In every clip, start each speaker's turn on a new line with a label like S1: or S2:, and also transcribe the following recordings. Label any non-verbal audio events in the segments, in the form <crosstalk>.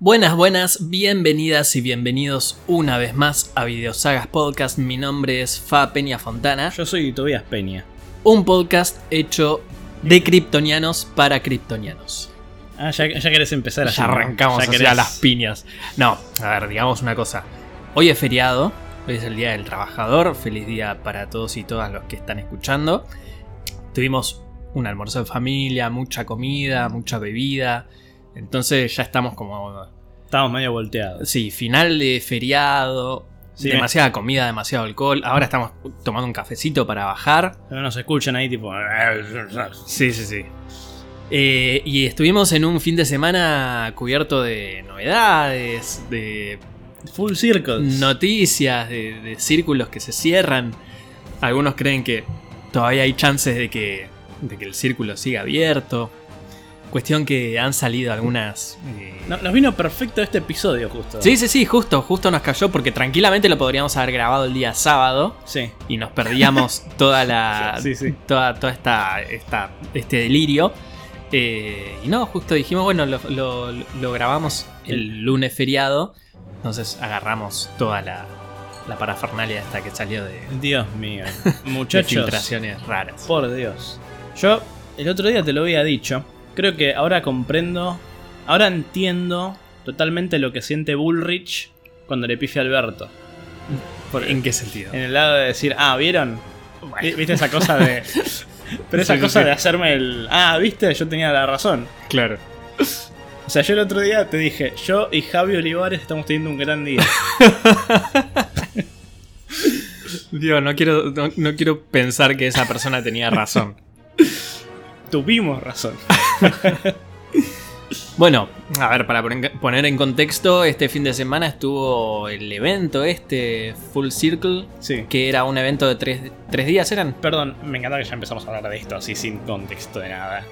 S1: Buenas, buenas, bienvenidas y bienvenidos una vez más a Videosagas Podcast. Mi nombre es Fa Peña Fontana.
S2: Yo soy Tobias Peña.
S1: Un podcast hecho de kryptonianos para kryptonianos.
S2: Ah, ya, ya querés empezar así,
S1: Ya
S2: ¿no?
S1: arrancamos
S2: Ya
S1: hacia
S2: querés-
S1: las piñas. No, a ver, digamos una cosa. Hoy es feriado, hoy es el Día del Trabajador. Feliz día para todos y todas los que están escuchando. Tuvimos un almuerzo en familia, mucha comida, mucha bebida. Entonces ya estamos como.
S2: Estamos medio volteados.
S1: Sí, final de feriado.
S2: Sí,
S1: demasiada comida, demasiado alcohol. Ahora estamos tomando un cafecito para bajar.
S2: Pero nos escuchan ahí tipo...
S1: Sí, sí, sí. Eh, y estuvimos en un fin de semana cubierto de novedades, de
S2: Full circles.
S1: noticias, de, de círculos que se cierran. Algunos creen que todavía hay chances de que, de que el círculo siga abierto. Cuestión que han salido algunas... eh,
S2: No- nos vino perfecto este episodio justo.
S1: Sí, sí, sí, justo, justo nos cayó porque tranquilamente lo podríamos haber grabado el día sábado
S2: Sí.
S1: y nos <laughs> perdíamos toda la,
S2: Sí, sí.
S1: toda, toda esta, esta- este delirio. Eh, y no, justo dijimos, bueno, lo, lo- lo grabamos el lunes feriado. Entonces agarramos toda la, la parafernalia esta que salió de, de
S2: Dios
S1: <laughs>
S2: mío. Muchachos.
S1: filtraciones raras.
S2: por Dios. Yo el otro día te lo había dicho. Creo que ahora comprendo... Ahora entiendo totalmente lo que siente Bullrich cuando le pifia a Alberto.
S1: ¿En qué sentido?
S2: En el lado de decir, ah, ¿vieron?
S1: Bueno.
S2: Vi- ¿Viste esa
S1: <laughs>
S2: cosa de... Pero esa
S1: Sí, sí,
S2: cosa
S1: sí.
S2: de hacerme el... Ah, ¿viste? Yo tenía la razón.
S1: Claro.
S2: O sea, yo el otro día te dije, yo y Javi Olivares estamos teniendo un
S1: <laughs>
S2: gran día.
S1: Dios, no quiero, no, no quiero pensar que esa persona tenía razón.
S2: Tuvimos razón.
S1: <laughs> Ah. Bueno, a ver, para poner- poner en contexto, este fin de semana estuvo el evento este, Full Circle,
S2: Sí.
S1: que era un evento de tres, tres días, ¿eran?
S2: Perdón, me encanta que ya empezamos a hablar de esto así sin contexto de nada.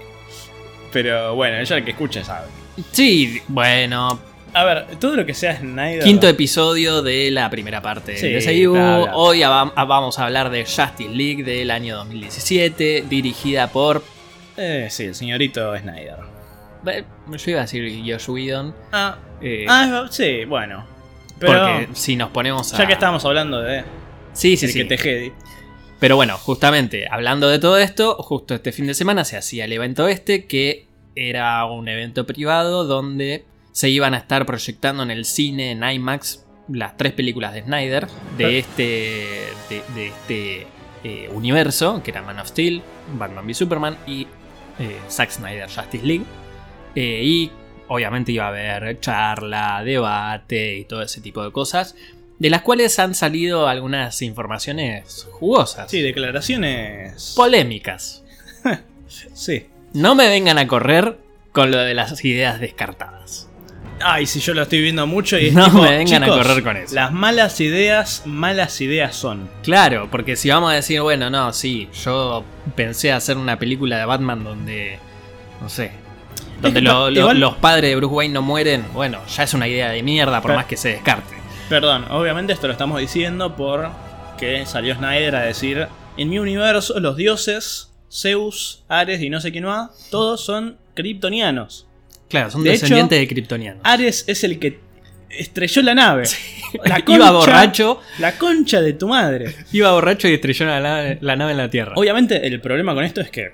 S2: Pero bueno, ya el que escuche sabe.
S1: Sí, bueno,
S2: A ver, todo lo que sea Snyder...
S1: quinto episodio de la primera parte
S2: Sí,
S1: de SIU.
S2: bla, bla.
S1: Hoy ava- a- vamos a hablar de Justice League del año 2017, dirigida por...
S2: Eh, sí, el señorito Snyder.
S1: eh, Yo iba a decir Josh Whedon,
S2: Ah,
S1: eh,
S2: ah sí, bueno. Pero
S1: porque si nos ponemos a...
S2: ya que estábamos hablando de...
S1: Sí, sí,
S2: el
S1: sí.
S2: que teje
S1: Pero bueno, justamente, hablando de todo esto, justo este fin de semana se hacía el evento este, que era un evento privado donde se iban a estar proyectando en el cine, en IMAX, las tres películas de Snyder de este, de, de este eh, universo, que era Man of Steel, Batman v Superman y eh, Zack Snyder Justice League. Eh, y obviamente iba a haber charla, debate y todo ese tipo de cosas. De las cuales han salido algunas informaciones jugosas.
S2: Sí, declaraciones.
S1: Polémicas.
S2: sí.
S1: No me vengan a correr con lo de las ideas descartadas.
S2: Ay, si yo lo estoy viendo mucho y es
S1: No
S2: tipo,
S1: me vengan a
S2: chicos,
S1: correr con eso.
S2: Las malas ideas, malas ideas son.
S1: Claro, porque si vamos a decir, bueno, no, sí, yo pensé hacer una película de Batman donde, no sé, donde
S2: Es que
S1: lo-
S2: pa-
S1: lo-
S2: Eh, igual-
S1: los padres de Bruce Wayne no mueren, bueno, ya es una idea de mierda por
S2: Pero-
S1: más que se descarte.
S2: Perdón, obviamente esto lo estamos diciendo por que salió Snyder a decir, en mi universo los dioses, Zeus, Ares y no sé quién más, todos son kryptonianos.
S1: Claro, son
S2: De hecho, ah,
S1: descendientes de kryptonianos. <laughs>
S2: Ares es el que estrelló la nave. <laughs>
S1: <laughs>
S2: la
S1: Iba
S2: concha-
S1: borracho,
S2: La concha de tu madre.
S1: iba borracho y estrelló la, nave- la nave en la Tierra.
S2: Obviamente el problema con esto es que eh,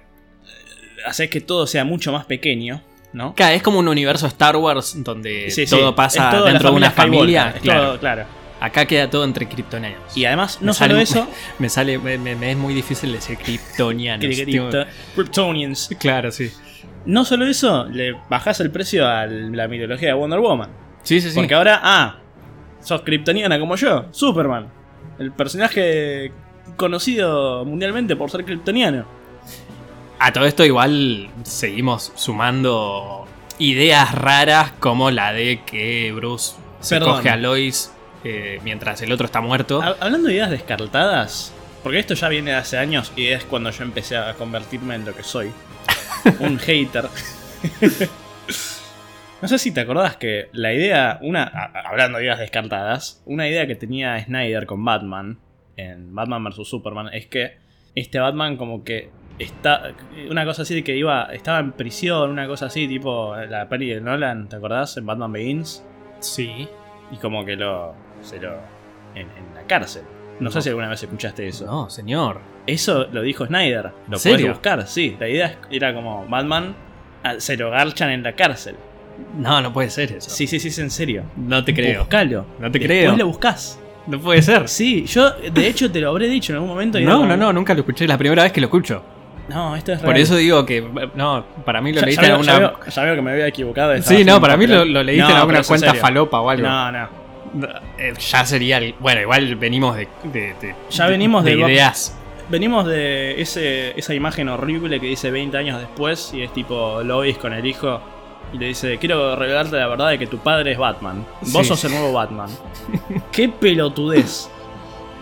S2: haces que todo sea mucho más pequeño, ¿no?
S1: Claro, es como un universo Star Wars donde
S2: Sí, sí,
S1: todo pasa
S2: es toda la
S1: dentro de una familia.
S2: Skywalker, es
S1: Claro.
S2: todo, claro.
S1: Acá queda todo entre kryptonianos.
S2: Y además, no
S1: Me sale
S2: solo
S1: un-
S2: <laughs> eso,
S1: Me sale, me, me- me es muy difícil decir kryptonianos. Tengo-
S2: Krypto- Kryptonians.
S1: Claro, sí.
S2: No solo eso, le bajás el precio a la mitología de Wonder Woman.
S1: Sí, sí, sí.
S2: Porque ahora, ah, sos kryptoniana como yo, Superman. El personaje conocido mundialmente por ser kryptoniano.
S1: A todo esto igual seguimos sumando ideas raras como la de que Bruce se
S2: Perdón. Ah,
S1: coge a Lois eh, mientras el otro está muerto.
S2: Ha- Hablando de ideas descartadas, porque esto ya viene de hace años y es cuando yo empecé a convertirme en lo que soy. un hater. no sé si te acordás que la idea, una, a- a- hablando de ideas descartadas, una idea que tenía Snyder con Batman, en Batman vs. Superman, es que este Batman como que está, una cosa así de que iba, estaba en prisión, una cosa así, tipo la peli de Nolan, ¿te acordás? En Batman Begins.
S1: Sí.
S2: Y como que lo. se lo. en, en la cárcel. No,
S1: No.
S2: sé si alguna vez escuchaste eso.
S1: No, señor.
S2: Eso lo dijo Snyder. Lo puedes
S1: serio?
S2: buscar, sí. La idea es- era como Batman ah, se lo garchan en la cárcel.
S1: No, no puede ser eso.
S2: Sí, sí, sí, es en serio.
S1: No te creo.
S2: Buscalo.
S1: No te
S2: Después
S1: creo.
S2: lo buscás.
S1: No puede ser.
S2: Sí, yo de hecho te lo habré dicho en algún momento. y era
S1: No,
S2: como,
S1: no, no, nunca lo escuché. Es la primera vez que lo escucho.
S2: No, esto es
S1: Por
S2: real.
S1: eso digo que. No, para mí lo
S2: Ya-
S1: leíste
S2: ya
S1: en
S2: veo- ya
S1: alguna.
S2: veo- ya veo que me había equivocado. estaba
S1: Sí, no,
S2: haciendo
S1: para mí
S2: un papel.
S1: lo, lo leíste
S2: No,
S1: en
S2: pero
S1: alguna
S2: es
S1: cuenta
S2: serio.
S1: falopa o algo.
S2: No, no.
S1: Eh, Ya sería. el- Bueno, igual venimos de. de- de-
S2: Ya venimos de-
S1: ideas.
S2: Venimos de ese, esa imagen horrible que dice 20 años después y es tipo Lois con el hijo y le dice, quiero revelarte la verdad de que tu padre es Batman. Vos
S1: Sí.
S2: sos el
S1: <laughs>
S2: nuevo Batman. ¡Qué pelotudez!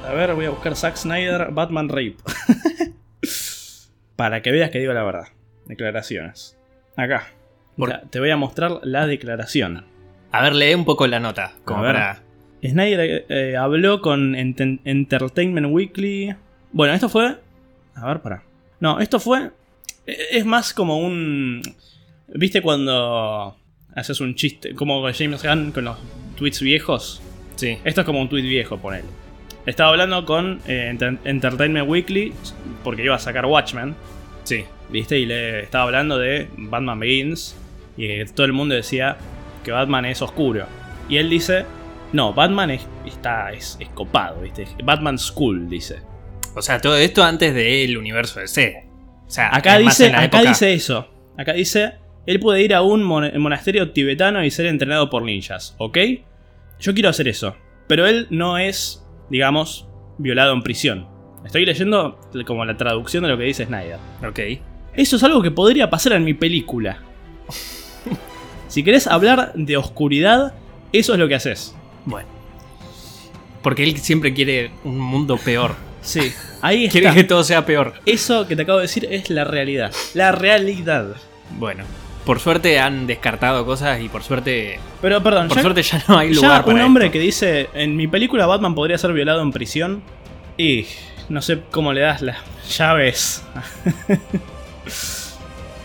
S2: A ver, voy a buscar Zack Snyder, Batman Rape. <laughs> Para que veas que digo la verdad. Declaraciones. Acá.
S1: Por-
S2: La- te voy a mostrar la declaración.
S1: A ver, lee un poco la nota. Como
S2: A ver.
S1: para.
S2: Snyder eh, habló con Enten- Entertainment Weekly. Bueno, esto fue. A ver, pará. No, esto fue. e- Es más como un. ¿Viste cuando haces un chiste? Como James Gunn con los tweets viejos.
S1: Sí.
S2: Esto es como un tweet viejo, ponele. Estaba hablando con eh, Enter- Entertainment Weekly porque iba a sacar Watchmen.
S1: Sí.
S2: ¿Viste? Y le estaba hablando de Batman Begins. Y que todo el mundo decía que Batman es oscuro. Y él dice: No, Batman es, está, es, es copado, ¿viste? Batman School, dice.
S1: O sea, todo esto antes del universo de C. O sea,
S2: Acá,
S1: es más
S2: dice,
S1: en la
S2: acá
S1: época-
S2: dice eso. Acá dice: Él puede ir a un mon- monasterio tibetano y ser entrenado por ninjas, ¿ok? Yo quiero hacer eso. Pero él no es, digamos, violado en prisión. Estoy leyendo como la traducción de lo que dice Snyder.
S1: Ok.
S2: Eso es algo que podría pasar en
S1: <laughs>
S2: mi película. si querés hablar de oscuridad, eso es lo que haces.
S1: Bueno. Porque él siempre quiere un mundo peor.
S2: Sí, <laughs>
S1: <laughs>
S2: ahí
S1: Quiere
S2: está.
S1: que todo sea peor.
S2: Eso que te acabo de decir es la realidad. La realidad.
S1: Bueno. Por suerte han descartado cosas y por suerte.
S2: Pero perdón,
S1: Por
S2: ya,
S1: suerte ya no hay
S2: ya
S1: lugar
S2: un
S1: para
S2: hombre
S1: esto.
S2: que dice, en mi película Batman podría ser violado en prisión. Y no sé cómo le das las llaves. <laughs>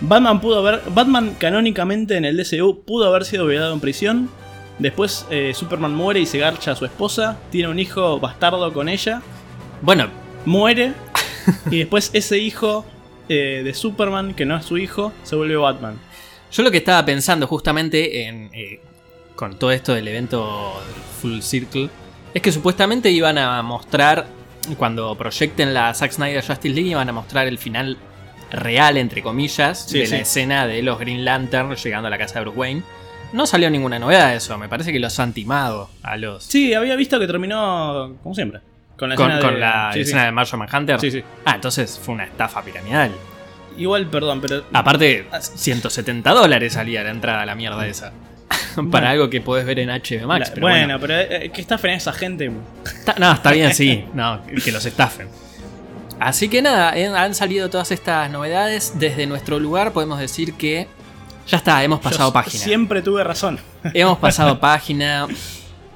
S2: Batman pudo haber. Batman canónicamente en el DCU pudo haber sido violado en prisión. Después eh, Superman muere y se garcha a su esposa. Tiene un hijo bastardo con ella.
S1: Bueno, <laughs>
S2: Muere. Y después ese hijo eh, de Superman, que no es su hijo, se vuelve Batman.
S1: yo lo que estaba pensando justamente en, eh, con todo esto del evento del Full Circle es que supuestamente iban a mostrar, cuando proyecten la Zack Snyder Justice League, iban a mostrar el final real, entre comillas,
S2: Sí,
S1: de la
S2: sí.
S1: escena de los Green Lantern llegando a la casa de Bruce Wayne. No salió ninguna novedad de eso, me parece que los han timado a los...
S2: Sí, había visto que terminó, como siempre, con la
S1: con
S2: escena
S1: con
S2: de-
S1: la
S2: sí, sí.
S1: escena de Marshall Manhunter.
S2: Sí, sí.
S1: Ah, entonces fue una estafa piramidal.
S2: Igual, perdón, pero.
S1: Aparte, 170 dólares salía la entrada a la mierda <laughs> esa.
S2: Bueno.
S1: Para algo que podés ver en HBO Max.
S2: la-
S1: pero bueno,
S2: bueno, pero eh, eh, que estafen a esa gente.
S1: Está- no, está bien, sí. No, que los estafen. Así que nada, eh, han salido todas estas novedades. Desde nuestro lugar podemos decir que ya está, hemos pasado
S2: Yo
S1: página.
S2: Siempre tuve razón.
S1: Hemos pasado página.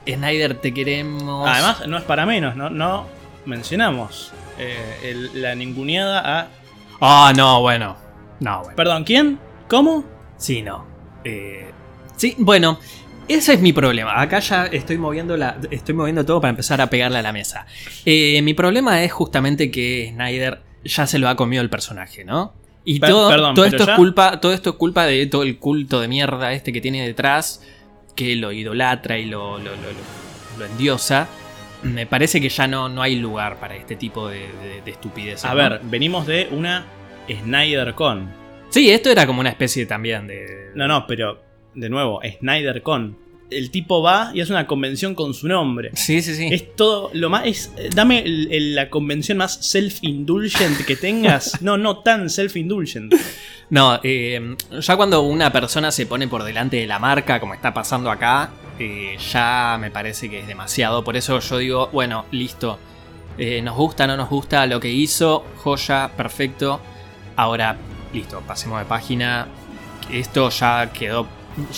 S1: Snyder, te queremos.
S2: Además, no es para menos, no, no mencionamos eh, el- la ninguneada a.
S1: Ah, no, bueno. No, bueno.
S2: Perdón, ¿quién? ¿Cómo?
S1: Sí, no. Eh, sí, bueno, ese es mi problema. Acá ya estoy moviendo, la, estoy moviendo todo para empezar a pegarle a la mesa. Eh, mi problema es justamente que Snyder ya se lo ha comido el personaje, ¿no? Y
S2: Per-
S1: todo,
S2: perdón,
S1: todo
S2: pero
S1: esto es
S2: ya-
S1: culpa, todo esto es culpa de todo el culto de mierda este que tiene detrás, que lo idolatra y lo, lo- lo- lo- lo endiosa. Me parece que ya no, no hay lugar para este tipo de, de, de estupideces,
S2: A
S1: ¿no?
S2: ver, venimos de una Snyder Con.
S1: Sí, esto era como una especie también de.
S2: No, no, pero de nuevo, Snyder Con. El tipo va y hace una convención con su nombre.
S1: Sí, sí, sí.
S2: Es todo lo más. Es, eh, dame el- el- la convención más self-indulgent
S1: <laughs>
S2: que tengas. No, no tan self-indulgent.
S1: No, eh, ya cuando una persona se pone por delante de la marca, como está pasando acá, eh, ya me parece que es demasiado. Por eso yo digo, bueno, listo. Eh, nos gusta, no nos gusta lo que hizo, joya, perfecto. Ahora, listo, pasemos de página. Esto ya quedó,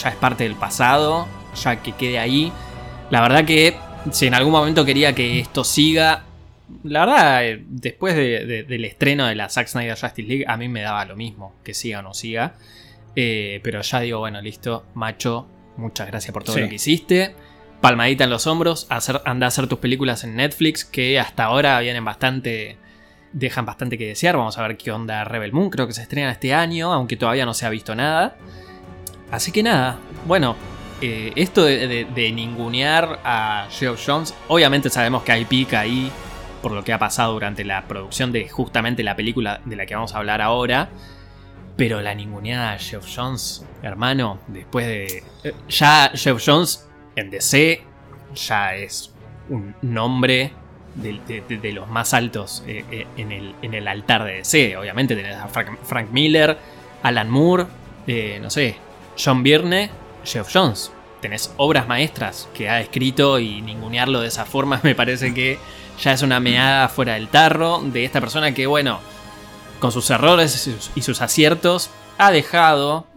S1: ya es parte del pasado, ya que quede ahí. La verdad que si en algún momento quería que esto siga, La verdad, eh, después de- de- del estreno de la Zack Snyder Justice League, a mí me daba lo mismo, que siga o no siga. Eh, pero ya digo, bueno, listo, macho, muchas gracias por todo
S2: Sí.
S1: lo que hiciste. Palmadita en los hombros, hacer, anda a hacer tus películas en Netflix, que hasta ahora vienen bastante. dejan bastante que desear. Vamos a ver qué onda Rebel Moon, creo que se estrena este año, aunque todavía no se ha visto nada. Así que nada, bueno, eh, esto de, de- de ningunear a Geoff Jones, obviamente sabemos que hay pica ahí por lo que ha pasado durante la producción de justamente la película de la que vamos a hablar ahora. Pero la ninguneada de Geoff Jones, hermano, después de. eh, Ya Geoff Jones en DC ya es un nombre de, de- de- de los más altos eh, eh, en, el, en el altar de DC. Obviamente tenés a Frank, Frank Miller, Alan Moore, eh, no sé, John Byrne, Geoff Jones. Tenés obras maestras que ha escrito y ningunearlo de esa forma <laughs> me parece que ya es una meada fuera del tarro de esta persona que, bueno, con sus errores y sus, y sus aciertos, ha dejado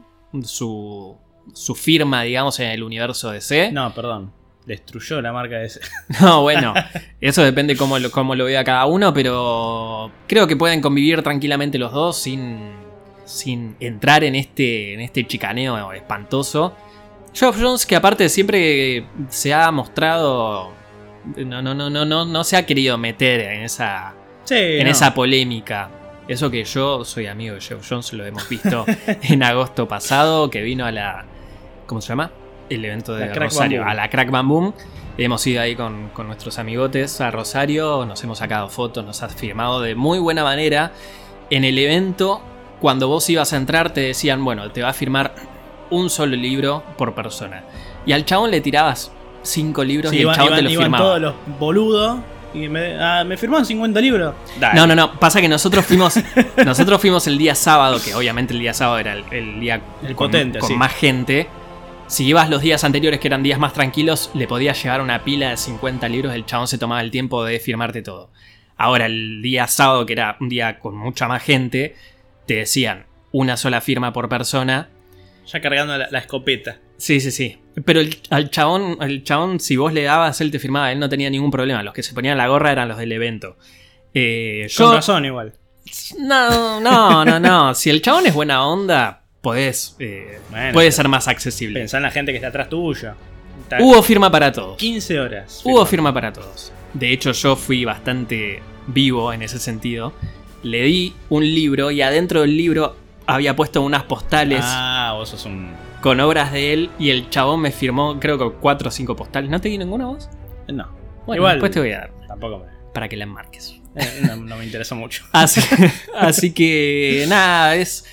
S1: su, su firma, digamos, en el universo DC.
S2: No, perdón. Destruyó la marca de ese. <laughs>
S1: <laughs> No, bueno, eso depende cómo lo, cómo lo vea cada uno, pero creo que pueden convivir tranquilamente los dos sin, sin entrar en este, en este chicaneo espantoso. Geoff Jones, que aparte siempre se ha mostrado. No, no, no, no, no, no se ha querido meter en esa,
S2: Sí,
S1: en
S2: no.
S1: esa polémica. Eso que yo soy amigo de Geoff Jones, lo hemos
S2: <laughs>
S1: visto en agosto pasado, que vino a la. ¿Cómo se llama? El evento de
S2: La Crack
S1: Rosario,
S2: Bam
S1: a
S2: Boom.
S1: la Crack Bam Boom. Hemos ido ahí con, con nuestros amigotes a Rosario, nos hemos sacado fotos, nos has firmado de muy buena manera. En el evento, cuando vos ibas a entrar, te decían, bueno, te va a firmar un solo libro por persona. Y al chabón le tirabas cinco libros
S2: Sí,
S1: y el
S2: iban,
S1: chabón te
S2: iban-
S1: los
S2: iban
S1: firmaba.
S2: todos los boludos. Y me, ah, me firmaron 50 libros.
S1: No, no, no. Pasa que nosotros fuimos. <laughs> nosotros fuimos el día sábado, que obviamente el día sábado era el, el día
S2: El
S1: con,
S2: potente,
S1: con
S2: sí.
S1: más gente. Si ibas los días anteriores, que eran días más tranquilos, le podías llevar una pila de 50 libros, el chabón se tomaba el tiempo de firmarte todo. Ahora, el día sábado, que era un día con mucha más gente, te decían una sola firma por persona.
S2: Ya cargando la, la escopeta.
S1: Sí, sí, sí. Pero el, al chabón, el chabón, si vos le dabas, él te firmaba, él no tenía ningún problema. Los que se ponían la gorra eran los del evento. Eh,
S2: Con
S1: yo,
S2: razón, igual.
S1: no, no, no, no. Si el chabón es buena onda, podés. eh,
S2: Bueno,
S1: puede
S2: pero
S1: ser más accesible.
S2: Pensá en la gente que está atrás tuyo. Está
S1: Hubo firma para todos.
S2: 15 horas.
S1: Hubo firma para todos. De hecho, yo fui bastante vivo en ese sentido. Le di un libro y adentro del libro había puesto unas postales
S2: Ah, vos sos un.
S1: con obras de él y el chabón me firmó, creo que cuatro o cinco postales. ¿No te di ninguna vos?
S2: No,
S1: Bueno,
S2: Igual.
S1: después te voy a dar
S2: tampoco me.
S1: para que la enmarques.
S2: eh, No, no me interesa mucho.
S1: <laughs> Así, así que, nada, es.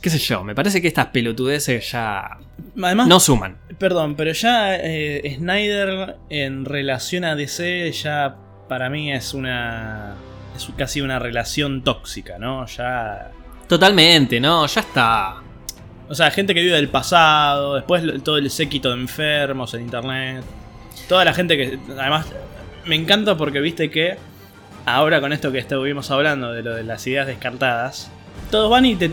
S1: ¿Qué sé yo? Me parece que estas pelotudeces ya
S2: Además,
S1: no suman.
S2: perdón, pero ya eh, Snyder en relación a DC ya para mí es una. Es casi una relación tóxica, ¿no? Ya.
S1: Totalmente, no, ya está.
S2: O sea, gente que vive del pasado, después lo- todo el séquito de enfermos en internet. Toda la gente que. Además, me encanta porque viste que. Ahora con esto que estuvimos hablando de lo de las ideas descartadas. Todos van y te,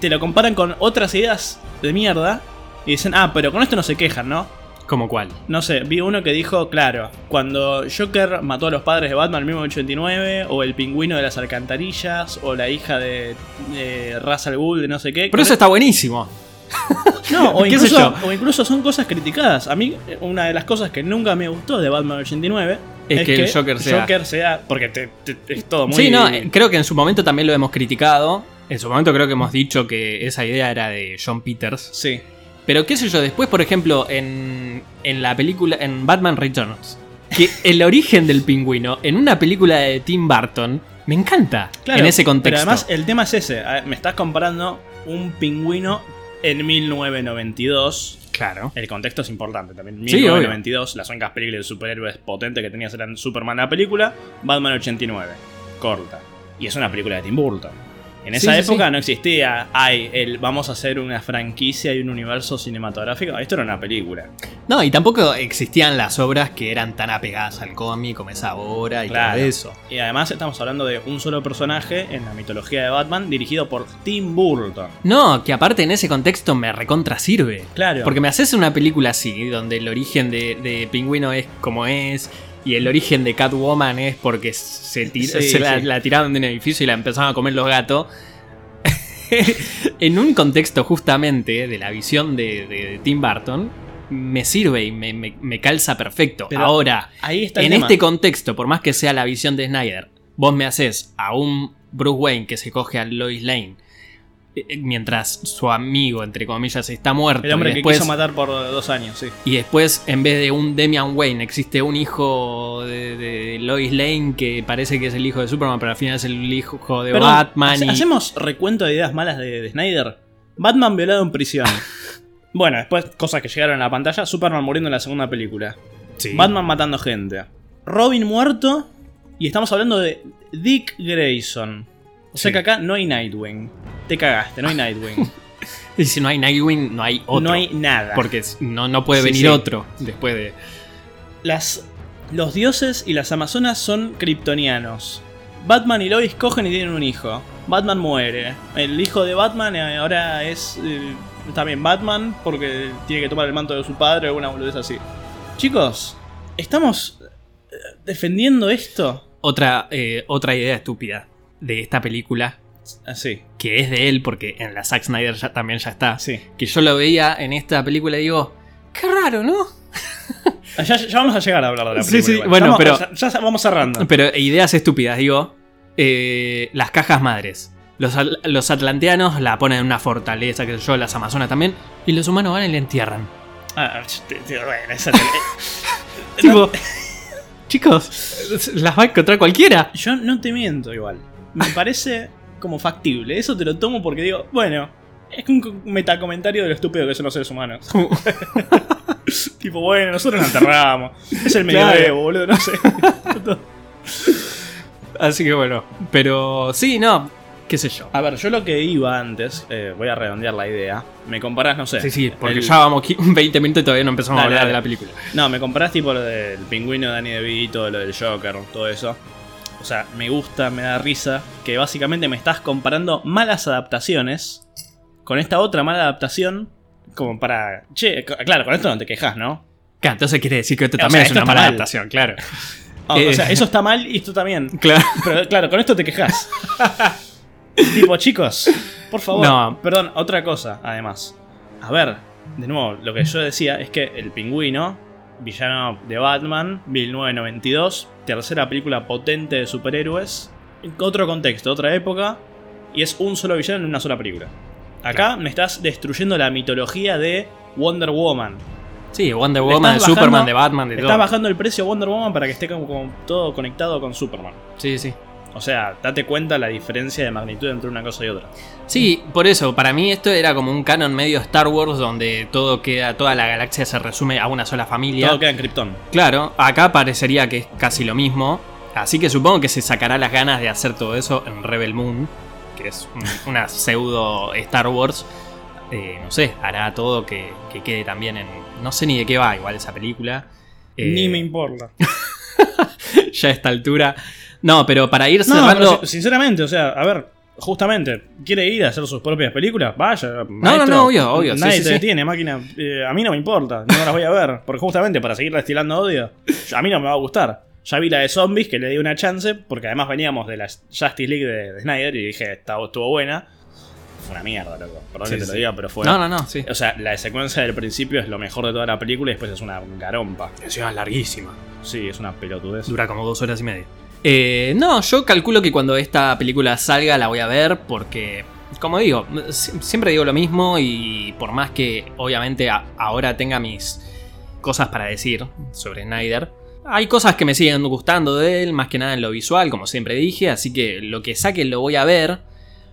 S2: te lo comparan con otras ideas de mierda. Y dicen, ah, pero con esto no se quejan, ¿no?
S1: ¿Como cuál?
S2: No sé, vi uno que dijo, claro, cuando Joker mató a los padres de Batman en 1989, o el pingüino de las alcantarillas, o la hija de, de Ra's al Ghul, de no sé qué.
S1: Pero eso está buenísimo. <laughs>
S2: No, o
S1: ¿Qué sé
S2: incluso,
S1: yo?
S2: o incluso son cosas criticadas. A mí, eh, una de las cosas que nunca me gustó de Batman 89
S1: Es que el Joker sea-
S2: sea- Porque te- te- es todo muy.
S1: Sí, no, eh, creo que en su momento también lo hemos criticado. En su momento creo que hemos dicho que esa idea era de John Peters.
S2: Sí.
S1: Pero qué sé yo, después, por ejemplo, en, en la película, en Batman Returns,
S2: <laughs>
S1: que el origen del pingüino en una película de Tim Burton me encanta
S2: Claro,
S1: en ese contexto.
S2: Pero además, el tema es ese. A ver, Me estás comparando un pingüino en 1992.
S1: claro.
S2: El contexto es importante también.
S1: Sí, obvio.
S2: 1992, las únicas películas de superhéroes potentes que tenías eran Superman la película, Batman 89, corta. Y es una película de Tim Burton. En esa
S1: Sí, sí,
S2: época
S1: sí.
S2: no existía, ay, el vamos a hacer una franquicia y un universo cinematográfico. Esto era una película.
S1: No, y tampoco existían las obras que eran tan apegadas al cómic como esa obra y
S2: Claro.
S1: todo eso.
S2: Y además estamos hablando de un solo personaje en la mitología de Batman dirigido por Tim Burton.
S1: No, que aparte en ese contexto me recontra sirve.
S2: Claro.
S1: Porque me haces una película así, donde el origen de, de Pingüino es como es, Y el origen de Catwoman es porque se, tir-
S2: Sí,
S1: se la,
S2: sí.
S1: la tiraron de un edificio y la empezaron a comer los gatos. <laughs> en un contexto justamente de la visión de, de Tim Burton, me sirve y me, me- me calza perfecto.
S2: Pero-
S1: Ahora,
S2: Ahí está el
S1: en
S2: tema.
S1: este contexto, por más que sea la visión de Snyder, vos me haces a un Bruce Wayne que se coge a Lois Lane eh, eh, mientras su amigo, entre comillas, está muerto.
S2: El hombre
S1: y
S2: que
S1: este después,
S2: quiso matar por dos años, sí.
S1: y después, en vez de un Demian Wayne, existe un hijo de, de Lois Lane que parece que es el hijo de Superman, pero al final es el hijo de
S2: Perdón,
S1: Batman.
S2: hace-
S1: y-
S2: Hacemos recuento de ideas malas de, de Snyder. Batman violado en prisión. bueno, después cosas que llegaron a la pantalla. Superman muriendo en la segunda película.
S1: Sí.
S2: Batman matando gente. Robin muerto. Y estamos hablando de Dick Grayson. O sea
S1: Sí.
S2: que acá no hay Nightwing. Te cagaste, no hay Nightwing.
S1: Y si no hay Nightwing, no hay <laughs> otro.
S2: no hay nada.
S1: Porque es- no, no puede
S2: Sí,
S1: venir
S2: sí.
S1: otro después de.
S2: Las, los dioses y las amazonas son kryptonianos. Batman y Lois cogen y tienen un hijo. Batman muere. El hijo de Batman eh, ahora es eh, también Batman porque tiene que tomar el manto de su padre o alguna boludez así. Chicos, ¿estamos eh, defendiendo esto?
S1: Otra, eh, otra idea estúpida de esta película,
S2: Así,
S1: que es de él, porque en la Zack Snyder ya, también ya está.
S2: así.
S1: Que yo lo veía en esta película y digo, qué raro, ¿no?
S2: Ya, ya vamos a llegar a hablar de la
S1: Sí,
S2: película.
S1: sí,
S2: igual.
S1: bueno,
S2: Ya vamos-
S1: pero-
S2: ya- ya vamos cerrando.
S1: Pero ideas estúpidas, digo. eh, las cajas madres. Los, al- los atlanteanos la ponen en una fortaleza, que yo, las amazonas también. Y los humanos van y la entierran.
S2: Ah, te- te- bueno, esa te-
S1: Tipo, <laughs> chicos, las va a encontrar cualquiera.
S2: Yo no te miento igual.
S1: <laughs>
S2: Me parece como factible. Eso te lo tomo porque digo, bueno, es un co- metacomentario de lo estúpido que son los seres
S1: <laughs>
S2: humanos. <laughs> tipo, bueno, nosotros nos enterramos. Es el
S1: Claro.
S2: medioevo,
S1: <laughs>
S2: boludo, no sé.
S1: Así que bueno. Pero sí, no, qué sé yo.
S2: A ver, yo lo que iba antes, eh, voy a redondear la idea. Me comparás, no sé.
S1: Sí, sí, porque
S2: el-
S1: ya vamos qui- 20 minutos y todavía no empezamos a
S2: Dale,
S1: hablar de
S2: dale.
S1: la película.
S2: No, me comparás tipo lo del pingüino de Danny DeVito, lo del Joker, todo eso. O sea, me gusta, me da risa que básicamente me estás comparando malas adaptaciones con esta otra mala adaptación como para... Che, co- claro, con esto no te quejas, ¿no?
S1: Claro, entonces quiere decir que esto
S2: O sea,
S1: también es
S2: esto
S1: una
S2: está
S1: mala
S2: mal.
S1: adaptación, claro. <laughs>
S2: Ah, O, o
S1: Eh.
S2: sea, eso está mal y esto también.
S1: Claro.
S2: Pero <laughs> claro, con esto te
S1: <laughs>
S2: quejas. tipo, chicos, por favor.
S1: No.
S2: Perdón, otra cosa, además. A ver, de nuevo, lo que yo decía es que el pingüino, villano de Batman, 1992, tercera película potente de superhéroes, otro contexto, otra época, y es un solo villano en una sola película. Acá
S1: Claro.
S2: me estás destruyendo la mitología de Wonder Woman.
S1: Sí, Wonder
S2: Le
S1: Woman, de
S2: estás bajando-
S1: Superman, de Batman, de
S2: Le
S1: todo.
S2: estás bajando el precio a Wonder Woman para que esté como- como todo conectado con Superman.
S1: Sí, sí.
S2: O sea, date cuenta la diferencia de magnitud entre una cosa y otra.
S1: Sí, por eso, para mí esto era como un canon medio Star Wars donde todo queda, toda la galaxia se resume a una sola familia.
S2: Todo queda en Krypton.
S1: Claro, acá parecería que es casi lo mismo, así que supongo que se sacará las ganas de hacer todo eso en Rebel Moon, que es
S2: <laughs>
S1: un- una pseudo Star Wars. Eh, no sé, hará todo que, que quede también en... No sé ni de qué va igual esa película. Eh,
S2: Ni me importa.
S1: <laughs> Ya a esta altura. No, pero para ir
S2: No,
S1: cerrando...
S2: pero si- sinceramente, o sea, a ver, justamente, ¿quiere ir a hacer sus propias películas? Vaya, maestro.
S1: no, obvio, obvio, sí,
S2: Nadie
S1: sí,
S2: te
S1: sí.
S2: detiene, máquina. Eh, a mí no me importa, no las voy a ver. Porque justamente para seguir destilando odio, a mí no me va a gustar. Ya vi la de zombies, que le di una chance, porque además veníamos de la Justice League de, de Snyder y dije, "Está- estuvo buena. Fue una mierda, loco. Perdón
S1: Sí,
S2: que te lo
S1: sí.
S2: diga, pero fue...
S1: No, no, no, sí.
S2: O sea, la secuencia del principio es lo mejor de toda la película y después es una garompa.
S1: Encima es larguísima.
S2: Sí, es una pelotudez.
S1: Dura como dos horas y media. Eh, no, yo calculo que cuando esta película salga la voy a ver porque, como digo, si- siempre digo lo mismo y por más que obviamente a- ahora tenga mis cosas para decir sobre Snyder, hay cosas que me siguen gustando de él, más que nada en lo visual, como siempre dije, así que lo que saque lo voy a ver.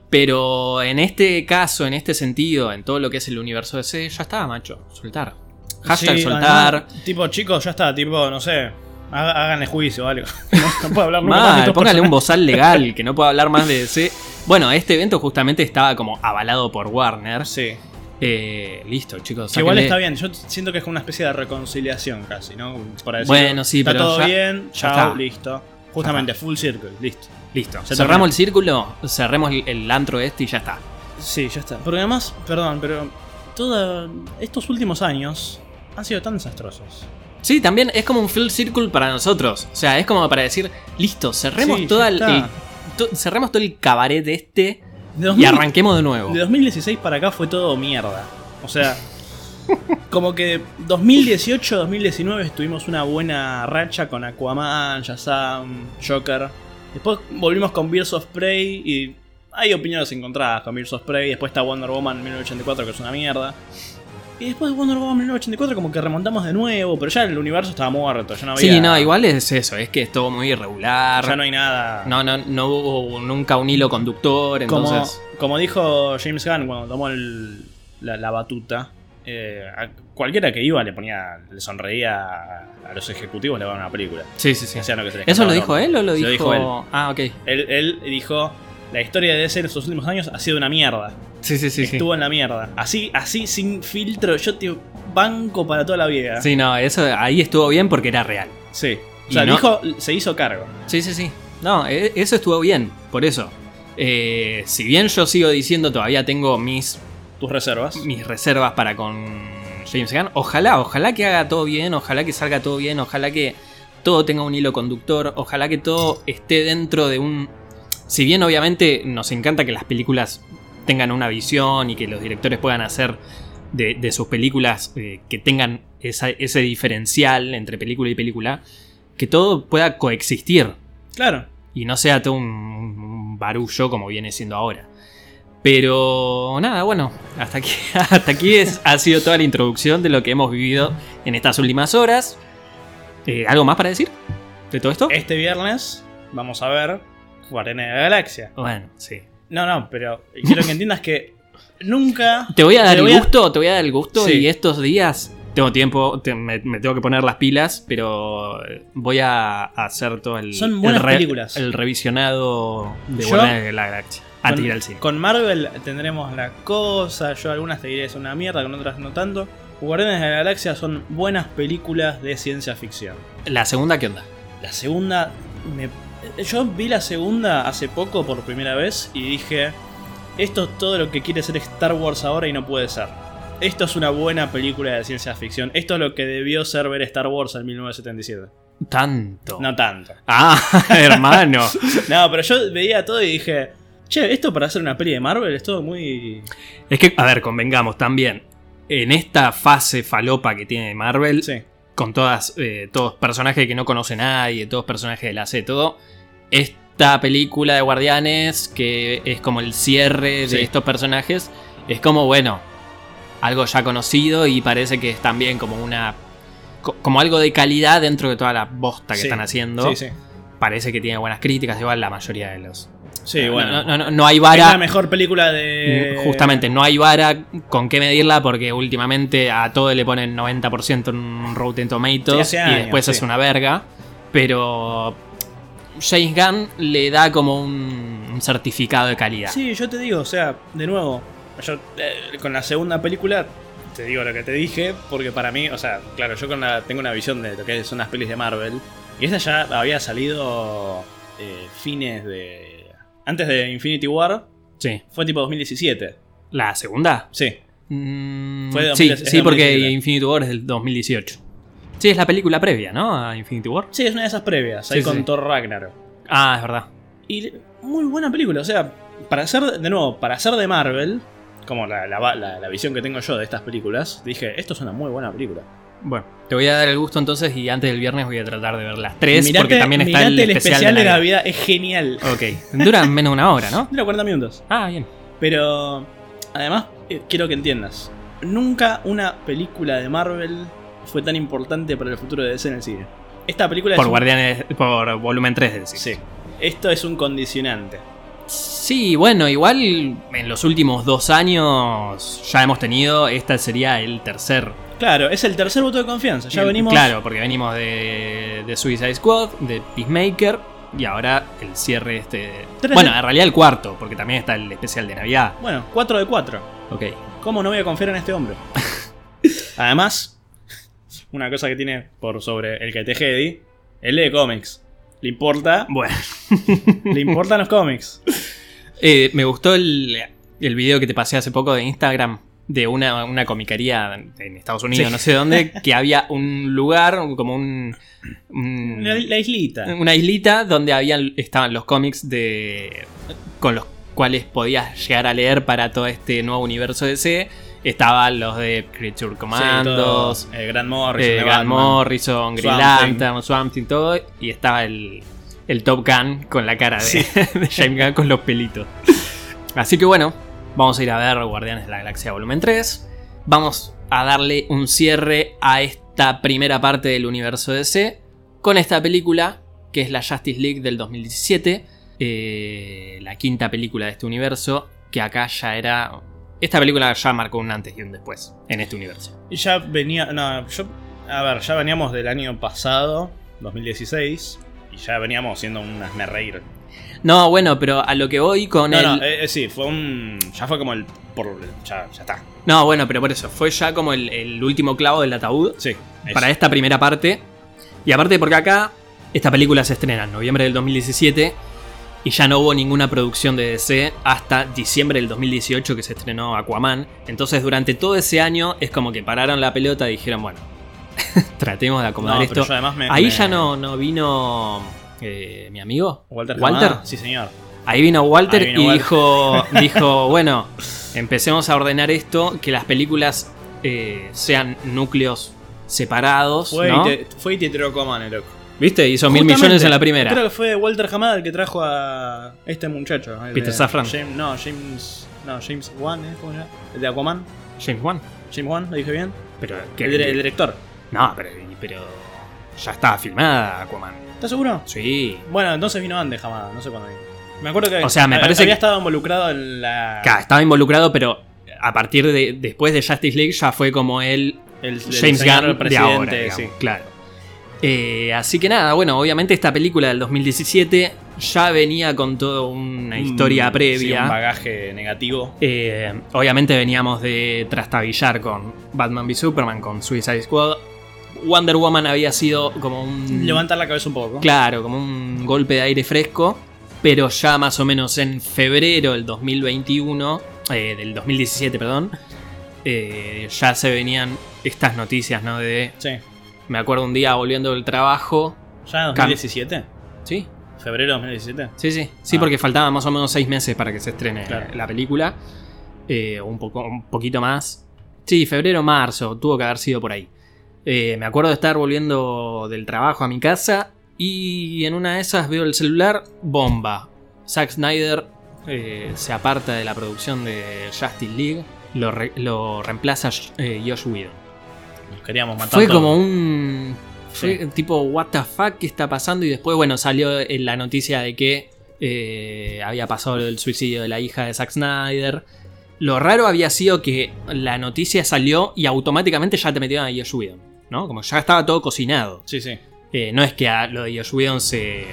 S1: Pero en este caso, en este sentido, en todo lo que es el universo de C, ya está, macho, soltar. Hashtag
S2: Sí,
S1: soltar.
S2: además, tipo, chicos, ya está, tipo, no sé. haga- Háganle juicio o algo. <laughs> No, no puedo hablar nunca más de
S1: Mal,
S2: estos
S1: póngale un
S2: personajes.
S1: bozal legal que no pueda hablar más de
S2: <laughs>
S1: DC. Bueno, este evento justamente estaba como avalado por Warner.
S2: Sí.
S1: Eh, listo, chicos.
S2: Que igual
S1: sáquenle.
S2: está bien. Yo siento que es como una especie de reconciliación casi, ¿no? Para decir,
S1: Bueno, sí,
S2: está
S1: pero
S2: todo
S1: ya-
S2: bien, chao,
S1: está.
S2: listo. Justamente, full circle, listo.
S1: Listo.
S2: Se
S1: Cerramos
S2: terminó.
S1: el círculo, cerremos el, el antro este y ya está.
S2: Sí, ya está. Porque además, perdón, pero toda, estos últimos años han sido tan desastrosos.
S1: Sí, también es como un field circle para nosotros. O sea, es como para decir, listo, cerremos
S2: Sí,
S1: toda
S2: ya
S1: el,
S2: está.
S1: el- to- cerremos todo el cabaret de este y
S2: De 2000
S1: arranquemos de nuevo.
S2: De 2016 para acá fue todo mierda. O sea, como que 2018, 2019 estuvimos una buena racha con Aquaman, Shazam, Joker. Después volvimos con Birds of Prey y hay opiniones encontradas con Birds of Prey. Después está Wonder Woman 1984 que es una mierda. Y después de Wonder Woman 1984 como que remontamos de nuevo, pero ya el universo estaba muerto, ya no había...
S1: Sí, no, igual es eso, es que es todo muy irregular.
S2: Ya no hay nada.
S1: No, no, no hubo nunca un hilo conductor,
S2: Como,
S1: entonces.
S2: como dijo James Gunn cuando tomó el- la, la batuta, eh, a cualquiera que iba le ponía, le sonreía a, a los ejecutivos le daban una película.
S1: Sí, sí, sí.
S2: Hacían que se les
S1: ¿Eso
S2: cantaba
S1: lo
S2: el
S1: dijo
S2: orto.
S1: él o lo
S2: Se
S1: dijo...
S2: él.
S1: Ah, ok.
S2: él? él dijo, la historia de DC en estos últimos años ha sido una mierda.
S1: Sí, sí, sí. sí.
S2: Estuvo en la mierda. Así, así sin filtro, yo te banco para toda la vida.
S1: Sí, no, eso ahí estuvo bien porque era real.
S2: Sí. O
S1: Y
S2: sea,
S1: no-
S2: dijo, se hizo cargo.
S1: Sí, sí, sí. No, e- eso estuvo bien, por eso. Eh, si bien yo sigo diciendo todavía tengo mis,
S2: Tus reservas.
S1: mis reservas para con James Gunn, ojalá, ojalá que haga todo bien, ojalá que salga todo bien, ojalá que todo tenga un hilo conductor, ojalá que todo esté dentro de un... Si bien obviamente nos encanta que las películas tengan una visión y que los directores puedan hacer de, de sus películas eh, que tengan esa- ese diferencial entre película y película, que todo pueda coexistir,
S2: Claro.
S1: y no sea todo un, un barullo como viene siendo ahora. Pero nada, bueno, hasta aquí, <laughs> hasta aquí es, ha sido toda la introducción de lo que hemos vivido en estas últimas horas. Eh, ¿Algo más para decir de todo esto?
S2: Este viernes vamos a ver Guardianes de la Galaxia.
S1: Bueno, sí.
S2: No, no, pero quiero que entiendas que nunca.
S1: Te voy a dar
S2: Te
S1: el
S2: voy a-
S1: gusto, te voy a dar el gusto
S2: Sí.
S1: y estos días tengo tiempo, te- me, me tengo que poner las pilas, pero eh, voy a hacer todo el,
S2: Son
S1: el
S2: buenas películas.
S1: el revisionado de
S2: Yo-
S1: Guardianes de la Galaxia. A
S2: con,
S1: tirar al cine.
S2: con Marvel tendremos la cosa. Yo algunas te diré es una mierda, con otras no tanto. Guardianes de la Galaxia son buenas películas de ciencia ficción.
S1: La segunda, ¿qué onda?
S2: La segunda. me- Yo vi la segunda hace poco por primera vez y dije. Esto es todo lo que quiere ser Star Wars ahora y no puede ser. Esto es una buena película de ciencia ficción. Esto es lo que debió ser ver Star Wars en 1977.
S1: Tanto.
S2: No tanto.
S1: Ah, <laughs>
S2: <laughs>
S1: hermano.
S2: No, pero yo veía todo y dije, che, esto para hacer una peli de Marvel es todo muy...
S1: Es que, a ver, convengamos también. En esta fase falopa que tiene Marvel,
S2: Sí.
S1: con todas, eh, todos personajes que no conoce nadie, todos personajes de la C, todo, esta película de Guardianes, que es como el cierre de
S2: Sí.
S1: estos personajes, es como, bueno, algo ya conocido y parece que es también como una. co- como algo de calidad dentro de toda la bosta que
S2: Sí,
S1: están haciendo.
S2: Sí, sí.
S1: Parece que tiene buenas críticas, igual la mayoría de los.
S2: Sí, bueno.
S1: Ah, No, no, no- no hay
S2: Es
S1: vara.
S2: la mejor película de...
S1: Mm, Justamente, no hay vara con qué medirla porque últimamente a todo le ponen 90% en un Rotten Tomatoes
S2: Sí, hace
S1: y
S2: años,
S1: después
S2: sí.
S1: es una verga. Pero James Gunn le da como un, un certificado de calidad.
S2: Sí, yo te digo, o sea, de nuevo, yo eh, con la segunda película te digo lo que te dije, porque para mí, o sea, claro, yo con la, tengo una visión de lo que son las pelis de Marvel, y esta ya había salido eh, fines de... Antes de Infinity War,
S1: Sí.
S2: fue tipo 2017.
S1: ¿La segunda?
S2: Sí.
S1: Mm,
S2: Fue de
S1: sí,
S2: 2000 es
S1: sí, porque
S2: 2017.
S1: Infinity War es del 2018. Sí, es la película previa, ¿no? A Infinity War.
S2: Sí, es una de esas previas, ahí
S1: Sí,
S2: con
S1: sí.
S2: Thor Ragnarok.
S1: Ah, es verdad.
S2: Y muy buena película, o sea, para hacer, de nuevo, para hacer de Marvel, como la, la- la- la visión que tengo yo de estas películas, dije, esto es una muy buena película.
S1: Bueno, te voy a dar el gusto entonces y antes del viernes voy a tratar de ver las tres
S2: Mirate-
S1: porque también está el
S2: mirate
S1: especial, de Navidad.
S2: es genial.
S1: Ok, dura menos de una hora, ¿no?
S2: Dura 40 minutos.
S1: Ah, bien.
S2: Pero, además, eh, quiero que entiendas, nunca una película de Marvel fue tan importante para el futuro de DC en el cine. Esta película
S1: Por
S2: es... un-
S1: Guardianes, por volumen 3, decís.
S2: Sí. Esto es un condicionante.
S1: Sí, bueno, igual en los últimos dos años ya hemos tenido, este sería el tercer.
S2: Claro, es el tercer voto de confianza. Ya
S1: Eh,
S2: venimos...
S1: Claro, porque venimos de, de Suicide Squad, de Peacemaker y ahora el cierre este...
S2: Tres
S1: Bueno,
S2: de-
S1: en realidad el cuarto, porque también está el especial de Navidad.
S2: Bueno, 4 de 4.
S1: Ok.
S2: ¿Cómo no voy a confiar en este
S1: <laughs>
S2: hombre? Además, una cosa que tiene por sobre el que teje Eddie, él lee cómics. Le importa,
S1: Bueno. <laughs>
S2: le importan los cómics.
S1: Eh, me gustó el, el video que te pasé hace poco de Instagram de una, una comiquería en Estados Unidos, no sé dónde, que había un lugar, como un, un-
S2: La, la islita.
S1: una islita donde habían, estaban los cómics de con los cuales podías llegar a leer para todo este nuevo universo DC. Estaban los de Creature Commandos,
S2: Sí, todo, eh, Grant Morrison.
S1: eh,
S2: de
S1: Grant
S2: Batman.
S1: Morrison, Green
S2: Swamp Thing.
S1: Lantern, Swamp Thing, todo. Y estaba el, el Top Gun con la cara de,
S2: Sí.
S1: <laughs> de James Gunn con los pelitos. Así que bueno, vamos a ir a ver Guardianes de la Galaxia Volumen 3. Vamos a darle un cierre a esta primera parte del universo DC con esta película que es la Justice League del 2017, eh, la quinta película de este universo, que acá ya era... Esta película ya marcó un antes y un después en este universo.
S2: Y Ya venía. No, yo. A ver, ya veníamos del año pasado, 2016. Y ya veníamos siendo un asmerreír.
S1: No, bueno, pero a lo que voy con
S2: No,
S1: el.
S2: no, eh, eh, sí, fue un. Ya fue como el. Por, ya, ya está.
S1: No, bueno, pero por eso. Fue ya como el, el último clavo del ataúd
S2: eh. Sí. es-
S1: para esta primera parte. Y aparte, porque acá esta película se estrena en noviembre del 2017 y ya no hubo ninguna producción de DC hasta diciembre del 2018 que se estrenó Aquaman. Entonces, durante todo ese año es como que pararon la pelota y dijeron, bueno, <laughs> tratemos de
S2: No,
S1: acomodar
S2: pero
S1: esto.
S2: yo además me-
S1: Ahí
S2: me-
S1: ya no, no vino eh, mi amigo.
S2: Walter.
S1: Walter.
S2: Hamada, Sí, señor.
S1: Ahí vino Walter
S2: Ahí vino
S1: y <laughs>
S2: Walter.
S1: dijo, dijo, bueno, empecemos a ordenar esto, que las películas eh, sean núcleos separados,
S2: Fue,
S1: ¿no?
S2: y, te, fue y te tiró Aquaman, el loco.
S1: ¿Viste? Hizo mil
S2: Justamente,
S1: millones en la primera.
S2: Creo que fue Walter Hamada el que trajo a este muchacho. el
S1: Peter
S2: de-
S1: Safran.
S2: James- no, James. No, James Wan, ¿eh? ¿Cómo se llama? El de Aquaman.
S1: James Wan.
S2: James Wan, lo dije bien.
S1: Pero, ¿qué-
S2: El, dire- el director.
S1: No, pero, pero ya estaba filmada Aquaman.
S2: ¿Estás seguro?
S1: Sí.
S2: Bueno, entonces vino antes Hamada, no sé cuándo vino. Me acuerdo que
S1: O sea, me
S2: había-
S1: parece
S2: había
S1: que-
S2: estado involucrado en la.
S1: Claro, estaba involucrado, pero a partir de después de Justice League ya fue como él
S2: el, el
S1: James
S2: señor
S1: Gunn de
S2: presidente,
S1: ahora, digamos,
S2: sí.
S1: claro. Eh, así que nada, bueno, obviamente esta película del 2017 ya venía con toda una historia
S2: Mm, sí, un
S1: previa.
S2: bagaje negativo.
S1: Eh, obviamente veníamos de trastabillar con Batman v Superman, con Suicide Squad. Wonder Woman había sido como un...
S2: Levantar la cabeza un poco.
S1: Mm. Claro, como un golpe de aire fresco. Pero ya más o menos en febrero del 2021, eh, del 2017, perdón, eh, ya se venían estas noticias, ¿no? De
S2: Sí.
S1: me acuerdo un día volviendo del trabajo.
S2: ¿Ya en
S1: Cam-
S2: 2017?
S1: Sí,
S2: ¿Febrero de 2017?
S1: sí, sí. Sí,
S2: Ah.
S1: porque faltaban más o menos seis meses para que se estrene
S2: Claro.
S1: la película. Eh, un, poco, un poquito más. Sí, febrero, marzo, tuvo que haber sido por ahí. Eh, me acuerdo de estar volviendo del trabajo a mi casa y en una de esas veo el celular, bomba. Zack Snyder eh, se aparta de la producción de Justice League, lo, re- lo reemplaza eh, Josh Whedon.
S2: Nos queríamos matar.
S1: Fue
S2: todos.
S1: como un. Fue
S2: Sí.
S1: tipo, ¿What the fuck? ¿Qué está pasando? Y después, bueno, salió eh, la noticia de que eh, había pasado el suicidio de la hija de Zack Snyder. Lo raro había sido que la noticia salió y automáticamente ya te metieron a Josh Whedon, ¿no? Como ya estaba todo cocinado.
S2: Sí, sí.
S1: Eh, no es que a lo de Josh Whedon se,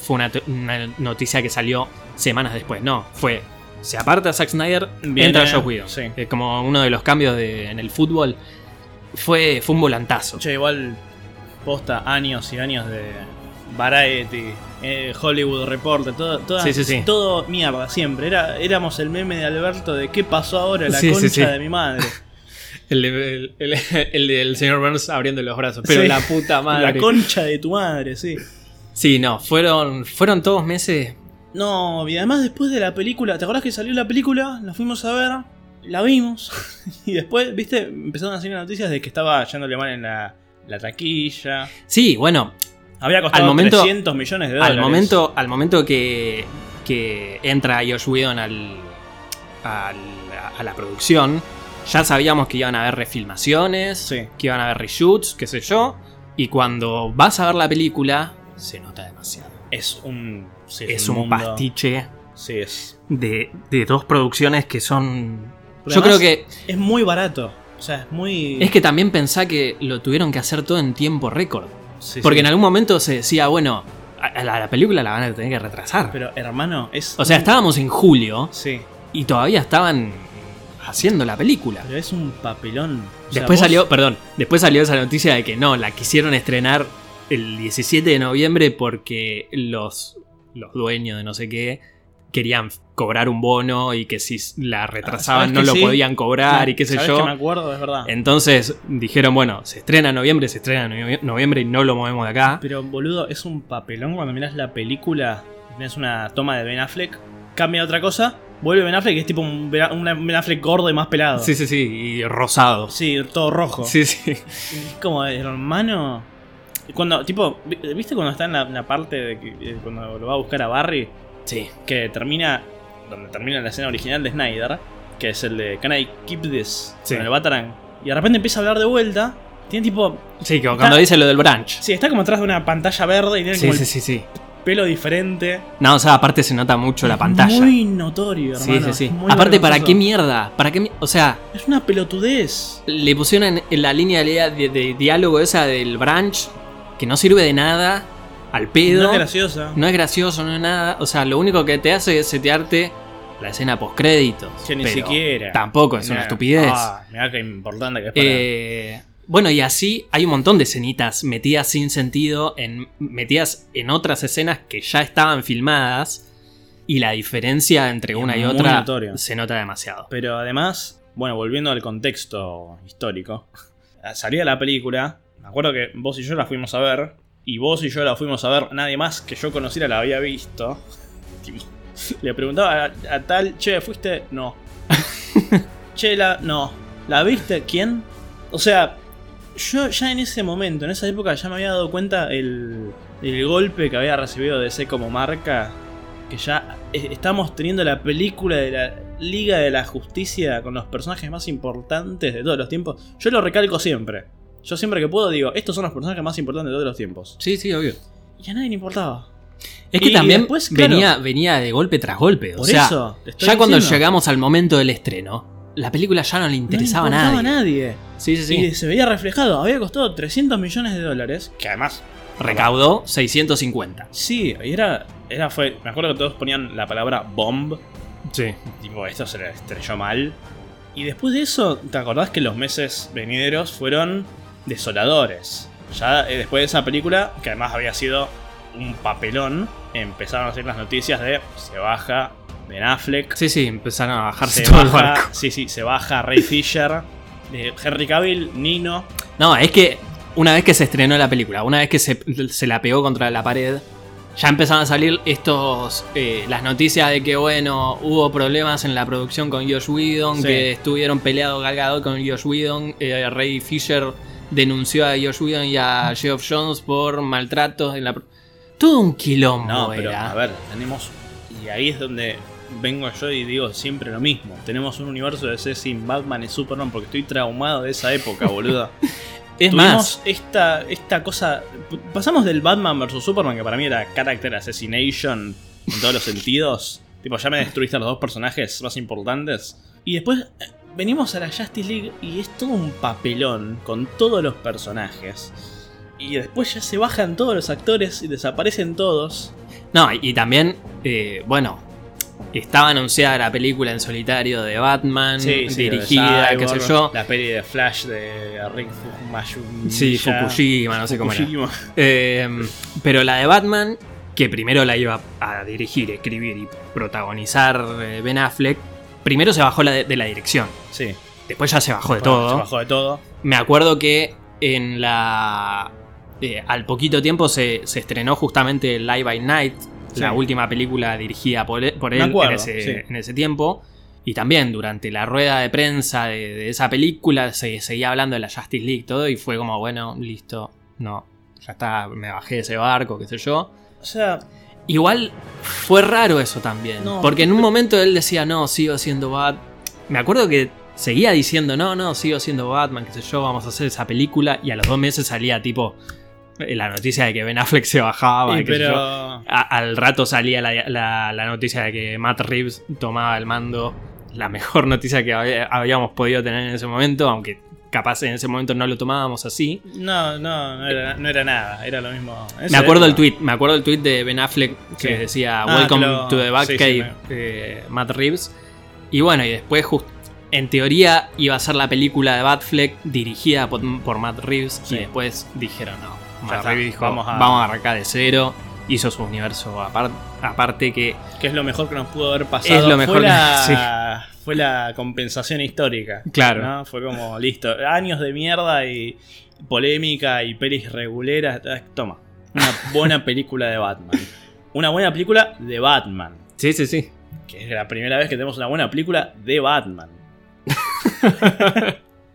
S1: fue una, to- una noticia que salió semanas después, no. Fue, se aparta Zack Snyder,
S2: Viene-
S1: entra Josh Whedon.
S2: sí.
S1: Eh, como uno de los cambios de- en el fútbol. Fue, fue un volantazo.
S2: Che, igual posta años y años de Variety, eh, Hollywood Reporter, todo, todas-
S1: Sí, sí, sí.
S2: todo mierda, siempre. Era, éramos el meme de Alberto de qué pasó ahora la
S1: Sí, sí,
S2: concha
S1: sí.
S2: de mi madre.
S1: El, de- el- el- <laughs> el del señor Burns abriendo los brazos. Pero
S2: Sí.
S1: la puta
S2: la
S1: <laughs> madre.
S2: concha de tu madre, sí.
S1: Sí, no, fueron, fueron todos meses.
S2: No, y además después de la película, ¿te acordás que salió la película? La fuimos a ver, la vimos. <laughs> Y después, viste, empezaron a salir noticias de que estaba yéndole mal en la, la taquilla.
S1: Sí, bueno,
S2: Había costado
S1: Al momento-
S2: 300 millones de dólares.
S1: al momento, al momento que, que entra Josh Whedon al, al- a la producción, ya sabíamos que iban a haber refilmaciones,
S2: Sí.
S1: que iban a haber reshoots, qué sé yo. Y cuando vas a ver la película, se nota demasiado.
S2: Es un. sí,
S1: Es un
S2: mundo.
S1: pastiche
S2: Sí, es.
S1: de, de dos producciones que son.
S2: Pero
S1: yo creo
S2: además-
S1: que
S2: Es muy barato. O sea, es muy.
S1: Es que también pensá que lo tuvieron que hacer todo en tiempo récord.
S2: Sí,
S1: Porque
S2: sí.
S1: en algún momento se decía, bueno, a a la, a la película la van a tener que retrasar.
S2: Pero hermano, es.
S1: o sea, estábamos en julio
S2: Sí,
S1: y todavía estaban haciendo la película.
S2: pero es un papelón. O sea,
S1: Después
S2: vos-
S1: salió, perdón, después salió esa noticia de que no, la quisieron estrenar el 17 de noviembre porque los, los dueños de no sé qué querían cobrar un bono y que si la
S2: Ah, ¿sabes
S1: retrasaban no
S2: que
S1: lo
S2: sí?
S1: podían cobrar y qué sé
S2: ¿Sabés
S1: yo.
S2: que me acuerdo, es verdad.
S1: Entonces dijeron, bueno, se estrena en noviembre, se estrena en novie- noviembre y no lo movemos de acá.
S2: Pero boludo, es un papelón cuando miras la película, tenés una toma de Ben Affleck, cambia a otra cosa, vuelve Ben Affleck, que es tipo un Ben un Ben Affleck gordo y más pelado.
S1: Sí, sí, sí, y rosado.
S2: Sí, todo rojo.
S1: Sí, sí.
S2: Es como hermano. Cuando, tipo, vi- ¿viste cuando está en la, en la parte de que, eh, cuando lo va a buscar a Barry?
S1: Sí.
S2: Que termina. Donde termina la escena original de Snyder, que es el de Can I Keep This?
S1: Sí.
S2: Con el Batarang. Y de repente empieza a hablar de vuelta. Tiene tipo.
S1: Sí, que cuando dice lo del branch.
S2: Sí, está como atrás de una pantalla verde y tiene
S1: Sí,
S2: como
S1: sí,
S2: el
S1: sí, sí.
S2: pelo diferente.
S1: No, o sea, aparte se nota mucho la pantalla.
S2: Muy notorio, hermano.
S1: sí, sí, sí.
S2: muy
S1: Aparte, ¿para
S2: vergonzoso.
S1: qué mierda? ¿Para qué mi- O sea,
S2: Es una pelotudez.
S1: le pusieron en la línea de, de- de diálogo esa del branch, que no sirve de nada, al pedo.
S2: No es graciosa.
S1: No es gracioso, no es nada. O sea, lo único que te hace es setearte la escena postcréditos.
S2: que ni
S1: pero
S2: siquiera.
S1: Tampoco es una
S2: Nah.
S1: estupidez.
S2: Ah, mirá que importante que es para-
S1: Eh, bueno, y así hay un montón de escenitas metidas sin sentido, en, metidas en otras escenas que ya estaban filmadas. Y la diferencia entre
S2: Es
S1: una y
S2: muy
S1: otra
S2: notoria.
S1: se nota demasiado.
S2: Pero además, bueno, volviendo al contexto histórico, <laughs> la salida de la película, me acuerdo que vos y yo la fuimos a ver, y vos y yo la fuimos a ver, nadie más que yo conociera la había visto. <laughs> Tipo, Le preguntaba a, a tal, che, ¿fuiste? No. <laughs> che, la, no. ¿La viste? ¿Quién? O sea, yo ya en ese momento, en esa época, ya me había dado cuenta el, el golpe que había recibido DC como marca que ya e- estamos teniendo la película de la Liga de la Justicia con los personajes más importantes de todos los tiempos. Yo lo recalco siempre. Yo siempre que puedo digo, estos son los personajes más importantes de todos los tiempos.
S1: Sí, sí, obvio.
S2: Y a nadie le importaba.
S1: Es que
S2: Y- y
S1: también
S2: después, claro.
S1: venía, venía de golpe tras golpe. O
S2: Por
S1: sea,
S2: eso. te
S1: ya
S2: estoy
S1: cuando
S2: diciendo,
S1: llegamos al momento del estreno, la película ya no le
S2: no
S1: interesaba
S2: le
S1: a
S2: importaba
S1: nadie.
S2: a nadie.
S1: Sí, sí, sí.
S2: Y se veía reflejado. Había costado 300 millones de dólares. Que además
S1: Recaudó 650.
S2: Sí, y era, era fue, me acuerdo que todos ponían la palabra bomb. Sí. Tipo, esto se le estrelló mal. Y después de eso, ¿te acordás que los meses venideros fueron desoladores? Ya eh, después de esa película, que además había sido un papelón, empezaron a hacer las noticias de se baja Ben Affleck,
S1: Sí, sí, empezaron a bajarse
S2: se
S1: todo el barco.
S2: baja, sí, sí, se baja Ray Fisher, eh, Henry Cavill, Nino,
S1: No, es que una vez que se estrenó la película, una vez que se, se la pegó contra la pared, ya empezaron a salir estos eh, las noticias de que, bueno, hubo problemas en la producción con Josh Whedon,
S2: Sí.
S1: que estuvieron peleados galgado con Josh Whedon, eh, Ray Fisher denunció a Josh Whedon y a Geoff Jones por maltratos en la... pro- Todo un quilombo
S2: No, pero
S1: era.
S2: a ver, tenemos. Y ahí es donde vengo yo y digo siempre lo mismo. Tenemos un universo de DC sin Batman y Superman porque estoy traumado de esa época, boludo.
S1: <laughs> es
S2: Tuvimos
S1: más,
S2: Esta, esta cosa. Pasamos del Batman vs Superman, que para mí era character assassination en todos los sentidos. Tipo, ya me destruiste a los dos personajes más importantes. Y después eh, venimos a la Justice League y es todo un papelón con todos los personajes. Y después ya se bajan todos los actores y desaparecen todos.
S1: no, y también, eh, bueno, estaba anunciada la película en solitario de Batman,
S2: Sí, sí,
S1: dirigida,
S2: lo de
S1: qué sé
S2: Cyborg,
S1: yo.
S2: La peli de Flash de Rick Fukumayu.
S1: Sí, Fukushima, no sé cómo era. Eh, pero la de Batman, que primero la iba a dirigir, escribir y protagonizar eh, Ben Affleck, primero se bajó la de, de la dirección.
S2: Sí.
S1: Después ya se bajó de
S2: bueno,
S1: todo.
S2: Se bajó de todo.
S1: Me acuerdo que en la. eh, al poquito tiempo se, se estrenó justamente Live by Night,
S2: Sí.
S1: la última película dirigida por, él- por
S2: Me
S1: él
S2: acuerdo,
S1: en, ese,
S2: sí.
S1: en ese tiempo. Y también durante la rueda de prensa de, de esa película se seguía hablando de la Justice League todo y fue como, bueno, listo, no, ya está, me bajé de ese barco, qué sé yo.
S2: O sea,
S1: Igual fue raro eso también.
S2: No,
S1: porque en un momento él decía, no, sigo siendo Batman. Me acuerdo que seguía diciendo, no, no, sigo siendo Batman, qué sé yo, vamos a hacer esa película. Y a los dos meses salía tipo eh, la noticia de que Ben Affleck se bajaba.
S2: y
S1: Ah, qué sé yo.
S2: pero.
S1: A- al rato salía la, la- la noticia de que Matt Reeves tomaba el mando. La mejor noticia que hab- habíamos podido tener en ese momento, aunque capaz en ese momento no lo tomábamos así.
S2: No, no, no era, no era nada. Era lo mismo.
S1: Me acuerdo el tweet, me acuerdo el tweet de Ben Affleck que
S2: Sí.
S1: decía
S2: Ah,
S1: Welcome
S2: claro.
S1: to the Batcave,
S2: Sí, sí, me-
S1: eh, Matt Reeves. Y bueno, y después jus- en teoría iba a ser la película de Batfleck dirigida por, por Matt Reeves
S2: Sí.
S1: y después dijeron no.
S2: Ya
S1: Matt
S2: está,
S1: Reeves dijo,
S2: vamos
S1: vamos
S2: a-
S1: a... arrancar de cero. hizo su universo apar- aparte que
S2: Que es lo mejor que nos pudo haber pasado.
S1: Es lo mejor
S2: fue,
S1: que- <laughs>
S2: la, fue la compensación histórica.
S1: Claro.
S2: ¿no? Fue como, listo, años de mierda y polémica y pelis reguleras. Ah, Toma, una buena película de Batman. Una buena película de Batman.
S1: sí sí sí
S2: Que es la primera vez que tenemos una buena película
S1: <laughs>
S2: de Batman.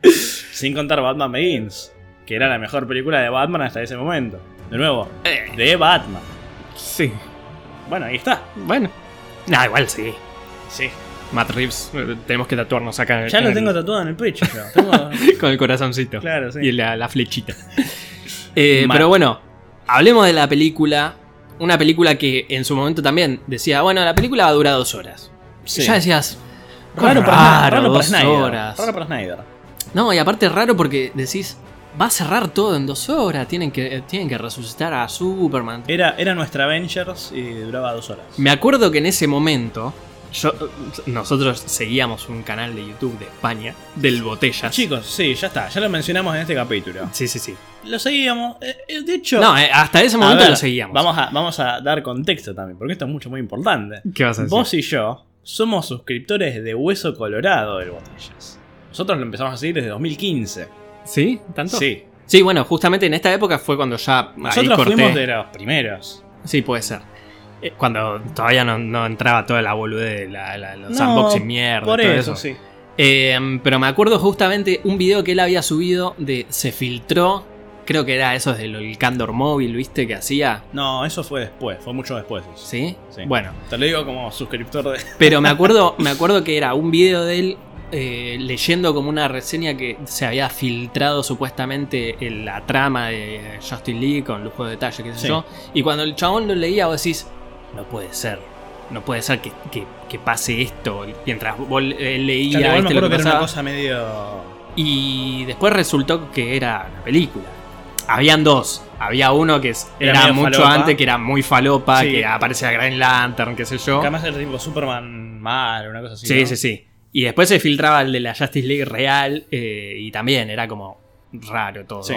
S2: Sin contar Batman Begins, que era la mejor película de Batman hasta ese momento. De nuevo,
S1: Eh,
S2: de Batman.
S1: sí
S2: Bueno, ahí está.
S1: bueno nah igual sí
S2: Sí.
S1: Matt Reeves eh, tenemos que tatuarnos acá en el-
S2: Ya lo
S1: en el- <laughs>
S2: tengo tatuado en el pecho. yo. Tengo-
S1: con el corazoncito
S2: Claro, sí.
S1: y la, la flechita <laughs> Eh,
S2: Mal.
S1: pero bueno hablemos de la película una película que en su momento también decía bueno la película va a durar dos horas
S2: Sí.
S1: ya decías
S2: Raro,
S1: "Raro,
S2: para, raro para
S1: dos
S2: Snyder.
S1: horas
S2: Raro para Snyder.
S1: No, y aparte es raro porque decís, va a cerrar todo en dos horas, tienen que, eh, tienen que resucitar a Superman.
S2: Era, era nuestra Avengers y duraba dos horas.
S1: Me acuerdo que en ese momento, yo- nosotros seguíamos un canal de YouTube de España, del Botellas.
S2: Chicos, sí, ya está. Ya lo mencionamos en este capítulo.
S1: Sí, sí, sí.
S2: Lo seguíamos. eh, eh, de hecho,
S1: No, eh, hasta ese
S2: a
S1: momento
S2: ver,
S1: lo seguíamos.
S2: Vamos a, vamos a dar contexto también, porque esto es mucho, muy importante.
S1: ¿Qué vas a decir?
S2: Vos y yo somos suscriptores de Hueso Colorado del Botellas. Nosotros lo empezamos a seguir desde 2015.
S1: ¿Sí? ¿Tanto? Sí.
S2: Sí.
S1: bueno, justamente en esta época fue cuando ya. ahí
S2: Nosotros
S1: corté.
S2: fuimos de los primeros.
S1: Sí, puede ser. Eh, Cuando todavía no, no entraba toda la boludez, de la, la- los
S2: No,
S1: unboxing mierda.
S2: Por
S1: y todo
S2: eso, sí.
S1: Eh, pero me acuerdo justamente un video que él había subido de se filtró, creo que era esos del el Candor Móvil, ¿viste? Que hacía,
S2: No, eso fue después, fue mucho después. eso.
S1: ¿sí?
S2: Sí.
S1: Bueno,
S2: Te lo digo como suscriptor de.
S1: pero me acuerdo, me acuerdo que era un video de él eh, leyendo como una reseña que se había filtrado supuestamente en la trama de Justin Lee con lujo de detalle, qué sé
S2: Sí.
S1: yo. Y cuando el chabón lo leía, vos decís, no puede ser. No puede ser que, que- que pase esto. Mientras vos eh,
S2: <laughs> Y
S1: leía,
S2: igual me
S1: viste, lo
S2: acuerdo
S1: que
S2: que era una
S1: pasaba.
S2: cosa medio.
S1: Y después resultó que era una película. Habían dos. Había uno que es-
S2: Era
S1: era,
S2: medio
S1: mucho
S2: falopa.
S1: antes, que era muy falopa,
S2: Sí.
S1: que aparece la Green Lantern, qué sé yo.
S2: Que además era tipo Superman mal, una cosa así.
S1: Sí,
S2: ¿no?
S1: sí, sí. Y después se filtraba el de la Justice League real eh, y también era como raro todo.
S2: Sí.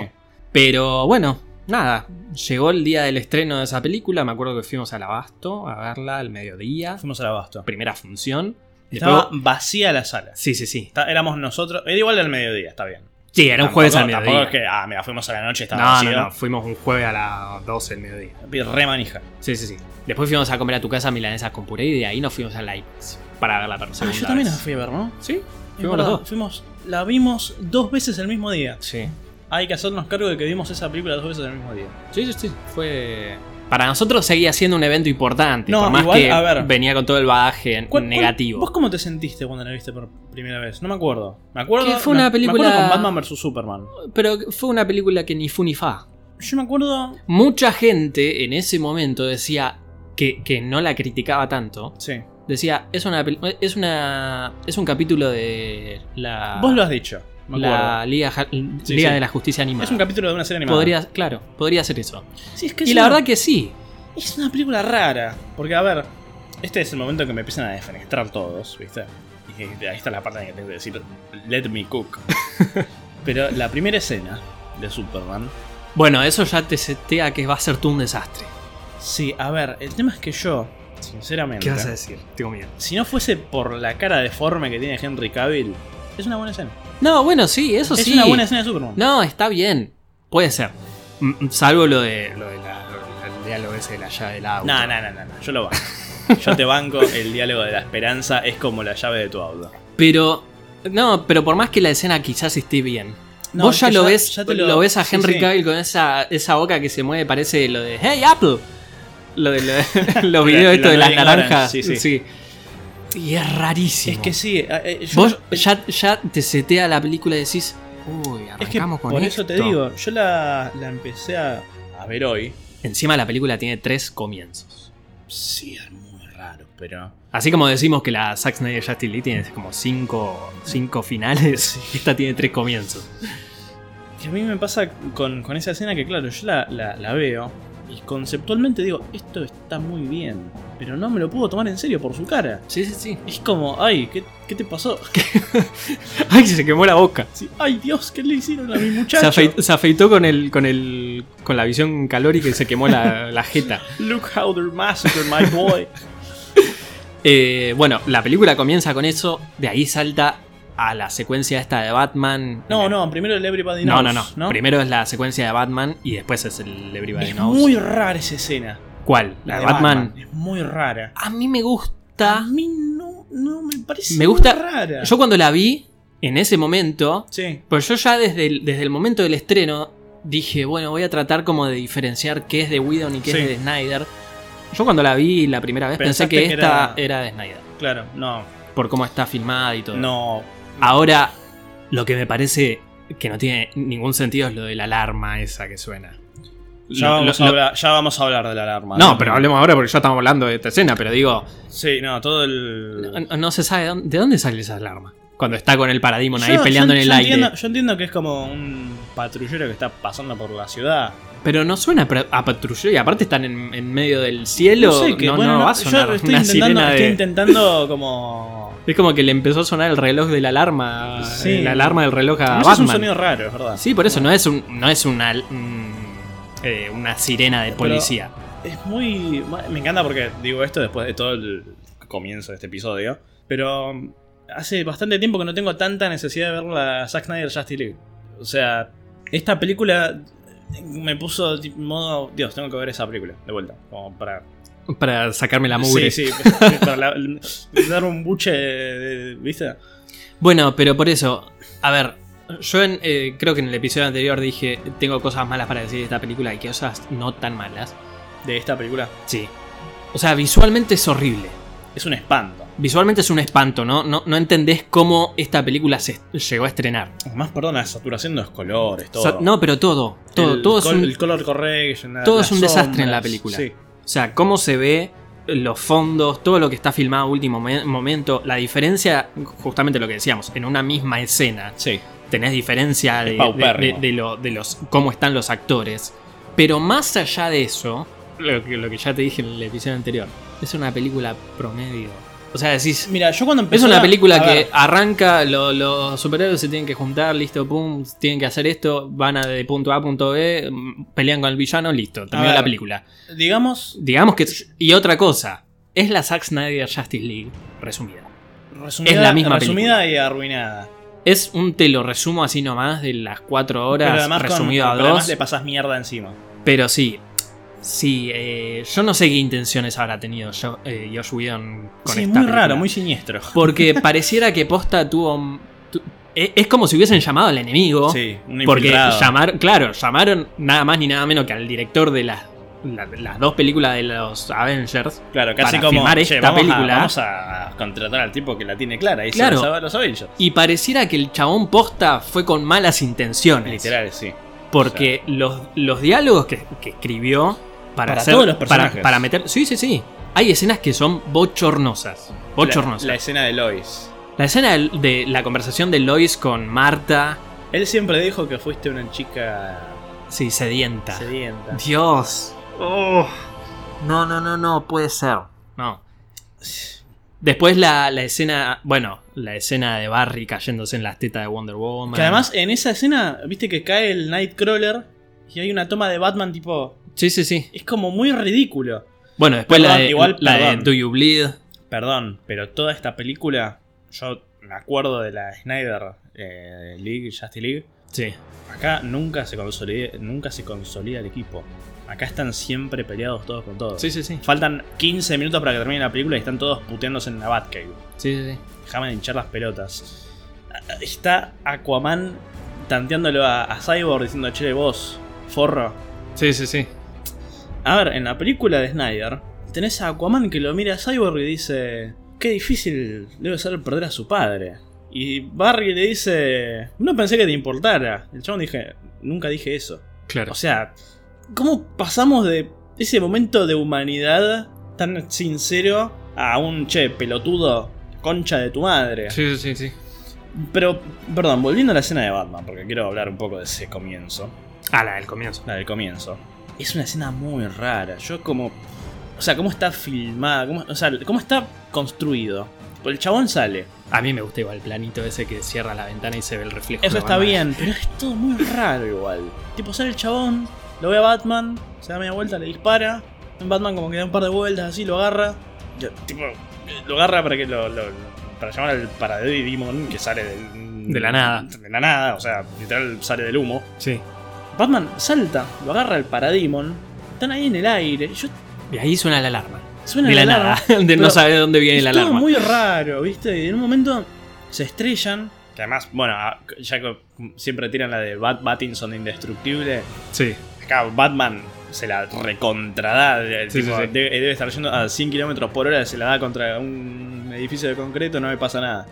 S1: Pero bueno, nada. Llegó el día del estreno de esa película. Me acuerdo que fuimos al Abasto a verla al mediodía.
S2: Fuimos al abasto.
S1: Primera función.
S2: Estaba
S1: Después-
S2: vacía la sala.
S1: Sí, sí, sí.
S2: Está- éramos nosotros. Era igual al mediodía, está bien.
S1: Sí, era un
S2: Tampoco-
S1: jueves al
S2: tampoco
S1: mediodía.
S2: es que, ah, mira, fuimos a la noche, estaba
S1: No, no,
S2: vacío.
S1: no. Fuimos un jueves a las 12 del mediodía.
S2: Re manija.
S1: Sí, sí, sí. Después fuimos a comer a tu casa milanesas con puré y de ahí nos fuimos a la IMAX para verla por segunda
S2: Ah, yo también la
S1: vez.
S2: fui a ver, ¿no?
S1: Sí,
S2: Es
S1: fuimos los
S2: verdad,
S1: dos.
S2: Fuimos, la vimos dos veces el mismo día.
S1: Sí.
S2: Hay que hacernos cargo de que vimos esa película dos veces el mismo día.
S1: Sí, sí, sí. Fue. Para nosotros seguía siendo un evento importante.
S2: No,
S1: por más
S2: igual,
S1: que
S2: a ver.
S1: venía con todo el bagaje
S2: ¿Cuál- cuál-
S1: negativo.
S2: ¿Vos cómo te sentiste cuando la viste por primera vez? No me acuerdo. Me acuerdo.
S1: Que fue
S2: me-
S1: una
S2: Me acuerdo
S1: película-
S2: con Batman vs Superman.
S1: Pero fue una película que ni fu ni fa.
S2: Yo me acuerdo.
S1: Mucha gente en ese momento decía que, que no la criticaba tanto.
S2: Sí.
S1: Decía, es una peli- es una. es un capítulo de la.
S2: Vos lo has dicho. Me acuerdo.
S1: Ah. la Liga, Ja-
S2: Sí,
S1: Liga
S2: sí.
S1: de la Justicia Animada.
S2: Es un capítulo de una serie animada.
S1: Podría, claro, podría ser eso.
S2: Sí, es que
S1: Y
S2: es
S1: la
S2: una-
S1: verdad que sí.
S2: Es una película rara. Porque, a ver, este es el momento en que me empiezan a defenestrar todos, ¿viste? Y ahí está la parte en que tengo que decir, let me
S1: <laughs>
S2: cook. Pero la primera escena de Superman.
S1: Bueno, eso ya te setea que va a ser tú un desastre.
S2: Sí, a ver, el tema es que yo, sinceramente,
S1: decir? Tengo miedo.
S2: si no fuese por la cara deforme que tiene Henry Cavill, es una buena escena.
S1: No, bueno, sí, eso
S2: es
S1: sí.
S2: una buena escena de Superman.
S1: No, está bien. Puede ser. Mm, Salvo lo de lo de la, lo del diálogo ese de la llave del auto.
S2: No, no, no, no, no,
S1: <laughs>
S2: yo lo banco. Yo te banco, el diálogo de la esperanza es como la llave de tu auto.
S1: Pero no, pero por más que la escena quizás esté bien.
S2: No,
S1: Vos
S2: es
S1: ya
S2: que
S1: lo
S2: ya-
S1: ves
S2: ya te
S1: lo,
S2: lo-
S1: ves a
S2: sí,
S1: Henry
S2: sí.
S1: Cavill con esa, esa boca que se mueve, parece lo de Hey Apple. Lo de, lo <laughs> de- los videos
S2: La-
S1: estos de
S2: la
S1: las
S2: Nodding Orange,
S1: naranjas.
S2: sí, sí.
S1: Y es rarísimo.
S2: Es que sí, eh, eh, yo-
S1: Vos ya, ya te setea la película y decís, uy,
S2: Es que
S1: arrancamos
S2: por
S1: con
S2: eso te
S1: esto".
S2: digo, yo la, la empecé a, a ver hoy.
S1: Encima la película tiene tres comienzos.
S2: Sí, es muy raro, pero.
S1: Así como decimos que la Zack Snyder Justice League tiene como cinco, cinco finales, <laughs> esta tiene tres comienzos.
S2: Que a mí me pasa con, con esa escena que, claro, yo la, la- la veo Y conceptualmente digo, esto está muy bien, pero no me lo puedo tomar en serio por su cara.
S1: Sí, sí, sí.
S2: Es como, ay, ¿qué, qué te pasó? <laughs>
S1: Ay, se quemó la boca.
S2: Sí, ay, Dios, ¿qué le hicieron a mi
S1: Se,
S2: muchacho?
S1: afeit- se afeitó con el, con el. con la visión calórica y se quemó <laughs> la, la jeta.
S2: Look how they massacred my
S1: <laughs>
S2: boy.
S1: Eh, bueno, la película comienza con eso. De ahí salta a la secuencia esta de Batman.
S2: No, no, primero el Everybody
S1: No,
S2: Knows.
S1: no, no, Primero es la secuencia de Batman y después es el Everybody
S2: es
S1: Knows.
S2: muy rara esa escena.
S1: ¿Cuál? La de
S2: de
S1: Batman. Ah,
S2: Es muy rara.
S1: A mí me
S2: A
S1: gusta.
S2: mí no, no me parece
S1: Me gusta-
S2: muy rara.
S1: Yo cuando la vi, en ese momento,
S2: Sí.
S1: pues yo ya desde el, desde el momento del estreno dije, bueno, voy a tratar como de diferenciar qué es de Whedon y qué
S2: Sí.
S1: es de Snyder. Yo cuando la vi la primera vez pensé
S2: Pensaste
S1: que,
S2: que
S1: esta
S2: era-
S1: era... de Snyder,
S2: Claro, no.
S1: por cómo está filmada y todo.
S2: No.
S1: Ahora, lo que me parece que no tiene ningún sentido es lo de la alarma esa que suena.
S2: Ya,
S1: Lo-
S2: vamos,
S1: lo-
S2: a
S1: lo-
S2: hablar, ya vamos a hablar de la alarma.
S1: no, pero hablemos ahora porque ya estamos hablando de esta escena, pero digo,
S2: Sí, no, todo el.
S1: no, no se sabe de dónde, de dónde sale esa alarma. Cuando está con el Parademon ahí
S2: Yo-
S1: peleando
S2: yo-
S1: en el
S2: yo
S1: aire.
S2: entiendo- yo entiendo que es como un patrullero que está pasando por la ciudad.
S1: Pero no suena pra- a patrullero y aparte están en, en medio del cielo. No,
S2: sé, que,
S1: no,
S2: bueno,
S1: va a
S2: yo
S1: sonar <laughs>
S2: estoy
S1: una
S2: intentando,
S1: sirena
S2: estoy
S1: de- <laughs>
S2: intentando como.
S1: Es como que le empezó a sonar el reloj de la alarma.
S2: Sí.
S1: La alarma del reloj a
S2: Además es un
S1: Ah, Batman.
S2: sonido raro, es verdad.
S1: Sí, por eso no es un, no es una, un, eh, una sirena de
S2: Pero-
S1: policía.
S2: Es muy. Me encanta porque digo esto después de todo el comienzo de este episodio. Pero um, hace bastante tiempo que no tengo tanta necesidad de ver la Zack Snyder Justice League. O sea, esta película me puso tipo, modo. Dios, tengo que ver esa película de vuelta. Como para.
S1: Para sacarme la mugre.
S2: Sí, <laughs> sí. para la- dar un buche. de- de- ¿Viste?
S1: Bueno, pero por eso, a ver, yo en, eh, creo que en el episodio anterior dije, tengo cosas malas para decir de esta película y que cosas no tan malas.
S2: De esta película.
S1: Sí. O sea, visualmente es horrible.
S2: Es un espanto.
S1: Visualmente es un espanto, ¿no? No, no entendés cómo esta película se est- llegó a estrenar.
S2: Además, perdón, la saturación de los colores, todo.
S1: O sea, no, pero todo. Todo,
S2: el,
S1: todo es
S2: col-
S1: un.
S2: el color correction, la-
S1: todo
S2: las
S1: es un desastre en la
S2: sombras,
S1: película.
S2: Sí.
S1: O sea, cómo se ve, los fondos, todo lo que está filmado a último me- momento. La diferencia, justamente lo que decíamos, en una misma escena
S2: Sí.
S1: tenés diferencia de,
S2: Es
S1: de-
S2: paupérrimo.
S1: de- de lo- de los cómo están los actores. Pero más allá de eso, lo que, lo que ya te dije en el episodio anterior, es una película promedio. O sea, decís,
S2: Mira, yo cuando
S1: Es
S2: empecé.
S1: una
S2: a-
S1: película
S2: a
S1: que
S2: ver,
S1: arranca, lo- los superhéroes se tienen que juntar, listo, pum, tienen que hacer esto, van a de punto A a punto B, mm, pelean con el villano, listo, terminó
S2: ver.
S1: la película.
S2: Digamos,
S1: Digamos que... Y otra cosa, es la Zack Snyder Justice League resumida.
S2: resumida,
S1: Es la misma
S2: resumida y arruinada.
S1: Es un, te lo resumo así nomás, de las cuatro
S2: pero
S1: horas,
S2: además, con-
S1: resumido a
S2: pero además
S1: dos,
S2: le pasas mierda encima.
S1: pero sí... Sí, eh, yo no sé qué intenciones habrá tenido yo, eh, Josh Whedon con esta
S2: Sí, muy
S1: película.
S2: raro, muy siniestro.
S1: Porque pareciera que Posta tuvo... tu- e- es como si hubiesen llamado al enemigo.
S2: Sí, un
S1: Porque
S2: infiltrado.
S1: llamaron, claro, llamaron nada más ni nada menos que al director de las, la- las dos películas de los Avengers.
S2: Claro, casi
S1: para
S2: como.
S1: filmar
S2: "Che,
S1: esta
S2: vamos,
S1: película".
S2: A, vamos a contratar al tipo que la tiene clara. Y
S1: Claro.
S2: se la sabe a los Avengers.
S1: Y pareciera que el chabón posta fue con malas intenciones.
S2: Literal, sí.
S1: Porque los, los diálogos que, que escribió para,
S2: Para
S1: hacer-
S2: todos los
S1: para-
S2: personajes.
S1: Para, meter. Sí, sí, sí. Hay escenas que son bochornosas.
S2: La,
S1: Bochornosas.
S2: la
S1: La,
S2: escena de Lois.
S1: escena del- de, la conversación de Lois con Marta.
S2: Él siempre dijo que fuiste una chica
S1: Sí, sedienta. <laughs>
S2: sedienta.
S1: Dios. Oh, No, no, no, no, puede ser. No. Después la, la escena, bueno, la escena de Barry cayéndose en las tetas de Wonder Woman.
S2: Que además en esa escena, viste que cae el Nightcrawler y hay una toma de Batman tipo.
S1: Sí, sí, sí.
S2: Es como muy ridículo.
S1: Bueno, después
S2: Perdón,
S1: la, de,
S2: igual,
S1: la de
S2: perdón.
S1: Do You Bleed.
S2: Perdón, pero toda esta película, yo me acuerdo de la Snyder eh, League, Justice League.
S1: Sí.
S2: Acá nunca se, consolida, nunca se consolida el equipo. Acá están siempre peleados todos con todos.
S1: Sí, sí, sí.
S2: Faltan 15 minutos para que termine la película y están todos puteándose en la Batcave.
S1: Sí, sí, sí.
S2: Déjame de hinchar las pelotas. Ah, Está Aquaman tanteándolo a, a Cyborg diciendo, che, vos, forro.
S1: Sí, sí, sí.
S2: A ver, en la película de Snyder, tenés a Aquaman que lo mira a Cyborg y dice: Qué difícil debe ser perder a su padre. Y Barry le dice: No pensé que te importara. El chabón dije: Nunca dije eso.
S1: Claro.
S2: O sea, ¿cómo pasamos de ese momento de humanidad tan sincero a un che, pelotudo, concha de tu madre?
S1: Sí, sí, sí.
S2: Pero, perdón, volviendo a la escena de Batman, porque quiero hablar un poco de ese comienzo.
S1: Ah, la del comienzo.
S2: La del comienzo. es una escena muy rara. Yo como... O sea, cómo está filmada, cómo, o sea, cómo está construido. El chabón sale.
S1: A mí me gusta igual el planito ese que cierra la ventana y se ve el reflejo.
S2: Eso
S1: de
S2: está
S1: Batman.
S2: bien, pero es todo muy raro igual. Tipo, sale el chabón, lo ve a Batman, se da media vuelta, le dispara. Batman como que da un par de vueltas así, lo agarra. Yo, tipo, eh, lo agarra para que lo... lo- para llamar al paradero y Demon que sale del-
S1: De la nada.
S2: De la nada, o sea, literal sale del humo.
S1: Sí.
S2: Batman salta, lo agarra al parademon. Están ahí en el aire. Yo,
S1: Y ahí suena la alarma.
S2: suena
S1: de la
S2: alarma.
S1: nada. <laughs> De
S2: Pero
S1: no saber de dónde viene
S2: es
S1: la
S2: todo
S1: alarma.
S2: muy raro, ¿viste? Y en un momento se estrellan. Que además, bueno, a- ya que siempre tiran la de Bat Batinson indestructible.
S1: Sí.
S2: Acá Batman se la recontrada. El
S1: Sí,
S2: tipo
S1: sí, sí.
S2: de- Debe, estar yendo a 100 kilómetros por hora. Se la da contra un edificio de concreto. No le pasa nada.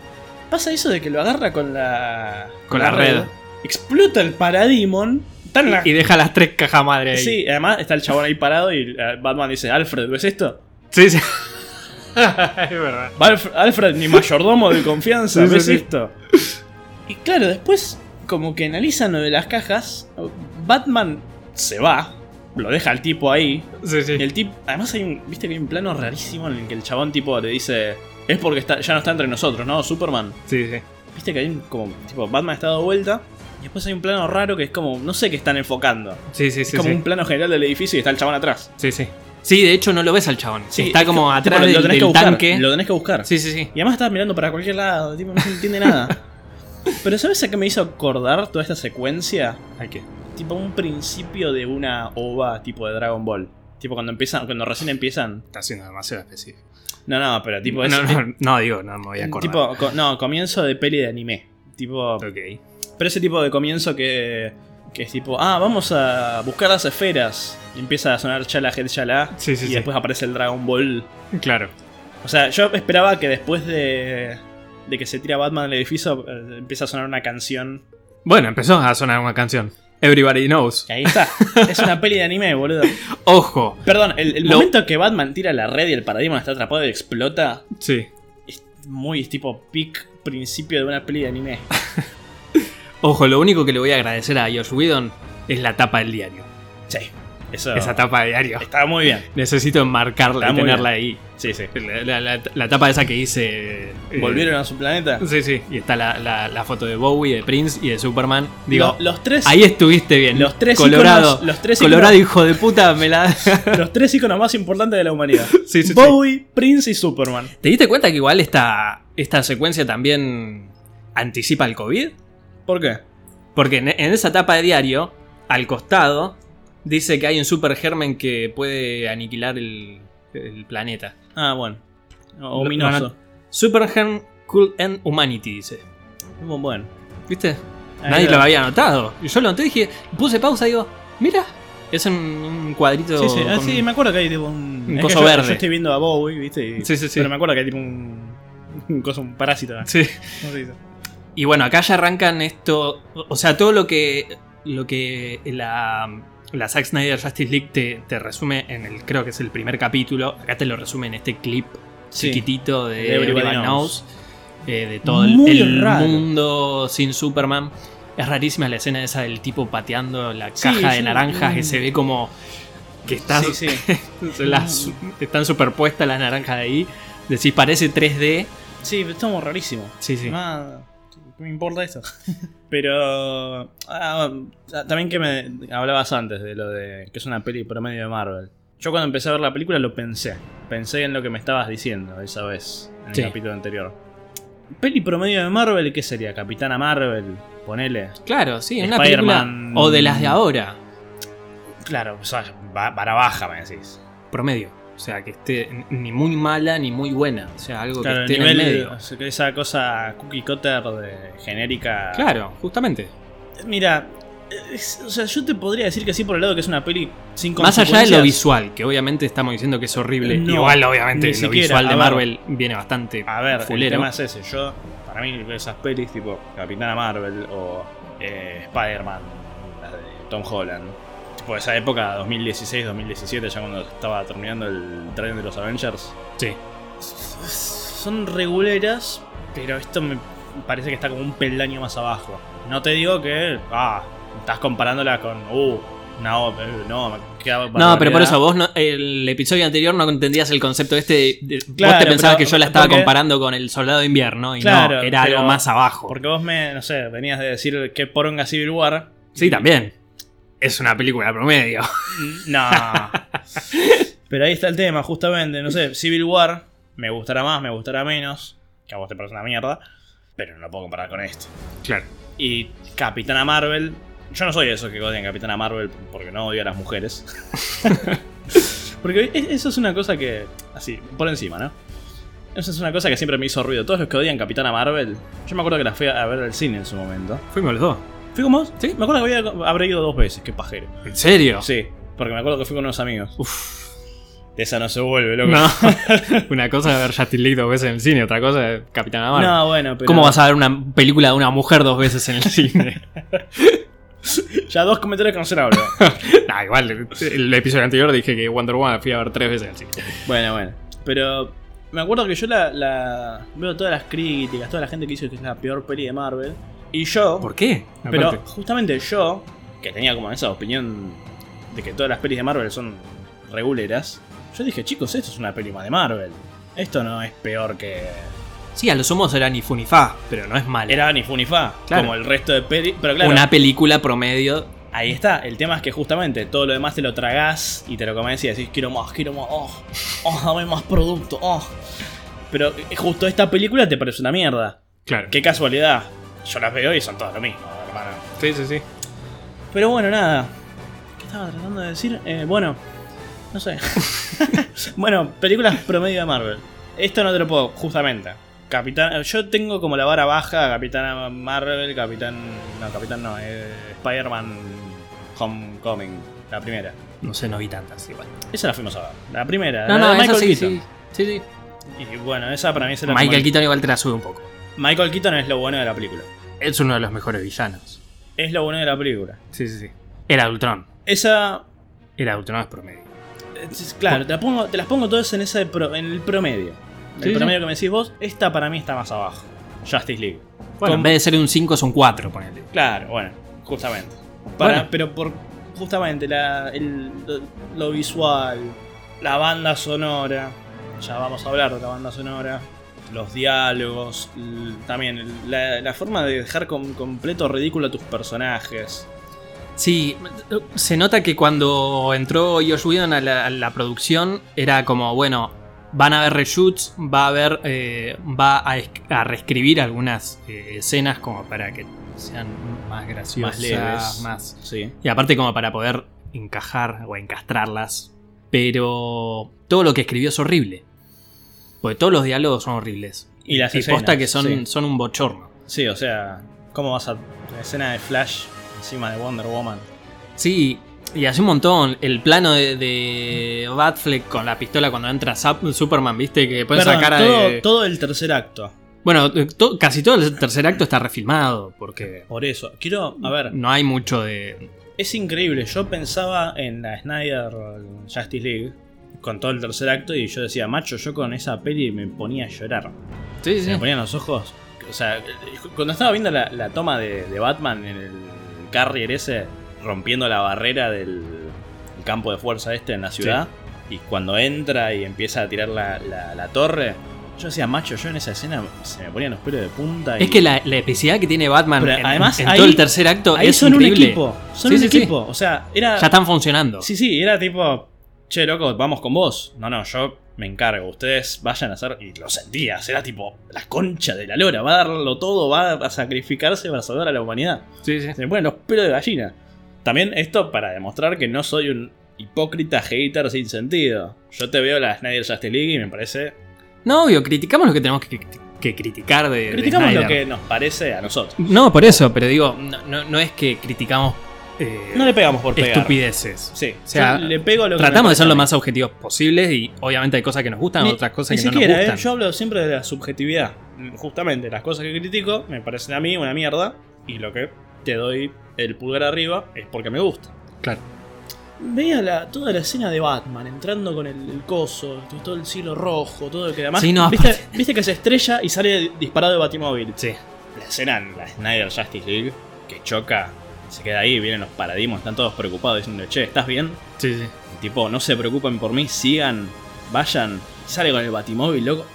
S2: Pasa eso de que lo agarra con la.
S1: Con la red.
S2: Explota el Parademon. Está en la
S1: Y deja las tres cajas madre ahí.
S2: Sí, además está el chabón ahí parado y eh, Batman dice, Alfred, ¿ves esto?
S1: Sí, <laughs> sí. es verdad.
S2: Alf- Alfred, mi mayordomo de
S1: <laughs>
S2: confianza,
S1: Sí, sí,
S2: ¿ves
S1: sí.
S2: esto? Y claro, después, como que analizan lo de las cajas, Batman se va, lo deja al tipo ahí.
S1: Sí,
S2: Y
S1: sí.
S2: el tipo, además hay un, viste que hay un plano rarísimo en el que el chabón tipo le dice, es porque está, ya no está entre nosotros, ¿no? Superman.
S1: Sí, sí.
S2: Viste que hay un, como, tipo, Batman está dado vuelta. Y después hay un plano raro que es como, no sé qué están enfocando.
S1: Sí, sí,
S2: Es
S1: sí.
S2: como
S1: sí.
S2: un plano general del edificio y está el chabón atrás.
S1: Sí, sí. Sí, de hecho no lo ves al chabón.
S2: Sí,
S1: Está
S2: es
S1: como
S2: que-
S1: atrás
S2: tipo,
S1: del,
S2: tenés que
S1: del
S2: buscar,
S1: tanque.
S2: Lo tenés que buscar.
S1: Sí, sí, sí.
S2: Y además estás mirando para cualquier lado, tipo, no se
S1: <laughs>
S2: entiende nada. Pero ¿sabes a qué me hizo acordar toda esta secuencia?
S1: ¿Al qué?
S2: Tipo un principio de una ova tipo de Dragon Ball. Tipo cuando empiezan, cuando recién empiezan.
S1: Está siendo demasiado específico.
S2: No, no, pero tipo
S1: No,
S2: es-
S1: no, no, digo, no me voy a acordar.
S2: tipo co- no, comienzo de peli de anime. Tipo,
S1: Ok.
S2: pero ese tipo de comienzo que que es tipo, ah, vamos a buscar las esferas. Y empieza a sonar chala, head chala.
S1: Sí, sí,
S2: y
S1: sí.
S2: después aparece el Dragon Ball
S1: Claro.
S2: O sea, yo esperaba que después de, de que se tira Batman del edificio eh, empiece a sonar una canción.
S1: Bueno, empezó a sonar una canción. Everybody knows.
S2: Que ahí
S1: <laughs>
S2: está. es una peli de anime, boludo.
S1: Ojo.
S2: Perdón, el, el
S1: Lo-
S2: momento que Batman tira la red y el paradigma está atrapado y explota
S1: Sí.
S2: es muy tipo peak principio de una peli de anime.
S1: Ojo, lo único que le voy a agradecer a Josh Whedon es la tapa del diario.
S2: Sí, eso
S1: Esa tapa de diario.
S2: está muy bien.
S1: Necesito enmarcarla
S2: Está
S1: y
S2: muy
S1: tenerla ahí.
S2: Sí, sí.
S1: La, la- la- la tapa esa que hice. eh,
S2: Volvieron a su planeta.
S1: Sí, sí. Y está la, la- la foto de Bowie, de Prince y de Superman. Digo,
S2: Lo- los tres,
S1: ahí estuviste bien.
S2: los tres
S1: Colorado.
S2: iconos- los tres
S1: Colorado, hijo de puta, me
S2: <laughs>
S1: la.
S2: los tres iconos más importantes de la humanidad.
S1: <laughs> Sí, sí, sí.
S2: Bowie, Prince y Superman.
S1: ¿Te diste cuenta que igual esta, esta secuencia también anticipa el COVID?
S2: ¿Por qué?
S1: Porque en, en esa tapa de diario, al costado, dice que hay un super germen que puede aniquilar el, el planeta.
S2: Ah, bueno. O-
S1: Lo-
S2: Ominoso.
S1: lo anot- Super germ could end humanity, dice.
S2: Muy bueno.
S1: ¿Viste?
S2: Ahí
S1: Nadie
S2: va.
S1: lo había notado. Y yo lo noté y dije, puse pausa y digo, mira, es un, un cuadrito.
S2: Sí, sí, ah,
S1: con-
S2: sí, me acuerdo que hay tipo un.
S1: un
S2: es
S1: coso
S2: que yo,
S1: verde.
S2: Yo estoy viendo a Bowie, ¿viste? Y-
S1: Sí, sí, sí.
S2: Pero me acuerdo que hay tipo un. Un coso, un parásito. ¿no?
S1: Sí.
S2: ¿Cómo se dice?
S1: Y bueno, acá ya arrancan esto. O sea, todo lo que. lo que la. La Zack Snyder Justice League te, te resume en el. creo que es el primer capítulo. Acá te lo resume en este clip
S2: Sí.
S1: chiquitito de
S2: De Everybody
S1: Everybody
S2: Knows.
S1: Knows. eh, de todo el,
S2: Muy
S1: el
S2: raro.
S1: mundo sin Superman. Es rarísima la escena esa del tipo pateando la
S2: Sí,
S1: caja de
S2: sí,
S1: naranjas
S2: mm.
S1: que se ve como. que estás
S2: Sí, sí.
S1: <laughs> las, están superpuestas las naranjas de ahí. Decís, parece 3D.
S2: Sí, pero estamos rarísimos.
S1: Sí, sí.
S2: Además, ¿Qué me importa eso? <laughs> pero. ah, también que me hablabas antes de lo de que es una peli promedio de Marvel. Yo cuando empecé a ver la película lo pensé. Pensé en lo que me estabas diciendo esa vez, en el
S1: Sí.
S2: capítulo anterior. Peli promedio de Marvel, ¿qué sería? Capitana Marvel, ponele.
S1: Claro, sí, una película.
S2: Spider-Man.
S1: O de las de ahora.
S2: Claro, o sea, ba- para baja me decís.
S1: promedio. O sea, que esté n- ni muy mala ni muy buena. O sea, algo
S2: Claro, el
S1: que esté en el
S2: nivel,
S1: medio.
S2: o sea, que esa cosa cookie cutter de genérica.
S1: Claro, justamente.
S2: Mira, es- o sea, yo te podría decir que sí por el lado que es una peli sin
S1: Más allá de lo
S2: consecuencias.
S1: visual, que obviamente estamos diciendo que es horrible.
S2: No,
S1: Igual, obviamente,
S2: ni
S1: lo
S2: siquiera,
S1: visual
S2: a
S1: de
S2: ver.
S1: Marvel viene bastante
S2: A ver, el
S1: fulero.
S2: tema es ese. Yo, para mí, esas pelis tipo Capitana Marvel o eh, Spider-Man, las de Tom Holland. Tipo esa época, 2016, 2017, ya cuando estaba terminando el tren de los Avengers.
S1: Sí.
S2: Son reguleras, pero esto me parece que está como un peldaño más abajo. No te digo que, ah, estás comparándola con, uh, No, pero- no, quedaba
S1: No, pero por
S2: barbaridad.
S1: eso vos no- el episodio anterior no entendías el concepto este. de- de-
S2: Claro,
S1: vos te pensabas
S2: pero-
S1: que yo la estaba
S2: porque-
S1: comparando con el Soldado de Invierno y
S2: Claro,
S1: no, era
S2: pero-
S1: algo más abajo.
S2: Porque vos me, no sé, venías de decir que poronga Civil War.
S1: Sí, también. Es una película promedio.
S2: No. <laughs> Pero ahí está el tema, justamente. No sé, Civil War me gustará más, me gustará menos. Que a vos te parece una mierda. Pero no lo puedo comparar con esto.
S1: <laughs> Claro.
S2: Y Capitana Marvel. Yo no soy eso que odian Capitana Marvel porque no odio a las mujeres. <laughs> porque e- eso es una cosa que. Así, por encima, ¿no? Eso es una cosa que siempre me hizo ruido. Todos los que odian Capitana Marvel. Yo me acuerdo que las fui a ver al cine en su momento.
S1: Fuimos los dos.
S2: ¿Fui con vos? Sí. Me acuerdo que había- habré ido dos veces, qué pajero.
S1: ¿En serio?
S2: Sí, porque me acuerdo que fui con unos amigos.
S1: Uf.
S2: De esa no se vuelve,
S1: <laughs>
S2: loco.
S1: No. una cosa es ver Justin League dos veces en el cine, otra cosa es Capitán Amaro.
S2: No, bueno, pero. <laughs>
S1: ¿Cómo vas a ver una película de una mujer dos veces en el <laughs> cine?
S2: Ya dos comentarios cancelables.
S1: <laughs> nah, Ah, igual, el episodio anterior dije que Wonder Woman la fui a ver tres veces en el cine.
S2: bueno, bueno. Pero. Me acuerdo que yo la, la- Veo todas las críticas, toda la gente que dice que es la peor peli de Marvel. Y yo.
S1: ¿Por qué?
S2: pero
S1: Aparte.
S2: justamente yo, que tenía como esa opinión de que todas las pelis de Marvel son reguleras. Yo dije, chicos, esto es una peli más de Marvel. Esto no es peor que.
S1: Sí, a lo sumo será ni fu ni fa, pero no es malo.
S2: Era ni fu ni fa,
S1: Claro.
S2: como el resto de peli. Pero claro,
S1: Una película promedio.
S2: ahí está. El tema es que justamente todo lo demás te lo tragás y te lo comes y decís, quiero más, quiero más, oh, oh, dame más producto, oh. Pero eh, justo esta película te parece una mierda.
S1: Claro.
S2: Qué casualidad. Yo las veo y son todas lo mismo, hermano.
S1: Sí, sí, sí.
S2: Pero bueno, nada. ¿Qué estaba tratando de decir? Eh, bueno,
S1: <laughs>
S2: no sé. bueno, películas promedio de Marvel. Esto no te lo puedo, justamente. Capitán, yo tengo como la vara baja, Capitana Marvel, Capitán... No, Capitán no, eh, Spider-Man Homecoming, la primera.
S1: No sé, no vi tantas igual.
S2: Esa la fuimos a ver, la primera,
S1: No,
S2: la
S1: no,
S2: de Michael
S1: esa sí,
S2: Keaton.
S1: sí. Sí, sí.
S2: Y bueno, esa para mí es la
S1: Michael
S2: como-
S1: Keaton igual te la sube un poco.
S2: Michael Keaton es lo bueno de la película.
S1: Es uno de los mejores villanos.
S2: Es lo bueno de la película.
S1: Sí, sí, sí. Era Ultron.
S2: Esa
S1: Era Ultron es promedio.
S2: Es- Claro, te, la pongo- te las pongo todas en, ese pro- en el promedio.
S1: Sí,
S2: el
S1: sí.
S2: promedio que me decís vos, esta para mí está más abajo. Justice League.
S1: Bueno, en
S2: Con-
S1: vez de ser un 5 es un 4, ponele.
S2: Claro, bueno, justamente. Para-
S1: Bueno.
S2: Pero por justamente la- el- lo, lo visual, la banda sonora, ya vamos a hablar de la banda sonora, los diálogos, l- también el- la, la forma de dejar con completo ridículo a tus personajes.
S1: Sí, se nota que cuando entró Josh Whedon a la, a la producción era como, bueno, van a haber reshoots, va a haber, eh, va a, es- a reescribir algunas eh, escenas como para que sean más graciosas,
S2: leves.
S1: ah, más-
S2: Sí.
S1: Y aparte como para poder encajar o encastrarlas. Pero todo lo que escribió es horrible. Porque todos los diálogos son horribles.
S2: Y las
S1: Y posta
S2: escenas,
S1: que son,
S2: sí.
S1: son un bochorno.
S2: Sí, o sea, ¿cómo vas a la escena de Flash encima de Wonder Woman?
S1: Sí, y hace un montón. El plano de, de Batfleck con la pistola cuando entra Zap- Superman, viste, que puede
S2: Perdón,
S1: sacar a-
S2: todo,
S1: eh,
S2: todo el tercer acto.
S1: Bueno, eh, to- casi todo el tercer acto está refilmado, porque
S2: Por eso, quiero, a ver,
S1: no hay mucho de.
S2: es increíble. Yo pensaba en la Snyder Justice League con todo el tercer acto y yo decía, macho, yo con esa peli me ponía a llorar.
S1: Sí,
S2: Se me ponían los ojos. O sea, cuando estaba viendo la, la toma de, de Batman en el carrier ese, rompiendo la barrera del campo de fuerza este en la ciudad, y cuando entra y empieza a tirar la, la- la torre, yo decía, macho, yo en esa escena se me ponían los pelos de punta. y-
S1: Es que la, la epicidad que tiene Batman
S2: Pero
S1: en,
S2: además
S1: en
S2: ahí-
S1: todo el tercer acto
S2: Ahí
S1: es
S2: son un
S1: increíble.
S2: equipo, son
S1: Sí,
S2: un
S1: sí, sí.
S2: equipo. O sea, era.
S1: Ya están funcionando.
S2: Sí, sí, era tipo, che, loco, vamos con vos. No, no, yo me encargo, ustedes vayan a hacer. Y lo sentías, era tipo, la concha de la lora, va a darlo todo, va a sacrificarse para salvar a la humanidad.
S1: sí, sí.
S2: Se me ponen los pelos de gallina. También esto para demostrar que no soy un hipócrita hater sin sentido. Yo te veo la Snyder Justice League y me parece.
S1: No, obvio, criticamos lo que tenemos que, que criticar de. de
S2: Criticamos lo
S1: Eh, Snyder.
S2: que nos parece a nosotros.
S1: No, por eso, pero digo, no, no- no es que criticamos eh,
S2: No le pegamos por pegar.
S1: estupideces.
S2: Sí,
S1: O sea,
S2: yo le pego lo que me
S1: Tratamos de ser
S2: parece
S1: lo
S2: a mí.
S1: más objetivos posibles y obviamente hay cosas que nos gustan,
S2: Ni-
S1: otras cosas
S2: ni
S1: que no
S2: siquiera,
S1: nos
S2: ¿eh?
S1: gustan.
S2: Yo hablo siempre de la subjetividad. Justamente, las cosas que critico me parecen a mí una mierda y lo que te doy el pulgar arriba es porque me gusta.
S1: Claro.
S2: Veía la- toda la escena de Batman entrando con el, el coso, todo el cielo rojo, todo lo que además.
S1: Sí, no,
S2: ¿viste,
S1: aparte-
S2: viste que se estrella y sale disparado de Batimóvil.
S1: Sí.
S2: La escena en la Snyder Justice League que choca se queda ahí, vienen los paradigmas, están todos preocupados diciendo, che, ¿estás bien?
S1: Sí, sí.
S2: El tipo, no se preocupen por mí, sigan, vayan. Y sale con el batimóvil, loco.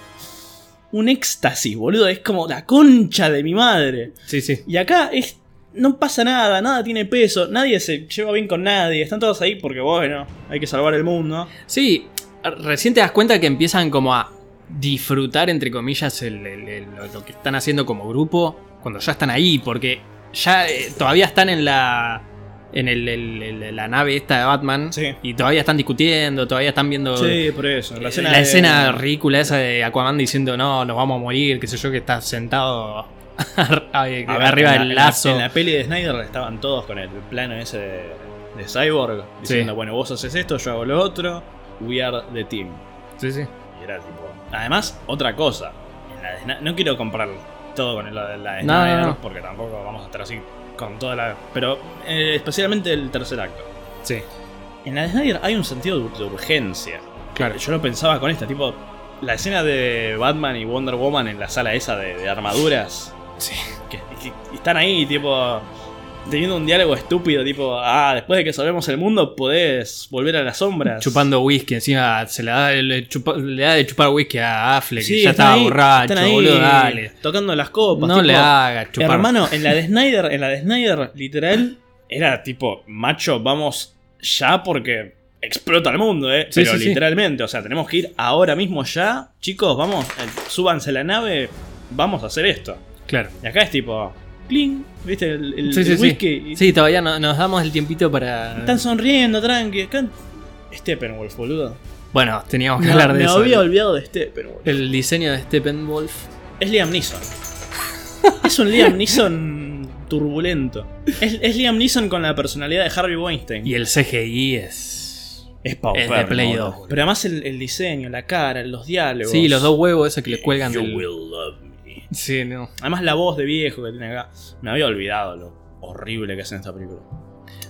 S2: Un éxtasis, boludo, es como la concha de mi madre.
S1: Sí, sí.
S2: Y acá es, no pasa nada, nada tiene peso, nadie se lleva bien con nadie, están todos ahí porque, bueno, hay que salvar el mundo.
S1: Sí, recién te das cuenta que empiezan como a disfrutar, entre comillas, el- el- el- lo, lo que están haciendo como grupo cuando ya están ahí, porque ya eh, todavía están en la en el- el- el- la nave esta de Batman
S2: Sí.
S1: y todavía están discutiendo, todavía están viendo
S2: Sí, por eso.
S1: eh, la, escena,
S2: de-
S1: ridícula esa de Aquaman diciendo no, nos vamos a morir, qué sé yo, que está sentado <laughs> ar- ay,
S2: A ver,
S1: arriba
S2: en la-
S1: del
S2: en la-
S1: lazo.
S2: En la, peli de Snyder estaban todos con el plano ese de, de Cyborg diciendo,
S1: Sí.
S2: bueno, vos haces esto, yo hago lo otro, we are the team.
S1: Sí, sí.
S2: Y era tipo. Además, otra cosa. en la de Sna- no quiero comprar todo con la de, la de
S1: No, no,
S2: Snyder,
S1: no.
S2: porque tampoco vamos a estar así con toda la. Pero eh, especialmente el tercer acto.
S1: Sí,
S2: En la de Snyder hay un sentido de, de urgencia.
S1: claro.
S2: Yo lo pensaba con esta, tipo. La escena de Batman y Wonder Woman en la sala esa de, de armaduras.
S1: Sí.
S2: Que, que están ahí, tipo. Teniendo un diálogo estúpido, tipo, ah, después de que salvemos el mundo, podés volver a las sombras.
S1: Chupando whisky, encima se le da, el chupa- le da de chupar whisky a Affleck, que
S2: Sí,
S1: ya
S2: están
S1: estaba
S2: ahí,
S1: borracho,
S2: están ahí
S1: boludo, dale.
S2: Tocando las copas.
S1: no
S2: tipo,
S1: le hagas chupar.
S2: Hermano, en la de Snyder, en la de Snyder, literal, era tipo, macho, vamos ya porque explota el mundo, eh.
S1: Sí,
S2: Pero
S1: sí, sí.
S2: literalmente, o sea, tenemos que ir ahora mismo ya. Chicos, vamos, eh, súbanse a la nave, vamos a hacer esto.
S1: Claro.
S2: Y acá es tipo, cling, viste, el, el-
S1: Sí, sí,
S2: el
S1: sí.
S2: whisky. y
S1: Sí, todavía no- nos damos el tiempito para.
S2: Están sonriendo, tranqui. Acá... Steppenwolf, boludo.
S1: Bueno, teníamos que
S2: Me-
S1: hablar de
S2: me
S1: eso.
S2: había
S1: el,
S2: olvidado de Steppenwolf.
S1: el diseño de Steppenwolf.
S2: Es Liam Neeson. Es un Liam Neeson turbulento. Es, es Liam Neeson con la personalidad de Harvey Weinstein.
S1: Y el CGI es.
S2: es
S1: es de Play
S2: boludo.
S1: 2, boludo.
S2: Pero además el, el diseño, la cara, los diálogos.
S1: Sí, los dos huevos esos que le cuelgan
S2: You
S1: del.
S2: will love me.
S1: Sí, no.
S2: Además la voz de viejo que tiene acá. Me había olvidado lo horrible que hacen esta película.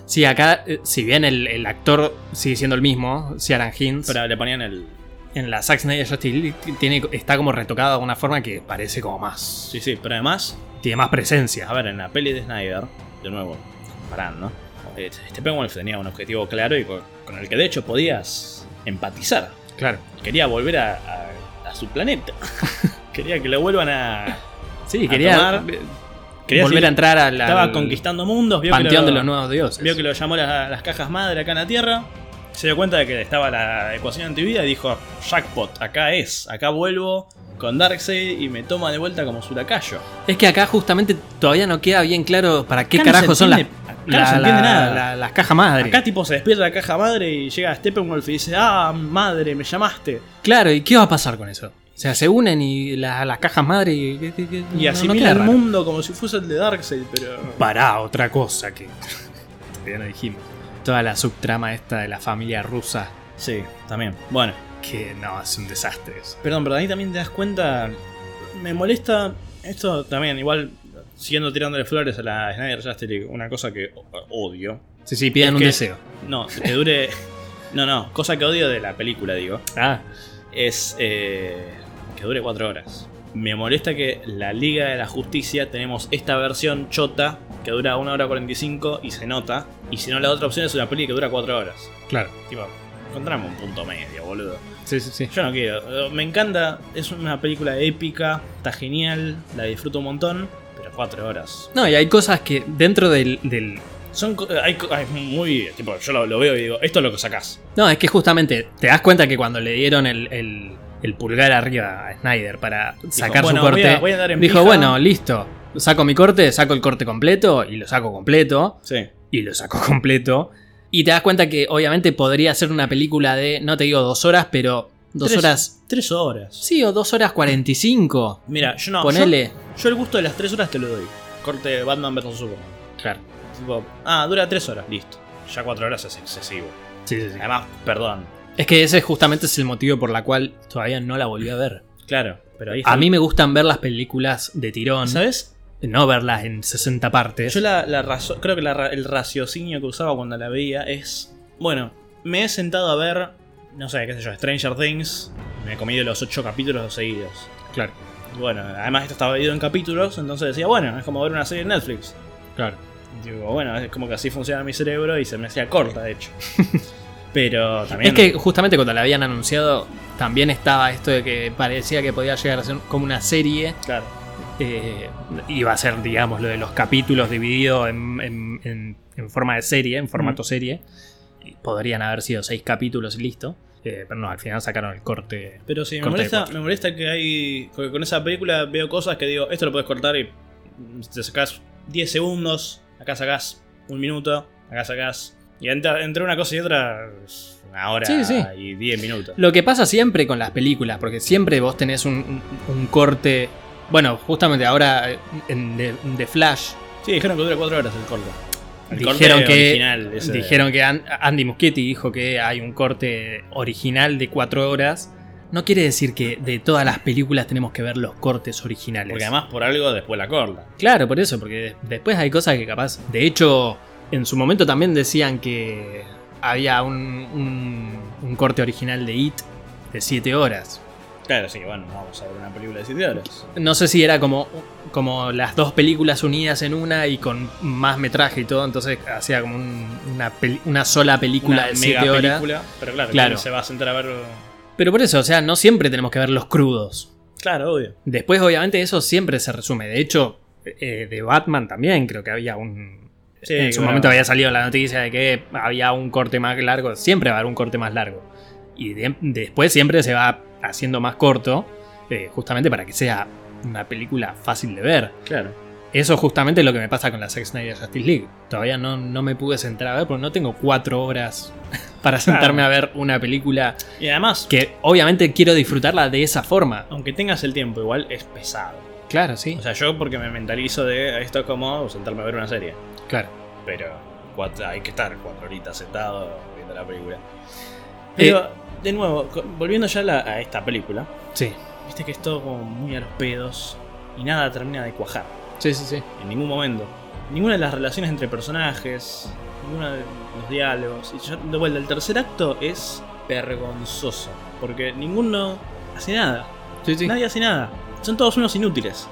S1: Sí, acá, eh, si bien el, el actor sigue siendo el mismo, Ciaran Hinds,
S2: Pero le ponían el...
S1: en la Zack Snyder Justice League t- tiene, está como retocada de una forma que parece como más.
S2: Sí, sí, pero además
S1: Tiene más presencia.
S2: A ver, en la peli de Snyder, de nuevo, comparando, eh, Steppenwolf tenía un objetivo claro y con, con el que de hecho podías empatizar.
S1: Claro.
S2: Quería volver a, a- a su
S1: <laughs>
S2: planeta. Quería que lo vuelvan a.
S1: Sí,
S2: a
S1: quería
S2: tomar. Quería
S1: volver
S2: seguir-
S1: a entrar a la.
S2: Estaba
S1: al
S2: conquistando mundos, vio que,
S1: Panteón
S2: lo,
S1: de los nuevos dioses.
S2: vio que lo llamó las, las cajas madre acá en la Tierra. Se dio cuenta de que estaba la ecuación antivida y dijo: Jackpot, acá es, acá vuelvo con Darkseid y me toma de vuelta como su lacayo.
S1: Es que acá justamente todavía no queda bien claro para qué
S2: Acá no
S1: carajo
S2: se
S1: son las,
S2: entiende- acá no se entiende nada.
S1: la- las cajas madre.
S2: Acá tipo se despierta la caja madre y llega Steppenwolf y dice, ah, madre, me llamaste.
S1: Claro, ¿y qué va a pasar con eso? O sea, se unen y la- las cajas madre y. que- que- que-
S2: Y
S1: no-
S2: así
S1: no
S2: mira
S1: queda
S2: el
S1: raro.
S2: mundo como si fuese el de Darkseid, pero...
S1: Pará, otra cosa
S2: <laughs>
S1: que. todavía no dijimos. Toda la subtrama esta de la familia rusa.
S2: Sí, también. Bueno,
S1: Que no, es un desastre eso.
S2: perdón, pero ahí también te das cuenta, me molesta esto también, igual siguiendo tirándole flores a la Snyder Justice League, una cosa que o- odio.
S1: Sí, sí, piden
S2: Es
S1: un
S2: que-
S1: deseo.
S2: No, que dure... <laughs> No, no, cosa que odio de la película, digo.
S1: Ah,
S2: es eh, que dure cuatro horas. Me molesta que la Liga de la Justicia tenemos esta versión chota que dura 1 hora 45 y se nota. Y si no, la otra opción es una peli que dura cuatro horas.
S1: claro.
S2: Tipo, encontramos un punto medio, boludo.
S1: Sí, sí, sí.
S2: Yo no quiero. eh, Me encanta, es una película épica, está genial, la disfruto un montón, pero cuatro horas.
S1: No, y hay cosas que dentro del. del-
S2: Son co- hay, co- hay muy. Tipo, yo lo, lo veo y digo, esto es lo que sacás.
S1: No, es que justamente te das cuenta que cuando le dieron el, el- el pulgar arriba a Snyder para sacar
S2: bueno,
S1: su corte.
S2: voy a- voy a andar en
S1: Dijo,
S2: pija.
S1: bueno, listo. Saco mi corte, saco el corte completo y lo saco completo
S2: Sí.
S1: y lo saco <laughs> completo. Y te das cuenta que obviamente podría ser una película de, no te digo dos horas, pero dos
S2: Tres-
S1: horas.
S2: Tres horas.
S1: Sí, o dos horas cuarenta y cinco.
S2: Mira, yo no. yo-
S1: Ponele.
S2: Yo el gusto de las 3 horas te lo doy. Corte de Batman vs Superman.
S1: Claro.
S2: Tipo, ah, dura 3 horas, listo. Ya 4 horas es excesivo.
S1: Sí, sí, sí.
S2: Además, perdón.
S1: Es que ese justamente es el motivo por la cual todavía no la volví a ver.
S2: Claro, pero ahí está.
S1: A mí me gustan ver las películas de tirón,
S2: ¿Sabes?
S1: no verlas en 60 partes.
S2: Yo la, la razo- creo que la ra- el raciocinio que usaba cuando la veía es. Bueno, me he sentado a ver, no sé, qué sé yo, Stranger Things. Me he comido los 8 capítulos seguidos.
S1: Claro,
S2: Y Bueno, además esto estaba dividido en capítulos, entonces decía, bueno, es como ver una serie en Netflix.
S1: claro.
S2: Digo, bueno, es como que así funciona mi cerebro y se me hacía corta,
S1: <laughs>
S2: de hecho. Pero
S1: Es
S2: también.
S1: que justamente cuando la habían anunciado, también estaba esto de que parecía que podía llegar a ser como una serie.
S2: Claro.
S1: eh, iba a ser, digamos, lo de los capítulos dividido en, en- en- en forma de serie, en formato
S2: Mm.
S1: serie. Y podrían haber sido seis capítulos y listo. Eh, pero no, al final sacaron el corte.
S2: Pero sí, me
S1: Corta de
S2: molesta,
S1: cuatro.
S2: me molesta que hay. Porque con esa película veo cosas que digo, esto lo puedes cortar y mm, te sacás 10 segundos, acá sacás un minuto, acá sacás. Y entra- entre una cosa y otra, es una hora
S1: Sí, sí.
S2: y 10 minutos.
S1: Lo que pasa siempre con las películas, porque siempre vos tenés un, un- un corte. Bueno, justamente ahora eh, en The, The Flash
S2: Sí, dijeron que dura 4 horas el corto. El corte
S1: dijeron que
S2: original, ese de-
S1: dijeron que An- Andy Muschietti dijo que hay un corte original de cuatro horas. No quiere decir que de todas las películas tenemos que ver los cortes originales.
S2: Porque además por algo después la corta.
S1: Claro, por eso, porque des- después hay cosas que capaz. De hecho, en su momento también decían que había un, un- un corte original de It de 7 horas.
S2: Claro, sí, bueno, vamos a ver una película de 7 horas.
S1: No sé si era como, como las dos películas unidas en una y con más metraje y todo, entonces hacía como un- una, peli- una sola película de 7 horas.
S2: película, pero
S1: Claro.
S2: claro, claro. se va a sentar a ver.
S1: Pero por eso, o sea, no siempre tenemos que ver los crudos.
S2: Claro, obvio.
S1: Después, obviamente, eso siempre se resume. De hecho, eh, de Batman también creo que había un.
S2: Sí,
S1: en su
S2: claro.
S1: momento había salido la noticia de que había un corte más largo. Siempre va a haber un corte más largo. Y de- después siempre se va haciendo más corto, eh, justamente para que sea una película fácil de ver.
S2: Claro.
S1: Eso justamente es lo que me pasa con la Zack Snyder Justice League. Todavía no, no me pude sentar a ver porque no tengo cuatro horas <laughs> para sentarme a ver una película
S2: Y además,
S1: que obviamente quiero disfrutarla de esa forma.
S2: aunque tengas el tiempo, igual es pesado.
S1: Claro, sí.
S2: O sea, yo porque me mentalizo de esto es como sentarme a ver una serie.
S1: Claro.
S2: Pero cuatro- hay que estar cuatro horitas sentado viendo la película. Pero, de nuevo, co- volviendo ya a la- a esta película,
S1: Sí.
S2: viste que es todo como muy a los pedos y nada termina de cuajar.
S1: Sí, sí, sí.
S2: En ningún momento. Ninguna de las relaciones entre personajes, ninguno de los diálogos. Y yo, de vuelta, el tercer acto es vergonzoso. Porque ninguno hace nada. Nadie hace nada. Son todos unos inútiles.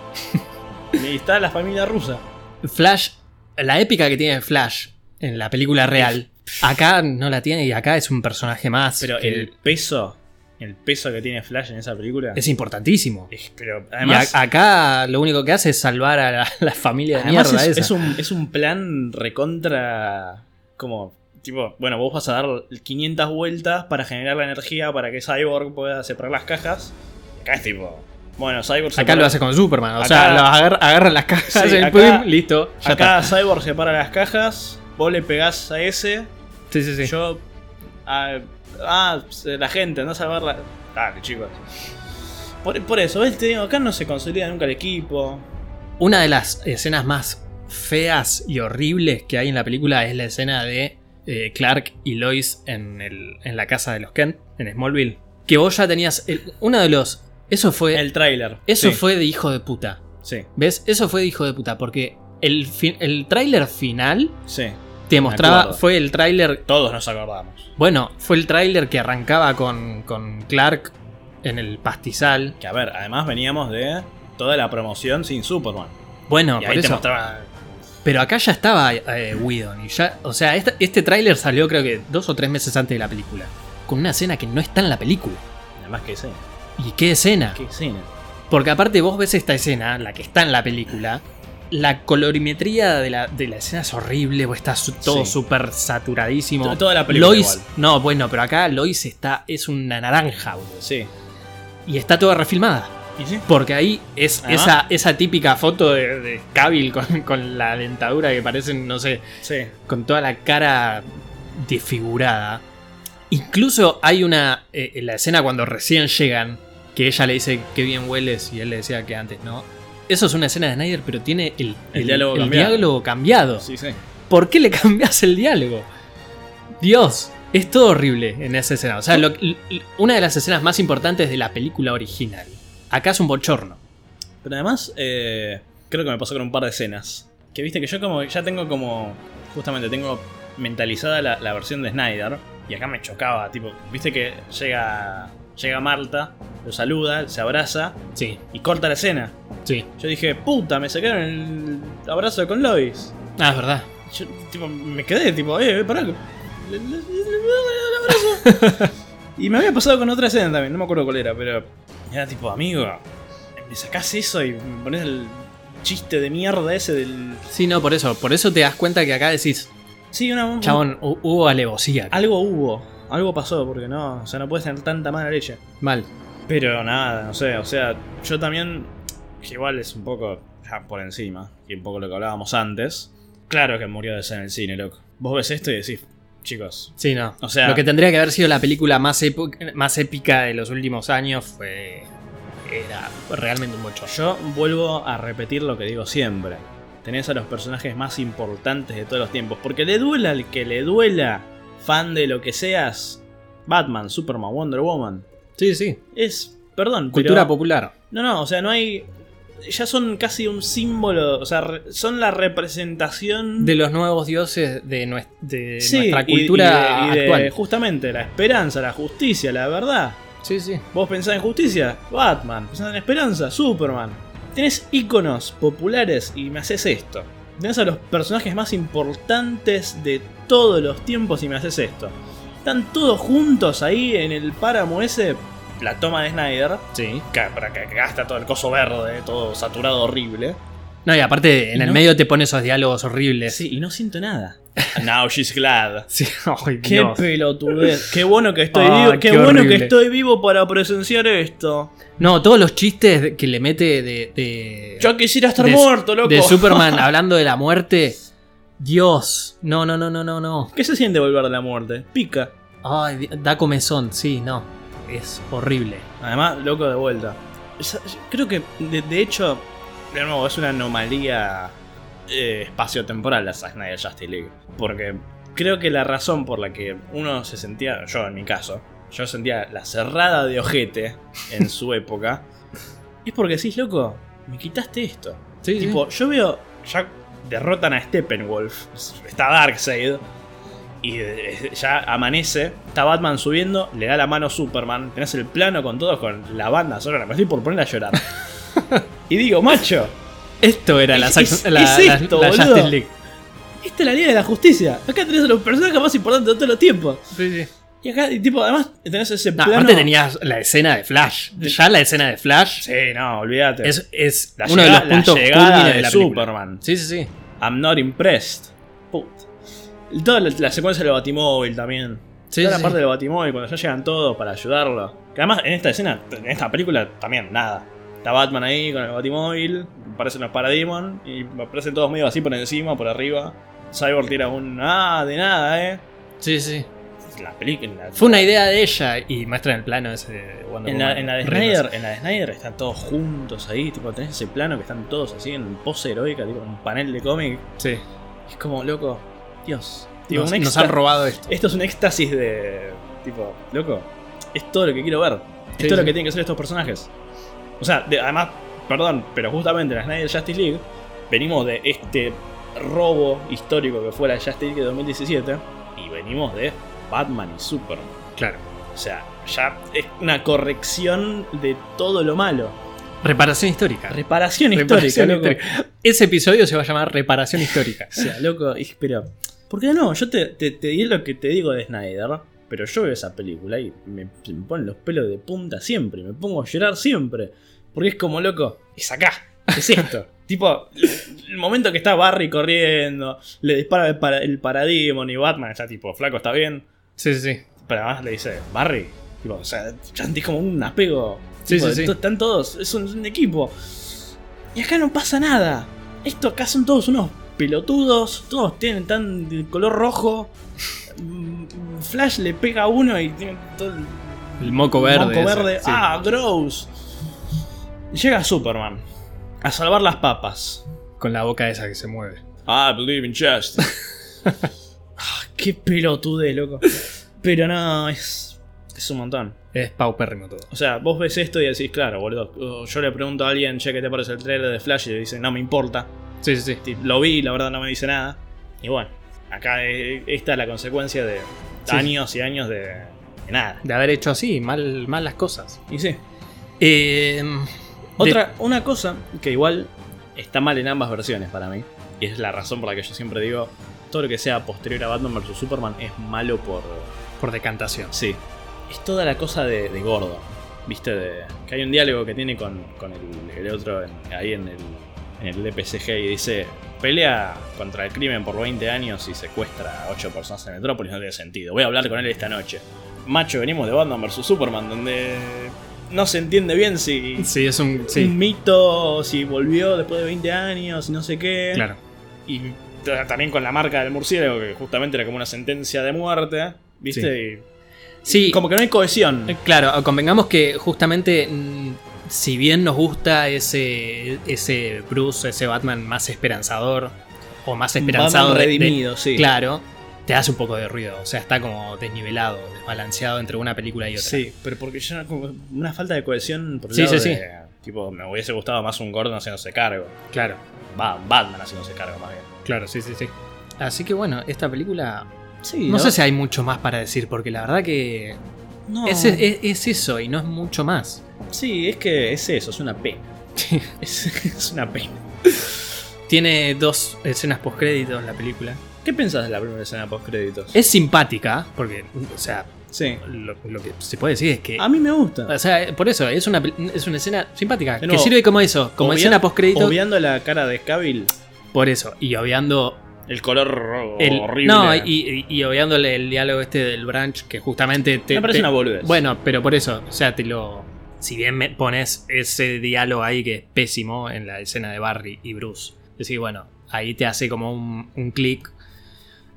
S2: y está la familia rusa.
S1: Flash, la épica que tiene Flash en la película real, acá no la tiene y acá es un personaje más.
S2: Pero
S1: que
S2: el peso, el peso que tiene Flash en esa película.
S1: es importantísimo.
S2: es- pero
S1: Y
S2: además,
S1: a- acá lo único que hace es salvar a la, <laughs> la familia de
S2: además
S1: mierda
S2: es,
S1: esa.
S2: es un, es un plan recontra. Como, tipo, bueno, vos vas a dar 500 vueltas para generar la energía para que Cyborg pueda separar las cajas. Y acá es tipo. Bueno, Cyborg
S1: Acá
S2: separa-
S1: lo hace con Superman, o
S2: Acá-
S1: sea, lo agarra, agarra las cajas,
S2: Sí,
S1: el
S2: acá-
S1: pum, listo, ya
S2: Acá
S1: está.
S2: Cyborg separa las cajas, vos le pegás a ese,
S1: Sí, sí, sí.
S2: Yo. Ah, ah, la gente, no salvarla. Dale, chicos. Por, por eso, ¿ves? Te digo, acá no se consolida nunca el equipo.
S1: Una de las escenas más feas y horribles que hay en la película es la escena de eh, Clark y Lois en, el- en la casa de los Kent, en Smallville. Que vos ya tenías. el- uno de los. Eso fue.
S2: El tráiler.
S1: eso
S2: Sí,
S1: fue de hijo de puta.
S2: Sí,
S1: ¿Ves? Eso fue de hijo de puta. Porque el, fin- el tráiler final
S2: sí.
S1: te mostraba.
S2: acuerdo.
S1: Fue el tráiler.
S2: Todos nos acordamos.
S1: Bueno, fue el tráiler que arrancaba con, con Clark en el pastizal.
S2: Que a ver, además veníamos de toda la promoción sin Superman.
S1: Bueno,
S2: y
S1: por
S2: ahí te
S1: eso.
S2: mostraban.
S1: Pero acá ya estaba eh, Whedon y ya, o sea, esta- este tráiler salió creo que dos o tres meses antes de la película, con una escena que no está en la película.
S2: Además, ¿qué escena?
S1: ¿Y qué escena?
S2: ¿Qué escena?
S1: Porque aparte vos ves esta escena, la que está en la película, la colorimetría de la, de la escena es horrible, vos está su- todo
S2: Sí.
S1: súper saturadísimo.
S2: To- toda la película
S1: Lois,
S2: igual.
S1: no, bueno, pero acá Lois está, es una naranja, boludo.
S2: Sí.
S1: Y está toda refilmada.
S2: ¿Y sí?
S1: Porque ahí es
S2: Ajá.
S1: esa, esa típica foto de, de Cavill con, con la dentadura que parecen, no sé,
S2: Sí.
S1: con toda la cara desfigurada. Incluso hay una. eh, en la escena cuando recién llegan, que ella le dice que bien hueles y él le decía que antes no. Eso es una escena de Snyder, pero tiene el,
S2: El diálogo cambiado.
S1: diálogo cambiado.
S2: Sí, sí.
S1: ¿Por qué le cambias el diálogo? Dios, es todo horrible en esa escena. O sea, lo- l- l- una de las escenas más importantes de la película original. Acá es un bochorno.
S2: Pero además, eh, creo que me pasó con un par de escenas. Que viste que yo como ya tengo como. Justamente tengo mentalizada la, la versión de Snyder. Y acá me chocaba, tipo, viste que llega. Llega Marta, lo saluda, se abraza
S1: Sí,
S2: y corta la escena.
S1: sí.
S2: Yo dije, puta, me sacaron el abrazo con Lois.
S1: Ah, es verdad.
S2: Yo, tipo, me quedé, tipo, eh, pará. le- le- le- le- le- le- le- le- abrazo. y me había pasado con otra escena también, no me acuerdo cuál era, pero era tipo, amigo, me sacás eso y me pones el chiste de mierda ese del.
S1: Sí, no, por eso. Por eso te das cuenta que acá decís,
S2: Sí, una. un-
S1: chabón, hu- hubo alevosía.
S2: Algo hubo, algo pasó, porque no, o sea, no puedes tener tanta mala leche.
S1: Mal.
S2: Pero nada, no sé, o sea, yo también, que igual es un poco ya por encima, y un poco lo que hablábamos antes. Claro que murió de ser en el cine, loco. Vos ves esto y decís, chicos,
S1: Sí, no.
S2: O sea-
S1: lo que tendría que haber sido la película más, epo- más épica de los últimos años fue. Era realmente un buen show.
S2: yo vuelvo a repetir lo que digo siempre. Tenés a los personajes más importantes de todos los tiempos, porque le duela al que le duela, fan de lo que seas, Batman, Superman, Wonder Woman,
S1: Sí, sí.
S2: es, perdón,
S1: Cultura
S2: pero-
S1: popular.
S2: No, no, o sea, no hay. Ya son casi un símbolo, o sea, re- son la representación
S1: De los nuevos dioses de, nues- de
S2: Sí,
S1: nuestra
S2: y- y
S1: cultura
S2: de- y de,
S1: actual.
S2: justamente la esperanza, la justicia, la verdad.
S1: Sí, sí.
S2: Vos pensás en justicia, Batman. Pensás en esperanza, Superman. Tenés íconos populares y me haces esto. Tenés a los personajes más importantes de todos los tiempos y me haces esto. Están todos juntos ahí en el páramo ese. La toma de Snyder,
S1: Sí.
S2: que- para que que gasta todo el coso verde, todo saturado horrible.
S1: No, y aparte, en
S2: Y
S1: el
S2: no-
S1: medio te pone esos diálogos horribles.
S2: Sí, <laughs> y no siento nada. Now she's glad.
S1: Sí, ay,
S2: Qué
S1: Dios.
S2: pelotudez. Qué bueno que estoy
S1: Ah,
S2: vivo. Qué,
S1: qué
S2: bueno que
S1: horrible.
S2: estoy vivo para presenciar esto.
S1: No, todos los chistes de- que le mete de. de
S2: Yo quisiera estar
S1: de-
S2: muerto, loco.
S1: de
S2: <laughs>
S1: Superman hablando de la muerte. Dios. No, no, no, no, no, no.
S2: ¿Qué se siente volver de la muerte? Pica.
S1: Ay, di- da comezón, sí, no. Es horrible.
S2: Además, loco de vuelta. Esa- Creo que, de, de hecho, de nuevo, es una anomalía eh, espacio-temporal la Zack Snyder Justice League. Porque creo que la razón por la que uno se sentía, yo en mi caso, yo sentía la cerrada de ojete en su <laughs> época, es porque decís, loco, me quitaste esto.
S1: Sí,
S2: Tipo, yo veo. Ya derrotan a Steppenwolf. Está Darkseid. Y eh, ya amanece. Está Batman subiendo. Le da la mano a Superman. Tenés el plano con todos, con la banda sonora. Me estoy por poner
S1: <laughs>
S2: a llorar. y digo, macho.
S1: Esto era la,
S2: Es-
S1: sac-
S2: es-
S1: la-
S2: es
S1: la-
S2: esto,
S1: la
S2: boludo.
S1: Justice League.
S2: Esta es la Liga de la Justicia. Acá tenés a los personajes más importantes de todos los tiempos. Y acá, y tipo, además tenés ese
S1: No,
S2: plano.
S1: aparte tenías la escena de Flash. Ya la escena de Flash
S2: Sí, no, olvídate.
S1: es, es
S2: La
S1: uno
S2: llegada-
S1: de
S2: la
S1: los puntos
S2: llegada
S1: cúlmines
S2: de
S1: de la película.
S2: Superman.
S1: Sí, sí, sí.
S2: I'm not impressed. Put. Toda la, la secuencia del Batimóvil también.
S1: Sí,
S2: Toda la
S1: sí,
S2: parte
S1: sí.
S2: del Batimóvil, cuando ya llegan todos para ayudarlo. Que además en esta escena, en esta película, también nada. Está Batman ahí con el Batimóvil, aparecen los Parademon y aparecen todos medio así por encima, por arriba. Cyborg tira un. Ah, de nada, eh.
S1: Sí, sí.
S2: La película.
S1: Fue una idea de ella y muestran el plano ese de Wonder
S2: En la,
S1: Woman.
S2: en la de
S1: Rimas.
S2: Snyder, en la de Snyder están todos juntos ahí, tipo, tenés ese plano que están todos así en pose heroica, tipo un panel de cómic.
S1: Sí.
S2: Es como, loco, Dios. Tipo,
S1: Nos,
S2: un
S1: nos
S2: extra-
S1: han robado esto.
S2: Esto es un éxtasis de. Tipo, loco, es todo lo que quiero ver. Es
S1: Sí,
S2: todo lo
S1: sí.
S2: que tienen que hacer estos personajes. O sea, de- además, perdón, pero justamente en la Snyder Justice League venimos de este robo histórico que fue la Justice League de 2017 y venimos de Batman y Superman.
S1: Claro.
S2: O sea, ya es una corrección de todo lo malo.
S1: Reparación histórica.
S2: Reparación histórica,
S1: Reparación
S2: loco.
S1: histórica. Ese episodio se va a llamar Reparación
S2: <laughs>
S1: histórica.
S2: O sea, loco, y- pero. ¿Por qué no? Yo te, te, te di lo que te digo de Snyder, pero yo veo esa película y me, se me ponen los pelos de punta siempre, me pongo a llorar siempre. Porque es como loco, es acá, es esto. tipo, el momento que está Barry corriendo, le dispara el, para- el Parademon y Batman está tipo, flaco, está bien.
S1: Sí, sí, sí.
S2: Pero además le dice, Barry. Tipo, o sea, ya sentís como un apego.
S1: Sí,
S2: Tipo,
S1: sí, sí.
S2: to- Están todos, es un, es un equipo. Y acá no pasa nada. Esto acá son todos unos pelotudos. Todos tienen tan de color rojo. Mm, Flash le pega a uno y tiene todo el
S1: El moco verde.
S2: moco
S1: ese,
S2: verde.
S1: sí.
S2: Ah, gross. Llega Superman a salvar las papas.
S1: Con la boca esa que se mueve.
S2: I believe in justice. <laughs> Ah, qué pelotude, loco. Pero no, es, es un montón.
S1: Es paupérrimo todo.
S2: O sea, vos ves esto y decís, claro, boludo. o Yo le pregunto a alguien, che, ¿qué te parece el trailer de Flash? Y le dice, no me importa.
S1: Sí, sí, sí.
S2: Ti- Lo vi, la verdad no me dice nada. Y bueno, acá eh, esta es la consecuencia de
S1: Sí.
S2: años y años de, de nada.
S1: De haber hecho así, mal, mal las cosas. Em,
S2: Y sí.
S1: Eh,
S2: Otra, una cosa que igual está mal en ambas versiones para mí. Y es la razón por la que yo siempre digo, todo lo que sea posterior a Batman vs. Superman es malo por...
S1: Por decantación.
S2: Sí. Es toda la cosa de, de gordo. ¿Viste? De- que hay un diálogo que tiene con, con el, el otro en- ahí en el, en el E DPCG y dice, pelea contra el crimen por 20 años y secuestra a 8 personas en Metrópolis, no tiene sentido. Voy a hablar con él esta noche. Macho, venimos de Batman vs. Superman, donde no se entiende bien si...
S1: Sí, es un.
S2: Un
S1: Sí,
S2: mito, si volvió después de 20 años y no sé qué.
S1: claro.
S2: Mm. Y t- también con la marca del murciélago, que justamente era como una sentencia de muerte. ¿Viste?
S1: Sí,
S2: Y como que no hay cohesión.
S1: eh, claro, convengamos que justamente. mm, Si bien nos gusta ese, ese Bruce, ese Batman más esperanzador o más esperanzado
S2: Batman
S1: de- de-
S2: redimido, sí.
S1: claro, te hace un poco de ruido. O sea, está como desnivelado, desbalanceado entre una película y otra.
S2: Sí, pero porque ya como una falta de cohesión por el
S1: Sí,
S2: lado
S1: sí,
S2: de-
S1: sí.
S2: Tipo, me hubiese gustado más un Gordon haciéndose cargo.
S1: claro,
S2: Va, Batman haciéndose cargo más bien.
S1: claro, sí, sí, sí. Así que bueno, esta película.
S2: Sí,
S1: No sé si hay mucho más para decir, porque la verdad que. Es, es- es eso y no es mucho más.
S2: Sí, es que es eso, es una pena. <laughs> es, es una pena.
S1: Tiene dos escenas postcréditos la película.
S2: ¿Qué pensás de la primera escena post créditos?
S1: Es simpática, porque, o sea,
S2: Sí.
S1: lo, lo que se puede decir es que.
S2: A mí me gusta.
S1: O sea, por eso, es una, pel- es una escena simpática,
S2: De
S1: que
S2: nuevo,
S1: sirve como eso, como
S2: obvia-
S1: escena postcrédito.
S2: Obviando la cara de Scaville,
S1: Por eso, y obviando.
S2: el color ro-
S1: El,
S2: horrible.
S1: No, y, y- y obviándole el diálogo este del branch, que justamente te.
S2: me parece
S1: te-
S2: una boludez.
S1: Bueno, pero por eso, o sea, te lo. Si bien me pones ese diálogo ahí que es pésimo en la escena de Barry y Bruce, decís, bueno, ahí te hace como un, un clic.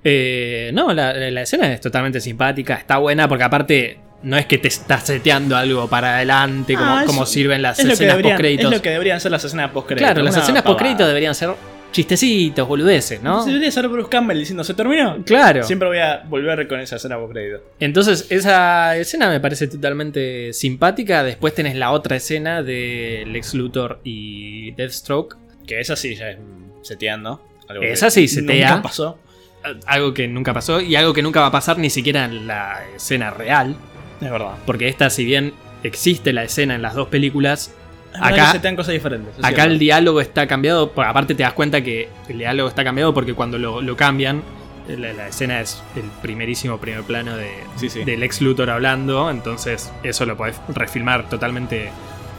S1: Eh, no, la, la- la escena es totalmente simpática, está buena porque aparte no es que te estás seteando algo para adelante como,
S2: Ah, es-
S1: como sirven las
S2: es lo, que
S1: escenas
S2: deberían, es
S1: post-créditos.
S2: lo que deberían ser las escenas post créditos.
S1: Claro, las escenas post-créditos deberían ser chistecitos, boludeces, ¿no?
S2: Debería ser Bruce Campbell diciendo, ¿se terminó?
S1: Claro.
S2: Siempre voy a volver con esa escena post crédito.
S1: Entonces, esa escena me parece totalmente simpática. Después tenés la otra escena de Lex Luthor y Deathstroke.
S2: Que esa sí ya es mm, seteando. Algo
S1: Esa
S2: que
S1: sí, setea.
S2: Nunca pasó.
S1: Algo que nunca pasó y algo que nunca va a pasar ni siquiera en la escena real.
S2: Es verdad.
S1: Porque esta, si bien existe la escena en las dos películas,
S2: Es verdad
S1: Acá-
S2: que setean cosas diferentes. es
S1: acá el
S2: cierto.
S1: diálogo está cambiado. por- Aparte te das cuenta que el diálogo está cambiado porque cuando lo, lo cambian, eh, la, la escena es el primerísimo primer plano de,
S2: Sí, sí.
S1: del ex Luthor hablando, entonces eso lo podés refilmar totalmente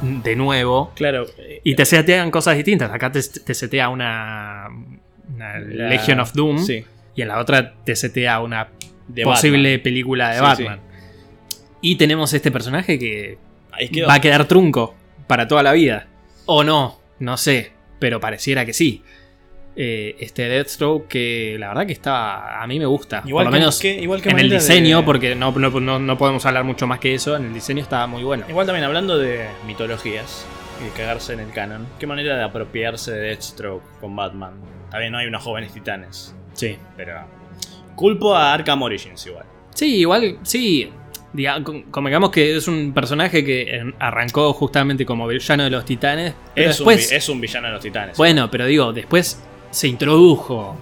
S1: de nuevo.
S2: Claro. eh,
S1: Y te setean cosas distintas. Acá te, te setea una, una
S2: la-
S1: Legion of Doom
S2: Sí.
S1: y en la otra te setea una
S2: de
S1: posible película de
S2: Sí,
S1: Batman. Y tenemos este personaje que
S2: Batman. Ahí quedó.
S1: va a quedar trunco para toda la vida. O no, no sé, pero pareciera que sí. Eh, este Deathstroke que la verdad que está a mí me gusta.
S2: Igual
S1: por
S2: que-
S1: lo menos
S2: que- igual que
S1: en el
S2: manera de-
S1: diseño, porque no, no- no- no podemos hablar mucho más que eso, en el diseño está muy bueno.
S2: Igual también hablando de mitologías y de cagarse en el canon, ¿qué manera de apropiarse de Deathstroke con Batman? También no hay unos jóvenes titanes,
S1: Sí.
S2: pero culpo a Arkham Origins igual.
S1: Sí, igual, sí. Diga- con- Convengamos que es un personaje que eh, arrancó justamente como villano de los titanes. pero
S2: Es,
S1: después,
S2: un, vi- es un villano de los titanes.
S1: Bueno, pero digo, después se introdujo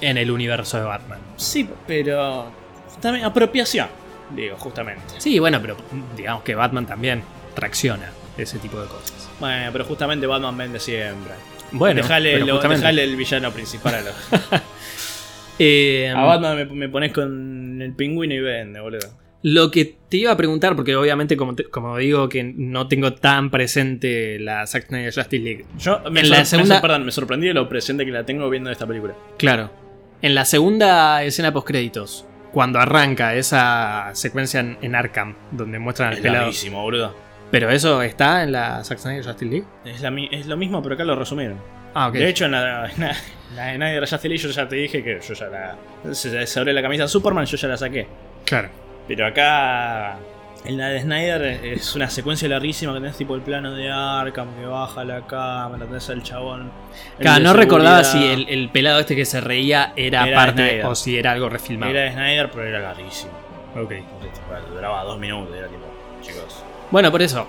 S1: en el universo de Batman.
S2: sí, pero también apropiación, digo, justamente.
S1: Sí, bueno, pero digamos que Batman también tracciona ese tipo de cosas.
S2: Bueno, pero justamente Batman vende siempre.
S1: Bueno,
S2: dejale,
S1: pero
S2: lo-
S1: justamente.
S2: dejale el villano principal
S1: <laughs>
S2: a, los-
S1: Eh,
S2: a Batman me, me pones con el pingüino y vende, boludo.
S1: Lo que te iba a preguntar, porque obviamente, como, te- como digo, que no tengo tan presente la Zack Snyder Justice League.
S2: Yo me,
S1: En
S2: sor-
S1: la
S2: me sor-
S1: segunda-
S2: perdón, me sorprendí de lo presente que la tengo viendo esta película.
S1: Claro. En la segunda escena postcréditos, cuando arranca esa secuencia en, en Arkham, donde muestran al
S2: Es
S1: Ah, pelado.
S2: larguísimo, boludo.
S1: Pero eso está en la Zack Snyder Justice League.
S2: Es, la mi- es lo mismo, pero acá lo resumieron.
S1: Ah, ok.
S2: De hecho, en la, en la, en la de Snyder Justice League yo ya te dije que yo ya la. Se, se abrió la camisa de Superman, yo ya la saqué.
S1: claro.
S2: Pero acá. En la de Snyder es una secuencia larguísima que tenés tipo el plano de Arkham que baja la cámara, tenés al chabón. el
S1: Claro,
S2: de
S1: no recordaba si
S2: seguridad.
S1: el, el pelado este que se reía era,
S2: Era
S1: parte
S2: Snyder.
S1: o si era algo refilmado.
S2: Era de Snyder, pero era larguísimo.
S1: Ok.
S2: Duraba dos minutos, era tipo. Chicos.
S1: Bueno, por eso,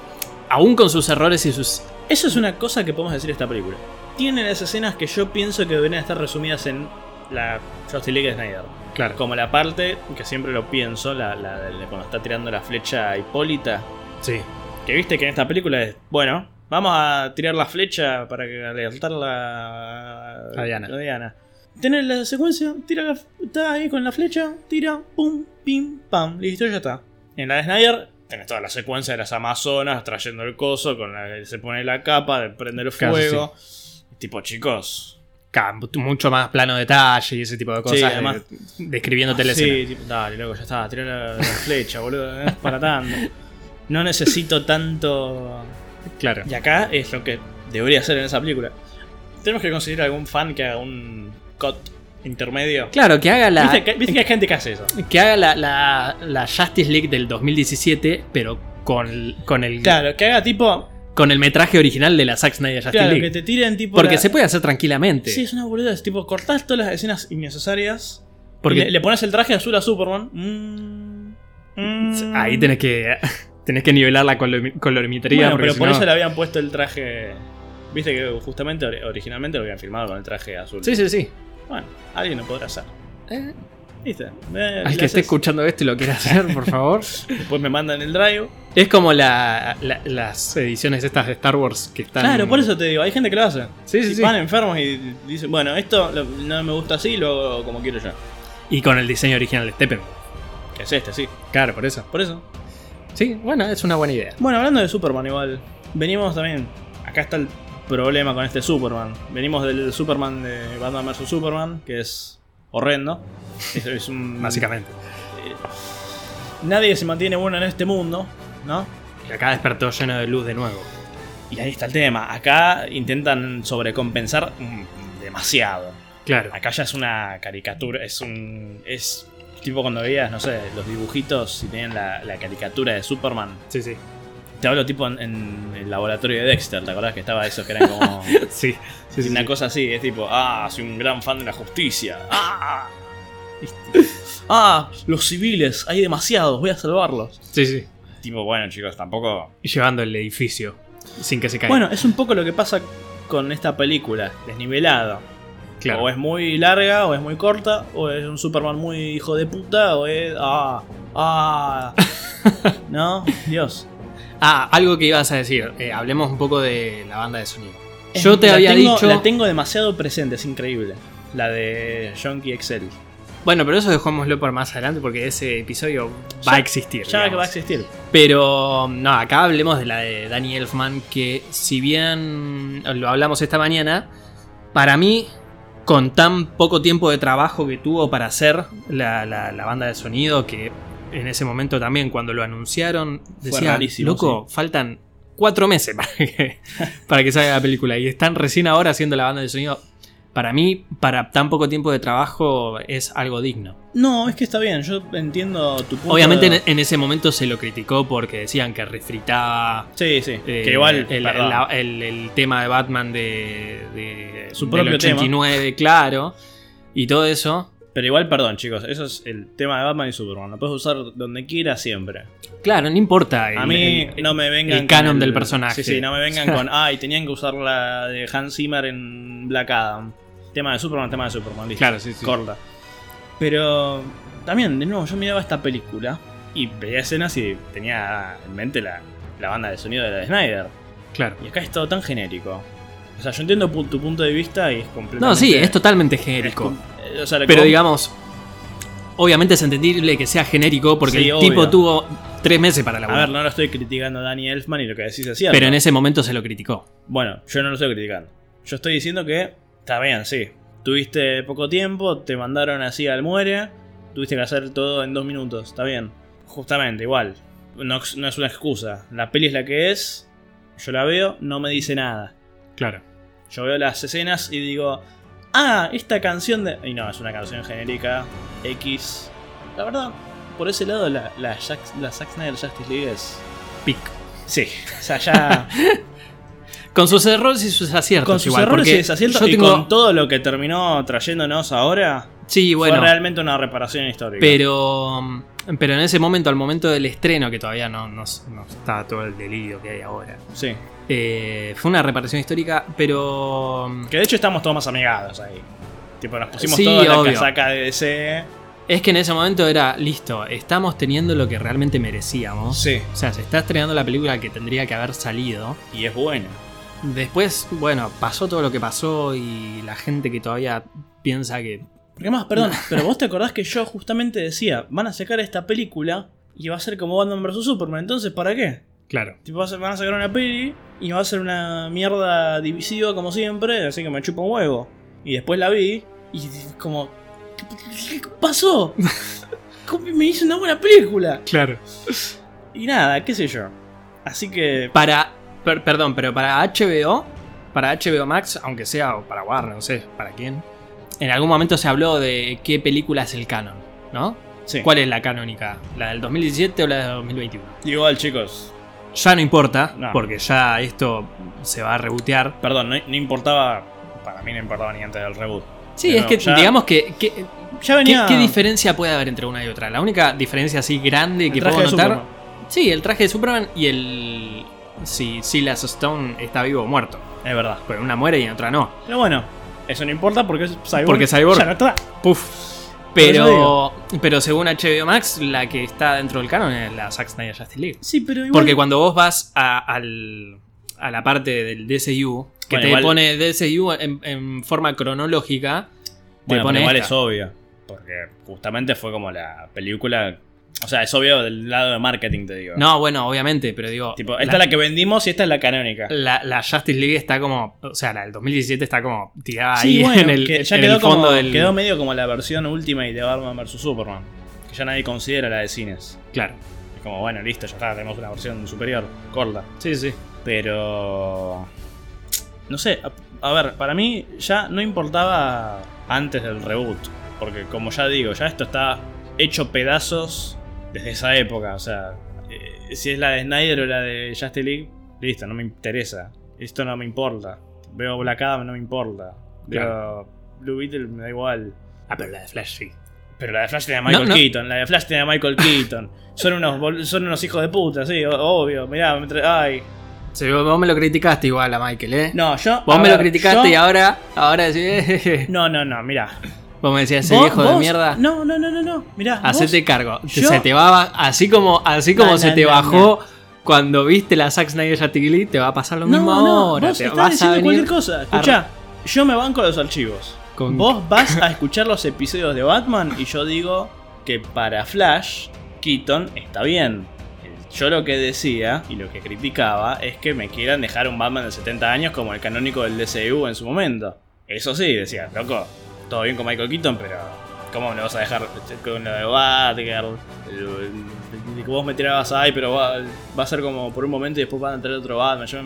S1: aún con sus errores y sus.
S2: Eso es una cosa que podemos decir de esta película. Tiene las escenas que yo pienso que deberían estar resumidas en la Justice League de Snyder.
S1: Claro.
S2: Como la parte, que siempre lo pienso, la, la de cuando está tirando la flecha a Hipólita.
S1: Sí.
S2: Que viste que en esta película es, bueno, Vamos a tirar la flecha para que alertar la
S1: A Diana.
S2: Tener la secuencia, tira la, está ahí con la flecha, tira, pum, pim, pam, listo, ya está. En la de Snyder tenés toda la secuencia de las Amazonas trayendo el coso, con la que se pone la capa, prende el
S1: Claro,
S2: fuego. Tipo, chicos,
S1: Ca- Mucho más plano detalle y ese tipo de cosas.
S2: Sí,
S1: eh,
S2: además-
S1: describiéndote la escena.
S2: Sí, tipo, dale, loco, ya está, tirá la, la flecha, boludo, no es para tanto. No necesito tanto.
S1: Claro.
S2: Y acá es lo que debería hacer en esa película. Tenemos que conseguir algún fan que haga un cut intermedio.
S1: Claro, que haga la.
S2: ¿Viste, que- viste que hay gente que hace eso?
S1: Que haga la, la- la Justice League del 2017, pero con, el- con el.
S2: Claro, que haga tipo.
S1: Con el metraje original de la Zack Snyder Justice
S2: Claro,
S1: League.
S2: que te tiren tipo.
S1: Porque
S2: la-
S1: se puede hacer tranquilamente.
S2: Sí, es una boludez. Tipo, cortás todas las escenas innecesarias.
S1: porque
S2: Le, le pones el traje azul a Superman. Mm. Mm.
S1: ahí tenés que. <laughs> Tenés que nivelar la colo- colorimetría.
S2: Bueno,
S1: porque
S2: pero
S1: si
S2: por
S1: no-
S2: eso le habían puesto el traje. Viste que justamente ori- originalmente lo habían filmado con el traje azul.
S1: Sí, sí, sí.
S2: Bueno, alguien lo podrá hacer.
S1: Eh,
S2: ¿Viste?
S1: al
S2: Eh, lo
S1: que esté
S2: haces.
S1: escuchando esto y lo quiera hacer, por
S2: <laughs>
S1: favor.
S2: Después me mandan el drive.
S1: es como la- la- las ediciones estas de Star Wars que están.
S2: Claro, por eso te digo, hay gente que lo hace.
S1: Sí, sí,
S2: Y
S1: sí.
S2: Van enfermos y dicen, bueno, esto lo- no me gusta así, lo hago como quiero yo.
S1: Y con el diseño original de Steppenwolf.
S2: Que es este, sí.
S1: Claro, por eso.
S2: Por eso.
S1: Sí, bueno, es una buena idea.
S2: Bueno, hablando de Superman igual, venimos también. Acá está el problema con este Superman. Venimos del Superman de Batman vs. Superman, que es horrendo. Es, es
S1: <laughs>
S2: un...
S1: Básicamente.
S2: Eh, Nadie se mantiene bueno en este mundo, ¿no?
S1: Y acá despertó lleno de luz de nuevo.
S2: Y ahí está el tema. Acá intentan sobrecompensar mm, demasiado.
S1: Claro.
S2: Acá ya es una caricatura, es un. Es tipo cuando veías, no sé, los dibujitos si tenían la, la caricatura de Superman.
S1: Sí, sí.
S2: Te hablo tipo en, en el laboratorio de Dexter, ¿te acordás que estaba eso que
S1: <laughs>
S2: eran como.
S1: Sí, sí, sí,
S2: una
S1: sí.
S2: cosa así, es tipo, ah, soy un gran fan de
S1: <laughs>
S2: la justicia. Ah, ah los civiles, hay demasiados, voy a salvarlos.
S1: Sí, sí.
S2: Tipo, bueno, chicos, tampoco.
S1: Y Llevando el edificio sin que se caiga.
S2: Bueno, es un poco lo que pasa con esta película, desnivelado. O es muy larga, o es muy corta, o es un Superman muy hijo de puta, o es. ¡Ah!
S1: <laughs>
S2: ¡Ah! ¿No? Dios.
S1: Ah, algo que ibas a decir. Eh, hablemos un poco de la banda de sonido.
S2: Es-
S1: Yo te
S2: Eh, la
S1: había
S2: tengo-
S1: dicho.
S2: La tengo demasiado presente, es increíble. La de Jonky Excel.
S1: Bueno, pero eso dejémoslo por más adelante porque ese episodio va
S2: Ya-
S1: a existir.
S2: Ya que
S1: digamos.
S2: va a existir.
S1: Pero no, acá hablemos de la de Danny Elfman, que si bien lo hablamos esta mañana, para mí, con tan poco tiempo de trabajo que tuvo para hacer la, la- la banda de sonido, que en ese momento también cuando lo anunciaron, decía,
S2: rarísimo,
S1: loco, faltan cuatro meses para que, <laughs> para que salga la película y están recién ahora haciendo la banda de sonido. Para mí, para tan poco tiempo de trabajo, es algo digno.
S2: No, es que está bien, yo entiendo tu punto.
S1: Obviamente
S2: de-
S1: en, en ese momento se lo criticó porque decían que refritaba
S2: Sí, sí.
S1: eh,
S2: que igual.
S1: el,
S2: perdón.
S1: la- el- el tema de Batman de, de-
S2: Su
S1: del
S2: propio tema.
S1: 89, claro, y todo eso.
S2: Pero igual, perdón, chicos. Eso es el tema de Batman y Superman. Lo puedes usar donde quieras siempre.
S1: Claro, no importa.
S2: A
S1: el-
S2: mí
S1: el-
S2: no me vengan.
S1: el
S2: con
S1: canon del personaje.
S2: Sí, sí, no me
S1: <laughs>
S2: vengan con. Ay, tenían que usar la de Hans Zimmer en Black Adam. Tema de Superman, tema de Superman. Listo.
S1: Claro, sí, sí.
S2: Corta. Pero. También, de nuevo, yo miraba esta película y veía escenas y tenía en mente la, la banda de sonido de la de Snyder.
S1: claro.
S2: Y acá es todo tan genérico. O sea, yo entiendo pu- tu punto de vista y es completamente.
S1: No, sí, es totalmente
S2: es
S1: genérico.
S2: com- eh, O sea, lo que
S1: Pero
S2: vos-
S1: digamos, obviamente es entendible que sea genérico porque
S2: Sí,
S1: el
S2: obvio.
S1: tipo tuvo tres meses para
S2: A ver,
S1: laburar.
S2: no lo estoy criticando a Danny Elfman y lo que decís es cierto.
S1: pero en ese momento se lo criticó.
S2: Bueno, yo no lo estoy criticando. Yo estoy diciendo que está bien, sí. Tuviste poco tiempo, te mandaron así al muere, tuviste que hacer todo en dos minutos, está bien. Justamente, igual. No, ex- no es una excusa. La peli es la que es, yo la veo, no me dice nada.
S1: Claro.
S2: Yo veo las escenas y digo, ah, esta canción de... Y no, es una canción genérica, X. La verdad, por ese lado, la, la, Jack- la Zack Snyder Justice League es...
S1: Pic.
S2: Sí, o sea, ya...
S1: Con sus errores y sus aciertos.
S2: con sus
S1: igual,
S2: errores
S1: porque
S2: y desaciertos
S1: yo
S2: y
S1: tengo-
S2: con todo lo que terminó trayéndonos ahora,
S1: Sí, bueno.
S2: fue realmente una reparación histórica.
S1: Pero, mm, pero en ese momento, al momento del estreno, que todavía no, no- no está todo el delirio que hay ahora,
S2: sí.
S1: eh, fue una reparación histórica, pero... mm,
S2: Que de hecho estamos todos más amigados ahí. Tipo, nos pusimos
S1: Sí,
S2: todos la
S1: obvio.
S2: casaca de DC.
S1: Es que en ese momento era, listo, estamos teniendo lo que realmente merecíamos.
S2: Sí.
S1: O sea, se está estrenando la película que tendría que haber salido.
S2: Y es buena.
S1: Después, bueno, pasó todo lo que pasó y la gente que todavía piensa que...
S2: Porque
S1: <laughs>
S2: más, perdón, pero vos te acordás que yo justamente decía, van a sacar esta película y va a ser como Batman vs. Superman, entonces ¿para qué?
S1: Claro.
S2: Tipo, vas a- van a sacar una peli y va a ser una mierda divisiva como siempre, así que me chupa un huevo. Y después la vi y es como... ¿Qué, qué- qué pasó? ¿Cómo me hizo una buena película?
S1: Claro.
S2: Y nada, qué sé yo. Así que...
S1: Para... per- perdón, pero para HBO, para HBO Max, aunque sea, o para Warner, no sé, para quién, en algún momento se habló de qué película es el canon, ¿no?
S2: Sí.
S1: ¿Cuál es la canónica? ¿La del 2017 o la del 2021?
S2: Igual chicos,
S1: Ya no importa,
S2: No.
S1: porque ya esto se va a rebotear.
S2: perdón, no, no importaba... Para mí no importaba ni antes del reboot.
S1: Sí,
S2: Pero
S1: es que
S2: ya-
S1: digamos que... que-
S2: Ya
S1: ¿Qué,
S2: venía...
S1: qué diferencia puede haber entre una y otra? La única diferencia así grande
S2: el
S1: que
S2: traje
S1: puedo
S2: de
S1: notar.
S2: Superman.
S1: Sí, el traje de Superman y el. Si Silas Stone está vivo o muerto.
S2: Es verdad.
S1: Pues una muere y en otra no.
S2: Pero bueno, eso no importa porque es Cyborg.
S1: Porque Cyborg-
S2: Ya no está.
S1: Puf.
S2: Por eso
S1: Pero, pero según HBO Max, la que está dentro del canon es la Zack Snyder Justice League.
S2: Sí, pero igual.
S1: Porque cuando vos vas a, al- a la parte del DCU, que
S2: Bueno,
S1: te
S2: igual-
S1: pone DCU en, en forma cronológica,
S2: Bueno,
S1: te pone
S2: pero igual
S1: esta.
S2: es obvio. Porque justamente fue como la película. O sea, es obvio del lado de marketing, te digo.
S1: No, bueno, obviamente, pero digo.
S2: Tipo, esta es la que vendimos y esta es la canónica.
S1: La, la Justice League está como. O sea, la del 2017 está como tirada
S2: sí,
S1: ahí
S2: bueno,
S1: en el,
S2: que ya
S1: en el
S2: quedó,
S1: fondo
S2: como,
S1: del.
S2: quedó medio como la versión Ultimate de Batman vs Superman. Que ya nadie considera la de cines.
S1: Claro.
S2: Es como, bueno, listo, ya está, tenemos una versión superior, corta.
S1: Sí, sí.
S2: Pero. No sé, a, a ver, para mí ya no importaba antes del reboot. Porque, como ya digo, ya esto está hecho pedazos desde esa época. O sea, eh, si es la de Snyder o la de Justice League, listo, no me interesa. Esto no me importa. Veo Black Adam, no me importa. Veo Blue Beetle, me da igual.
S1: Ah, pero la de Flash sí.
S2: Pero la de Flash tenía a Michael
S1: No, no.
S2: Keaton, la de Flash tenía
S1: <laughs>
S2: a Michael Keaton. Son unos, bol- son unos hijos de puta, sí, o- obvio. Mirá, me tra- ay.
S1: Sí, vos vos me lo criticaste igual a Michael, ¿eh?
S2: No, yo.
S1: vos
S2: a
S1: me lo
S2: ver,
S1: criticaste
S2: yo-
S1: y ahora. Ahora sí. <laughs> jejeje.
S2: No, no, no, mirá.
S1: Vos me decías, ese
S2: Vos-
S1: viejo de
S2: vos-
S1: mierda.
S2: No, no, no, no, no. Mirá. vos-
S1: Hacete cargo.
S2: yo-
S1: Se te va a ba- así como, así como
S2: No,
S1: se
S2: no,
S1: te
S2: no,
S1: bajó cuando viste la Zack Snyder Justice League, te va a pasar lo
S2: No,
S1: mismo
S2: no,
S1: ahora.
S2: vos
S1: te
S2: estás
S1: vas a
S2: diciendo cualquier
S1: venir
S2: cosa. Escuchá, yo me banco los archivos.
S1: Con-
S2: Vos vas
S1: <laughs>
S2: a escuchar los episodios de Batman y yo digo que para Flash, Keaton está bien. Yo lo que decía y lo que criticaba es que me quieran dejar un Batman de 70 años como el canónico del DCU en su momento. Eso sí, decía, loco, todo bien con Michael Keaton, pero ¿cómo me vas a dejar este, con lo de Batgirl? El- el que Vos me tirabas ahí, pero va, va a ser como por un momento y después va a entrar otro Batman. Ya,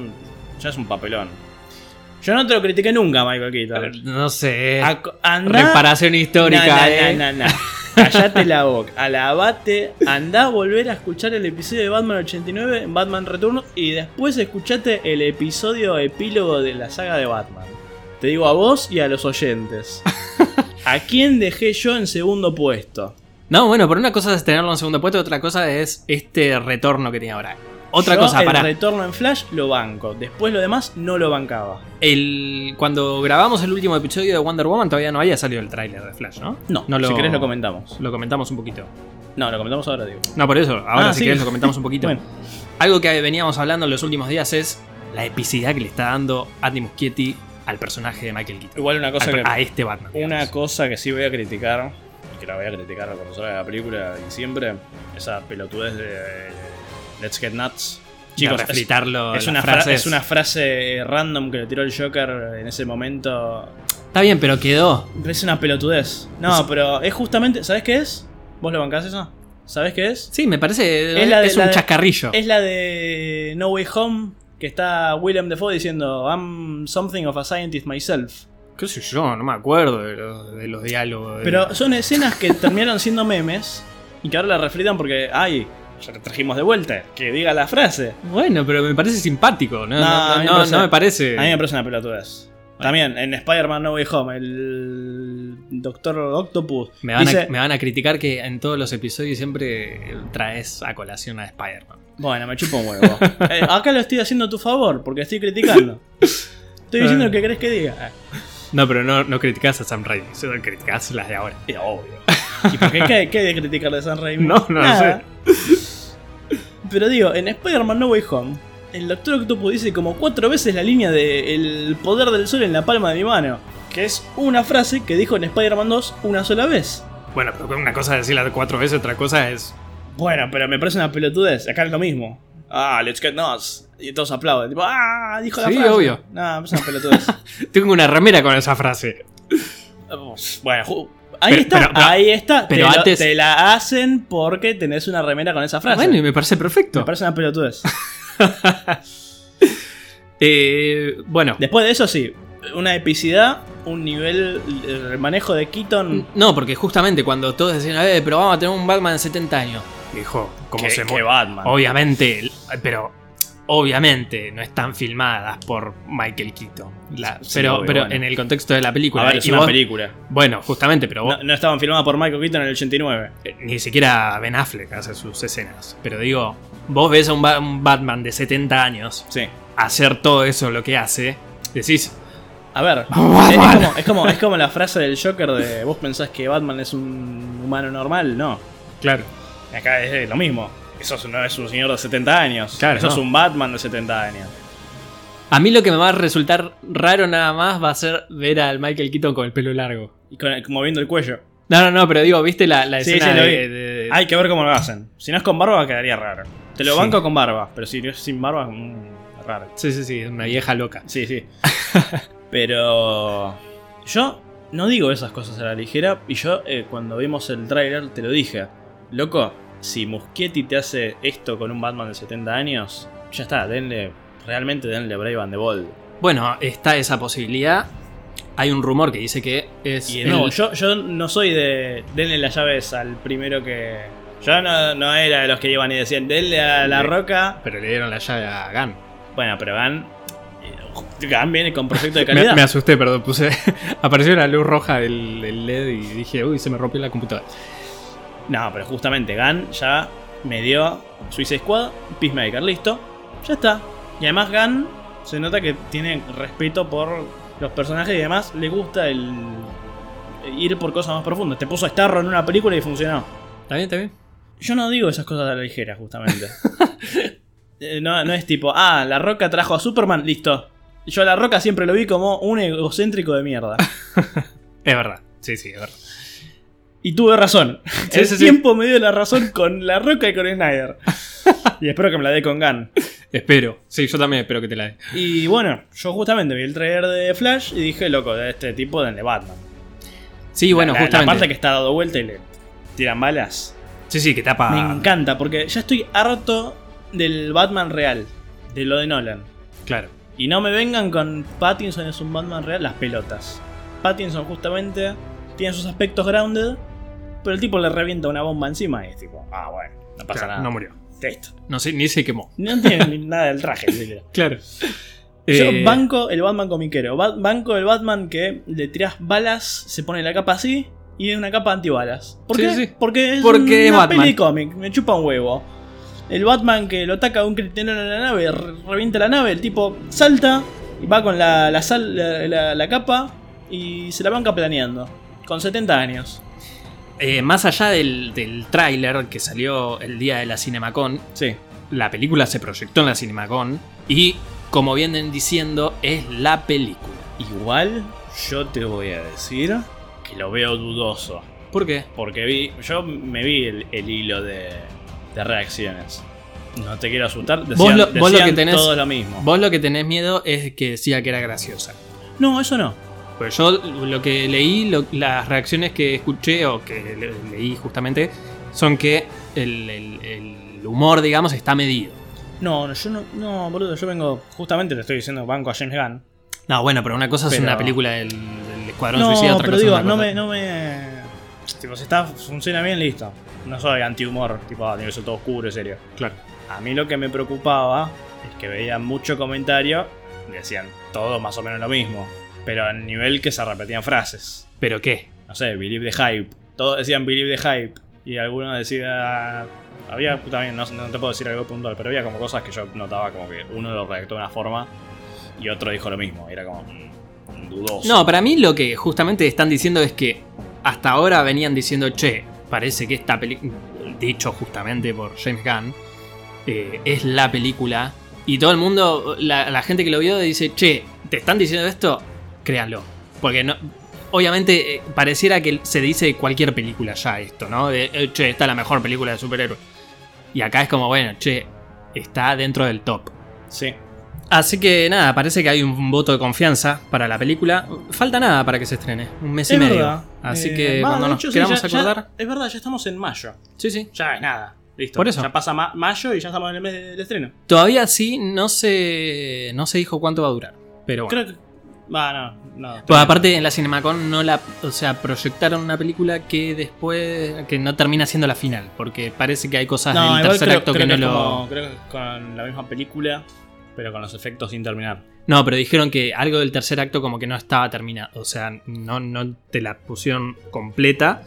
S2: ya es un papelón. Yo no te lo critiqué nunca, Michael Keaton.
S1: No sé.
S2: A- andá-
S1: reparación histórica,
S2: Na, na,
S1: eh.
S2: na, na, na. Callate la boca. Alabate. Andá a volver a escuchar el episodio de Batman 89 en Batman Return. Y después escuchate el episodio epílogo de la saga de Batman. Te digo a vos y a los
S1: <laughs>
S2: oyentes. ¿A quién dejé yo en segundo puesto?
S1: No, bueno, pero una cosa es tenerlo en segundo puesto, otra cosa es este retorno que tiene ahora. Otra
S2: Yo
S1: cosa,
S2: el
S1: para
S2: retorno en Flash lo banco. Después lo demás no lo bancaba.
S1: El, cuando grabamos el último episodio de Wonder Woman todavía no había salido el tráiler de Flash, ¿no?
S2: No,
S1: No lo-
S2: si querés lo comentamos.
S1: Lo comentamos un poquito.
S2: No, lo comentamos ahora, digo.
S1: No, por eso, ahora
S2: Ah,
S1: si
S2: sí.
S1: querés lo comentamos un poquito.
S2: <laughs> Bueno,
S1: Algo que veníamos hablando en los últimos días es la epicidad que le está dando Andy Muschietti al personaje de Michael Keaton.
S2: igual una cosa
S1: Al-
S2: que.
S1: a este Batman.
S2: Una
S1: digamos.
S2: cosa que sí voy a criticar, y que la voy a criticar cuando salga la película y siempre, esa pelotudez de eh, Let's Get Nuts.
S1: De
S2: Chicos, es-
S1: refritarlo
S2: es,
S1: las
S2: una fra-
S1: frases.
S2: es una frase random que le tiró el Joker en ese momento.
S1: Está bien, pero quedó.
S2: Es una pelotudez. No, pero es justamente. ¿Sabes qué es? ¿Vos lo bancás eso? ¿Sabés qué es?
S1: Sí, me parece.
S2: Es
S1: Es,
S2: la de- la
S1: un
S2: de-
S1: chascarrillo.
S2: Es la de No Way Home, que está William Defoe diciendo I'm something of a scientist myself.
S1: ¿Qué sé yo? No me acuerdo de los, de los diálogos. de-
S2: Pero son escenas que terminaron siendo memes y que ahora la refritan porque, ay, ya la trajimos de vuelta, que diga la frase.
S1: Bueno, pero me parece simpático. No,
S2: No, a
S1: no, no,
S2: mí me
S1: no
S2: parece-
S1: me parece.
S2: A mí me parece una pelotudez. También en Spider-Man No Way Home, el Doctor Octopus
S1: Me van,
S2: dice,
S1: a, me van a criticar que en todos los episodios siempre traes a colación a Spider-Man.
S2: bueno, me chupa un
S1: <laughs>
S2: huevo. Eh, acá lo estoy haciendo a tu favor porque estoy criticando. Estoy diciendo lo que crees que diga.
S1: No, pero no, no criticas a Sam Raimi, solo criticas las de ahora.
S2: Eh, obvio. ¿Y por qué? ¿Qué, qué hay de criticar de San Raimi?
S3: No, no lo
S2: Nada. Pero digo, en Spider-Man No Way Home, el Doctor Octopus dice como cuatro veces la línea de el poder del sol en la palma de mi mano. Que es una frase que dijo en Spider-Man 2 una sola vez.
S3: Bueno, pero una cosa es decirla cuatro veces, otra cosa es.
S2: Bueno, pero me parece una pelotudez. Acá es lo mismo. Ah, let's get nuts. Y todos aplauden. Tipo, ah, dijo la
S1: Sí,
S2: frase.
S1: obvio.
S2: No, me parece una pelotudez.
S3: Tengo una remera con esa frase.
S2: Uf, bueno, ju- ahí
S3: Pero-
S2: está,
S3: pero- pero-
S2: ahí está.
S1: pero
S2: te, lo-
S1: antes-
S2: te la hacen porque tenés una remera con esa frase.
S1: Bueno, y me parece perfecto.
S2: Ah, me parece una pelotudez.
S3: Eh, bueno,
S2: Después de eso, sí. Una epicidad, un nivel el manejo de Keaton.
S1: No, porque justamente cuando todos decían, eh, pero vamos a tener un Batman de 70 años.
S3: dijo, como
S2: que-
S3: se
S2: que
S3: mueve.
S2: Batman.
S3: Obviamente, el- pero obviamente no están filmadas por Michael Keaton. La-
S2: Sí,
S3: pero
S2: obvio,
S1: pero
S2: bueno.
S1: en el contexto de la película.
S2: A ver,
S1: y
S2: es una
S1: vos-
S2: película.
S3: Bueno, justamente, pero vos-
S2: No, no estaban filmadas por Michael Keaton en el 89.
S3: eh, ni siquiera Ben Affleck hace sus escenas. Pero digo, vos ves a un, Ba- un Batman de 70 años
S2: Sí.
S3: hacer todo eso lo que hace, decís,
S2: A ver,
S3: Vamos,
S2: es,
S3: <laughs>
S2: es
S3: Batman.
S2: como, es, como, es como la frase del Joker de vos pensás que Batman es un humano normal, no.
S3: claro,
S2: Acá es lo mismo. Eso no es un señor de 70 años.
S3: Claro,
S2: Eso es
S3: no.
S2: un Batman de 70 años.
S1: A mí lo que me va a resultar raro nada más va a ser ver al Michael Keaton con el pelo largo.
S2: Y con- moviendo el cuello.
S1: No, no, no, pero digo, ¿viste la, la
S2: Sí,
S1: escena
S2: sí, lo
S1: de-
S2: vi.
S1: de-
S2: Hay que ver cómo lo hacen. Si no es con barba, quedaría raro. Te lo
S3: Sí.
S2: banco con barba, pero si no es sin barba, mm, raro.
S3: sí, sí, sí, es una vieja loca.
S2: Sí, sí. <laughs> pero. Yo no digo esas cosas a la ligera. Y yo, eh, cuando vimos el tráiler, te lo dije. Loco, si Muschietti te hace esto con un Batman de 70 años, ya está, denle. Realmente denle Brave and the Bold.
S1: Bueno, está esa posibilidad. Hay un rumor que dice que es.
S2: Y de
S1: el-
S2: nuevo, yo, yo no soy de. Denle las llaves al primero que. Yo no, no era de los que iban y decían, denle a la
S3: Sí.
S2: roca.
S3: Pero le dieron la llave a Gunn.
S2: Bueno, pero eh, Gan. Gan viene con proyecto de calidad.
S3: Me, me asusté, perdón, puse. <laughs> apareció la luz roja del, del LED y dije, uy, se me rompió la computadora.
S2: No, pero justamente Gan ya me dio Suicide Squad, Peacemaker, listo. Ya está. Y además Gan se nota que tiene respeto por los personajes y además le gusta el eh, ir por cosas más profundas. Te puso a Starro en una película y funcionó.
S1: ¿Está bien, está bien?
S2: Yo no digo esas cosas a la ligera, justamente. Eh, no, no es tipo, ah, La Roca trajo a Superman, listo. Yo a La Roca siempre lo vi como un egocéntrico de mierda.
S3: Es verdad, sí, sí, es verdad.
S2: Y tuve razón.
S3: <laughs> Sí,
S2: el
S3: sí, sí.
S2: tiempo me dio la razón con La Roca y con
S3: <laughs>
S2: Snyder. y espero que me la dé con Gunn.
S3: Espero, sí, yo también espero que te la dé.
S2: Y bueno, yo justamente vi el trailer de Flash y dije, loco, de este tipo denle Batman.
S1: Sí, bueno,
S2: la, la- La
S1: justamente.
S2: parte que está dado vuelta y le tiran balas.
S3: Sí, sí, que tapa.
S2: Me encanta, porque ya estoy harto del Batman real, de lo de Nolan.
S3: Claro.
S2: Y no me vengan con Pattinson es un Batman real, las pelotas. Pattinson justamente tiene sus aspectos grounded, pero el tipo le revienta una bomba encima y es tipo, ah, bueno, no pasa
S3: Claro,
S2: nada.
S3: No murió.
S2: Esto.
S3: No sé, ni se quemó.
S2: No tiene ni nada del traje,
S1: <laughs>
S2: ni siquiera.
S3: Claro. Eh,
S2: Yo
S1: Eh.
S2: banco el Batman comiquero. Ba- banco el Batman que le tiras balas, se pone la capa así y es una capa antibalas. ¿Por
S1: Sí,
S2: qué?
S1: sí.
S2: Porque es
S1: Porque es
S2: una
S1: Batman.
S2: peli de cómic, me chupa un huevo. El Batman que lo ataca a un cristiano en la nave, re- revienta la nave, el tipo salta y va con la, la, sal- la- la- la capa y se la banca planeando. Con 70 años.
S1: Eh, más allá del, del tráiler que salió el día de la Cinemacon,
S2: Sí.
S1: la película se proyectó en la Cinemacon y, como vienen diciendo, es la película.
S2: Igual yo te voy a decir que lo veo dudoso.
S1: ¿Por qué?
S2: Porque vi, yo me vi el, el hilo de, de reacciones. No te quiero asustar, decían,
S1: Vos lo- vos lo
S2: decían
S1: que tenés-
S2: todos lo mismo.
S1: Vos lo que tenés miedo es que decía que era graciosa.
S2: No, eso no.
S1: Pues yo lo que leí, lo- las reacciones que escuché o que le- leí justamente son que el, el- el humor, digamos, está medido.
S2: No, no, yo no, no, boludo, yo vengo, justamente te estoy diciendo banco a James Gunn.
S1: No, bueno, pero una cosa es
S2: Pero-
S1: una película del, del Escuadrón
S2: No,
S1: Suicida, otra
S2: pero
S1: cosa
S2: digo,
S1: es una
S2: no
S1: cosa.
S2: me, no me... Tipo, si está, funciona bien, listo. No soy antihumor, tipo, ah, tiene que ser todo oscuro, en serio.
S3: Claro.
S2: A mí lo que me preocupaba es que veía mucho comentario, decían todo más o menos lo mismo, pero a nivel que se repetían frases.
S3: ¿Pero qué?
S2: no sé, Believe the Hype. Todos decían Believe the Hype. Y algunos decían. Había también, no, no te puedo decir algo puntual, pero había como cosas que yo notaba como que uno lo redactó de una forma y otro dijo lo mismo. y Era como mm, dudoso.
S1: No, para mí lo que justamente están diciendo es que hasta ahora venían diciendo, che, parece que esta película, dicho justamente por James Gunn, eh, es la película. Y todo el mundo, la, la gente que lo vio, dice, che, ¿te están diciendo esto? Créanlo. Porque no, obviamente eh, pareciera que se dice de cualquier película ya esto, ¿no? De, eh, che, esta es la mejor película de superhéroes. Y acá es como, bueno, che, está dentro del top.
S2: Sí.
S1: Así que nada, parece que hay un voto de confianza para la película. Falta nada para que se estrene, un mes y
S2: Es
S1: medio.
S2: verdad.
S1: Así
S2: Eh,
S1: que
S2: va,
S1: cuando
S2: de
S1: nos
S2: hecho, sí,
S1: queramos
S2: ya- ya-
S1: acordar.
S2: es verdad, ya estamos en mayo.
S1: Sí, sí.
S2: Ya es nada. Listo.
S1: Por eso.
S2: Ya pasa ma- mayo y ya estamos en el mes del estreno.
S1: Todavía sí, no se, no se dijo cuánto va a durar. Pero bueno.
S2: Creo que. Va, no, no.
S1: Pues aparte en la Cinemacon no la, o sea, proyectaron una película que después que no termina siendo la final, porque parece que hay cosas
S2: no,
S1: del
S2: igual
S1: tercer
S2: creo,
S1: acto
S2: creo
S1: que no
S2: es
S1: lo
S2: como- creo que es con la misma película, pero con los efectos sin terminar.
S1: No, pero dijeron que algo del tercer acto como que no estaba terminado, o sea, no no te la pusieron completa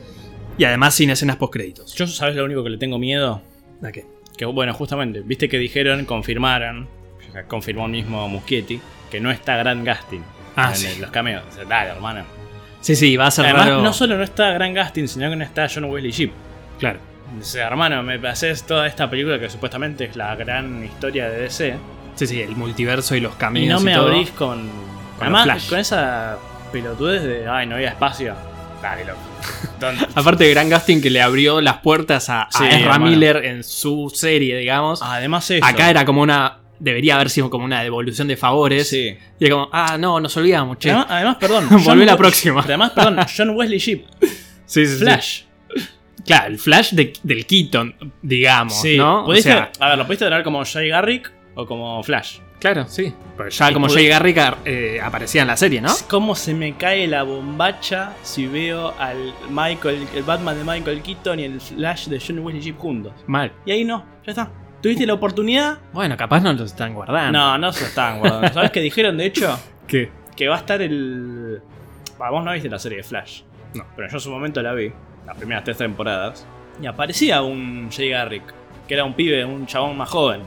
S1: y además sin escenas post créditos.
S2: Yo, ¿sabes lo único que le tengo miedo?
S1: ¿A qué?
S2: Que bueno, justamente, viste que dijeron, confirmaron, confirmó el mismo Muschietti, que no está Grant Gastin
S1: Ah,
S2: en
S1: sí.
S2: el- los cameos. O sea, dale, hermano.
S1: Sí, sí, va a ser
S2: Además,
S1: raro.
S2: no solo no está Grant Gastin, sino que no está John Wesley Shipp.
S1: Claro.
S2: O sea, hermano, me haces toda esta película que supuestamente es la gran historia de DC.
S1: Sí, sí, el multiverso y los
S2: Y
S1: caminos
S2: no
S1: y
S2: me
S1: todo.
S2: abrís con.
S1: Con
S2: además,
S1: los Flash.
S2: con esa pelotudez de. Ay, no
S1: <laughs>
S2: había espacio. Dale, loco. ¿Dónde?
S1: Aparte de Gran Gasting que le abrió las puertas a, a
S2: Sí,
S1: Ezra
S2: hermano.
S1: Miller en su serie, digamos.
S2: Además, eso.
S1: Acá era como una. Debería haber sido como una devolución de favores.
S2: Sí.
S1: Y es como, ah, no, nos olvidamos, che.
S2: Además, además, perdón.
S1: <laughs> Volvé
S2: John-
S1: la próxima.
S2: Además, perdón,
S1: <laughs>
S2: John Wesley Shipp.
S1: Sí, sí, sí.
S2: Flash.
S1: Claro, el flash de- del Keaton, digamos,
S2: Sí,
S1: ¿no? O
S2: pudiste-
S1: sea,
S2: a ver, lo pudiste tener como Jay Garrick o como Flash.
S1: claro, sí. Pero ya como
S2: Y
S1: Jay Garrick eh, aparecía en la serie, ¿no?
S2: ¿Cómo se me cae la bombacha si veo al Michael, el Batman de Michael Keaton y el Flash de John Wesley Shipp juntos?
S1: Mal.
S2: Y ahí no, ya está. ¿Tuviste la oportunidad?
S1: Bueno, capaz no los están guardando.
S2: No, no se están guardando. ¿Sabes qué dijeron? De hecho,
S1: ¿Qué?
S2: que va a estar el. Bah, vos no viste la serie de Flash.
S1: No.
S2: Pero yo en su momento la vi, las primeras tres temporadas. Y aparecía un Jay Garrick, que era un pibe, un chabón más joven.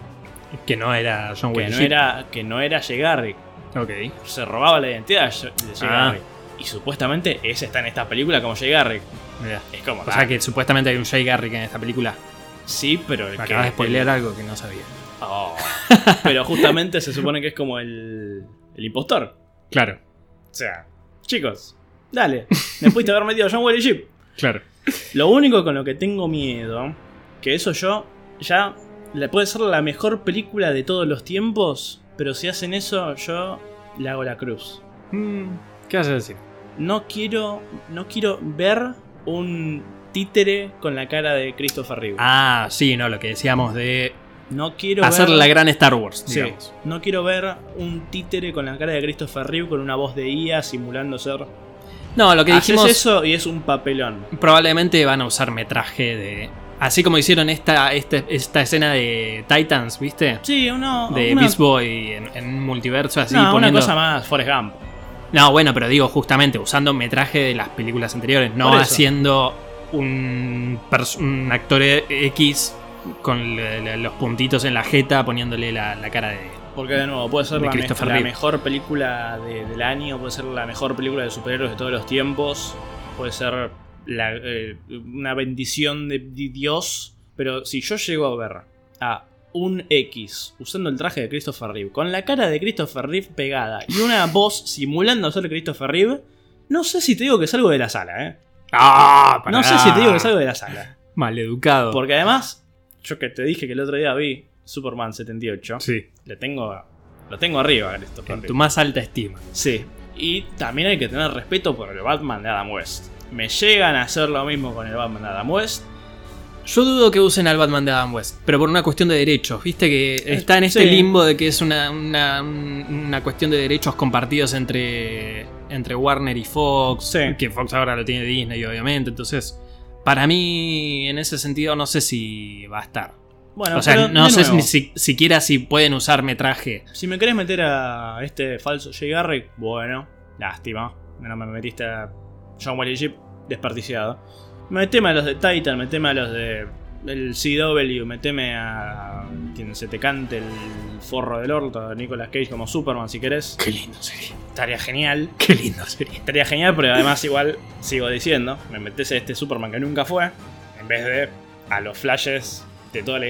S1: Que no era John
S2: Que
S1: Wayne.
S2: no, era, que no era Jay Garrick.
S1: Ok.
S2: Se robaba la identidad de Jay
S1: Ah.
S2: Garrick. Y supuestamente ese está en esta película como Jay Garrick.
S1: Mirá.
S2: Es como. ah,
S1: O sea que supuestamente hay un Jay Garrick en esta película.
S2: Sí, pero el
S1: Acabas de
S2: el-
S1: spoilear algo que no sabía. <laughs>
S2: Oh. pero justamente se supone que es como el. el impostor.
S1: Claro,
S2: O sea, chicos, dale. Me pudiste haber metido a John Wally Jeep.
S1: claro.
S2: Lo único con lo que tengo miedo, que eso yo ya le puede ser la mejor película de todos los tiempos, pero si hacen eso yo le hago la cruz.
S1: Mm, ¿Qué vas a decir?
S2: No quiero no quiero ver un títere con la cara de Christopher Reeve.
S1: Ah, sí, no, lo que decíamos de
S2: No quiero
S1: hacer
S2: ver
S1: la gran Star Wars,
S2: Sí.
S1: digamos.
S2: no quiero ver un títere con la cara de Christopher Reeve con una voz de IA simulando ser.
S1: No, lo que
S2: Haces
S1: dijimos
S2: eso y es un papelón.
S1: probablemente van a usar metraje de. Así como hicieron esta, esta, esta escena de Titans, ¿viste?
S2: Sí, uno
S1: De
S2: una,
S1: Beast Boy en, en un multiverso así
S2: no, una
S1: poniendo.
S2: cosa más, Forrest Gump.
S1: No, bueno, pero digo, justamente usando metraje de las películas anteriores, no
S2: Por eso.
S1: haciendo un, pers- un actor E X con le- le- los puntitos en la jeta poniéndole la, la cara de.
S2: Porque de nuevo, puede ser
S1: De
S2: la, me-
S1: Christopher
S2: la
S1: Reeve.
S2: mejor película de- del año, puede ser la mejor película de superhéroes de todos los tiempos, puede ser la- eh, una bendición de, di- Dios, pero si yo llego a ver a un X usando el traje de Christopher Reeve, con la cara de Christopher Reeve pegada y una voz simulando ser Christopher Reeve, no sé si te digo que salgo de la sala, ¿eh?
S1: ¡Ah!
S2: No sé si te digo que salgo de la sala.
S1: Maleducado.
S2: Porque además, yo que te dije que el otro día vi Superman 78
S1: Sí.
S2: le tengo lo tengo arriba a Christopher
S1: En tu
S2: Reeve.
S1: más alta estima.
S2: Sí. Y también hay que tener respeto por el Batman de Adam West. Me llegan a hacer lo mismo con el Batman de Adam West.
S1: Yo dudo que usen al Batman de Adam West, pero por una cuestión de derechos, viste que está en este
S2: Eh, sí.
S1: limbo de que es una, una, una cuestión de derechos compartidos entre, entre Warner y Fox,
S2: Sí.
S1: que Fox ahora lo tiene Disney obviamente, entonces para mí en ese sentido no sé si va a estar.
S2: Bueno,
S1: o sea,
S2: Ah, pero,
S1: no
S2: de
S1: sé
S2: nuevo,
S1: ni si- siquiera si pueden usar metraje.
S2: si me querés meter a este falso Jay Garrick, bueno, lástima. No me metiste a John Wally Jeep desperdiciado. Meteme a los de Titan, meteme a los de el CW, meteme a quien se te cante el forro del orto, a Nicolas Cage como Superman si querés.
S1: Qué lindo sería.
S2: Estaría genial.
S1: Qué lindo sería.
S2: Estaría genial, pero además igual sigo diciendo, me metes a este Superman que nunca fue, En vez de a los flashes de toda la.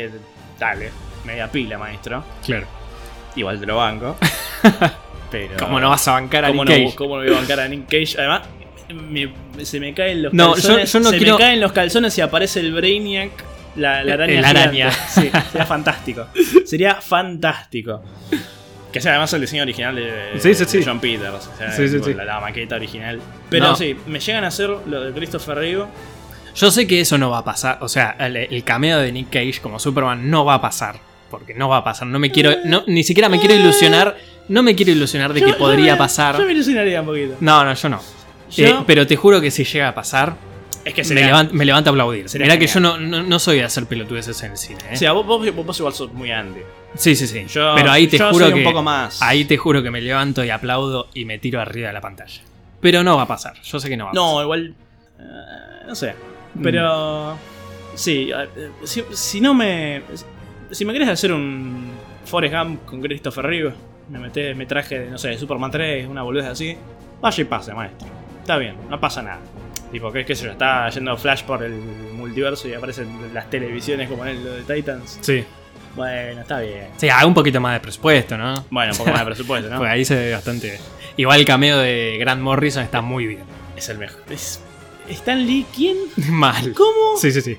S2: Dale, media pila, maestro.
S3: Claro.
S2: Igual te
S3: <laughs>
S2: lo banco. pero.
S3: ¿Cómo no vas a bancar a
S2: ¿Cómo
S3: Nick
S2: no-
S3: Cage?
S2: cómo no voy a bancar a Nick Cage? Además, me- me- se me caen los
S1: No, yo-
S2: calzones.
S1: yo no
S2: se
S1: quiero- Eh,
S2: me caen los calzones y aparece el Brainiac, la, la araña.
S3: El
S2: gigante.
S3: araña.
S2: Sí,
S1: <laughs>
S2: sería fantástico. Sería fantástico. Que sea además el diseño original de,
S3: Sí, sí,
S2: de
S3: sí.
S2: John Peters. O sea,
S3: Sí, sí,
S2: tipo
S3: sí.
S2: La, la maqueta original. Pero
S1: No.
S2: sí, me llegan a hacer lo de Christopher Reeve.
S1: Yo sé que eso no va a pasar. O sea, el, el cameo de Nick Cage como Superman no va a pasar. Porque no va a pasar. No me quiero. No, ni siquiera me quiero ilusionar. No me quiero ilusionar de
S2: Yo-
S1: que
S2: yo
S1: podría
S2: me-
S1: pasar.
S2: Yo me ilusionaría un poquito.
S1: No, no, yo no.
S2: Yo-
S1: Eh, pero te juro que si llega a pasar,
S2: Es que
S1: me,
S2: sería.
S1: levanto me levanto a aplaudir.
S2: sería
S1: Mirá que yo
S2: genial.
S1: no, no, no soy de hacer pelotudeces en el cine. ¿eh?
S2: O sea, vos, vos, vos igual sos muy Andy.
S1: sí, sí, sí.
S2: Yo-
S1: pero ahí te
S2: yo
S1: juro
S2: soy
S1: que.
S2: un poco más.
S1: Ahí te juro que me levanto y aplaudo y me tiro arriba de la pantalla. Pero no va a pasar. Yo sé que no va a pasar.
S2: No, igual. eh, no sé. Pero. Sí, eh, si, si no me. Si me querés hacer un Forrest Gump con Christopher Reeve, me meté, me traje, de, no sé, de Superman 3, una boludez así. Vaya y pase, maestro. Está bien, no pasa nada. Tipo, que es que se está yendo Flash por el multiverso y aparecen las televisiones como en el lo de Titans.
S1: Sí.
S2: Bueno, está bien.
S1: Sí, hay un poquito más de presupuesto, ¿no?
S2: Bueno, un poco más de
S1: <laughs>
S2: presupuesto, ¿no?
S1: Pues ahí se ve bastante. Igual el cameo de Grant Morrison está muy bien. <laughs>
S2: Es el mejor. Es, ¿Stan Lee quién?
S1: Mal.
S2: ¿Cómo?
S1: Sí, sí, sí.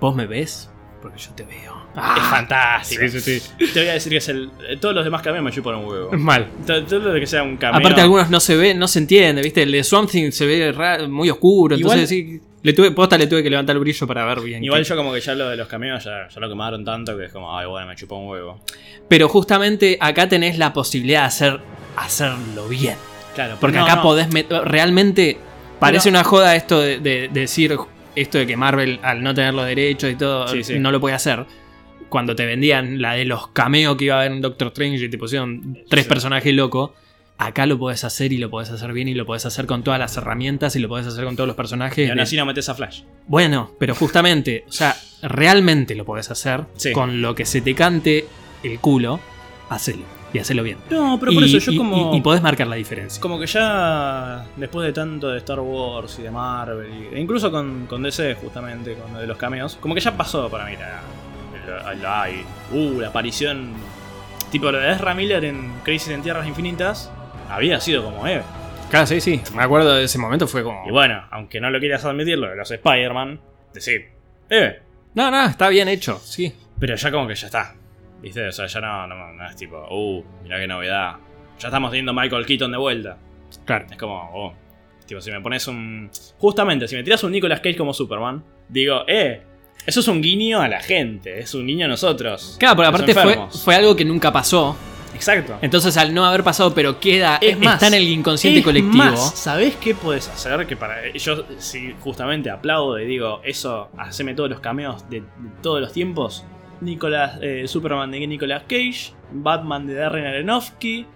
S1: ¿Vos me ves? Porque yo te veo.
S2: Es
S1: Ah,
S2: fantástico.
S1: sí, sí, sí.
S2: Te voy a decir que es el. Todos los demás cameos me chupan un huevo.
S1: Mal.
S2: To- Todo lo que sea un cameo.
S1: Aparte, algunos no se ve, no se entiende, ¿viste? El de Swamp Thing se ve ra- muy oscuro, entonces sí. Le tuve, posta le tuve que levantar el brillo para ver bien.
S2: Igual
S1: qué-
S2: yo como que ya lo de los cameos ya, ya lo quemaron tanto que es como, ay bueno, me chupó un huevo.
S1: Pero justamente acá tenés la posibilidad de hacer, hacerlo bien.
S2: Claro,
S1: Porque
S2: no,
S1: acá
S2: no.
S1: podés met- Realmente parece una joda esto de, de- de decir esto de que Marvel, al no tener los derechos y todo,
S2: Sí, sí.
S1: no lo puede hacer. Cuando te vendían la de los cameos que iba a haber en Doctor Strange y te pusieron tres
S2: Sí.
S1: personajes locos. Acá lo podés hacer y lo podés hacer bien y lo podés hacer con todas las herramientas y lo podés hacer con todos los personajes.
S2: Y aún
S1: de-
S2: así no metes a Flash.
S1: Bueno, pero justamente, o sea, realmente lo podés hacer
S2: Sí.
S1: con lo que se te cante el culo, hacelo y hacelo bien.
S2: No, pero por
S1: Y-
S2: eso yo
S1: y-
S2: como.
S1: y- y podés marcar la diferencia.
S2: Como que ya después de tanto de Star Wars y de Marvel, y- e incluso con, con DC justamente, con lo de los cameos, como que ya pasó para mí la, la- la- ay, uh, la aparición tipo lo de Ezra Miller en Crisis en Tierras Infinitas, había sido como eh.
S1: Claro, sí, sí. Me acuerdo de ese momento, fue como.
S2: Y bueno, aunque no lo quieras admitir, lo de los Spider-Man, decir, eh,
S1: No, no, está bien hecho, sí.
S2: pero ya como que ya está. ¿Viste? O sea, ya no, no, no es tipo, uh, mirá qué novedad. Ya estamos teniendo Michael Keaton de vuelta.
S1: Claro.
S2: Es como, oh. Tipo, si me pones un. Justamente, si me tiras un Nicolas Cage como Superman, digo, eh, eso es un guiño a la gente, es un guiño a nosotros.
S1: Claro, pero
S2: los
S1: aparte fue,
S2: enfermos".
S1: fue algo que nunca pasó.
S2: Exacto.
S1: Entonces, al no haber pasado, pero queda.
S2: Es más,
S1: está en el inconsciente
S2: Es
S1: colectivo.
S2: más, ¿Sabés qué puedes hacer? Que para. eh, Yo, si justamente aplaudo y digo, eso, haceme todos los cameos de, de todos los tiempos. Nicolas, eh, Superman de Nicolas Cage, Batman de Darren Aronofsky.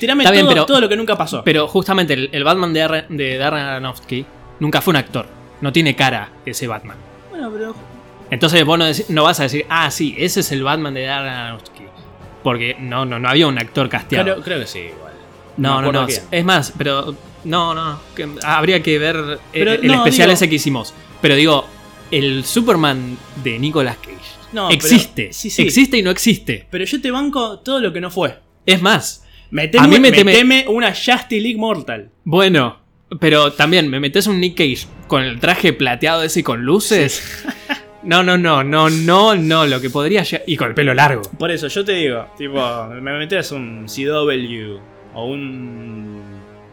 S2: Tirame
S1: Está
S2: todo,
S1: bien, pero-
S2: todo lo que nunca pasó.
S1: Pero justamente el, el Batman de, Ar- de Darren Aronofsky nunca fue un actor. No tiene cara ese Batman.
S2: bueno, pero
S1: Entonces vos no, deci- no vas a decir, ah, sí, ese es el Batman de Darren Aronofsky. Porque no, no, no había un actor casteado.
S2: Creo, creo que sí, igual.
S1: no,
S2: me
S1: no,
S2: acuerdo
S1: no.
S2: quién.
S1: Es más, pero. No, no. que- habría que ver eh,
S2: Pero,
S1: el
S2: no,
S1: especial
S2: digo-
S1: ese que hicimos. Pero digo, el Superman de Nicolas Cage.
S2: No, pero-
S1: existe.
S2: sí, sí.
S1: Existe y no existe.
S2: Pero yo te banco todo lo que no fue.
S1: Es más,
S2: Meteme,
S1: A mí me teme-
S2: meteme una Justice League Mortal.
S1: bueno, pero también me metes un Nick Cage con el traje plateado ese y con luces. <laughs> No, no, no, no, no, no, lo que podría llegar. Y con el pelo largo.
S2: Por eso, yo te digo,
S1: <laughs>
S2: tipo, me metes un CW o un.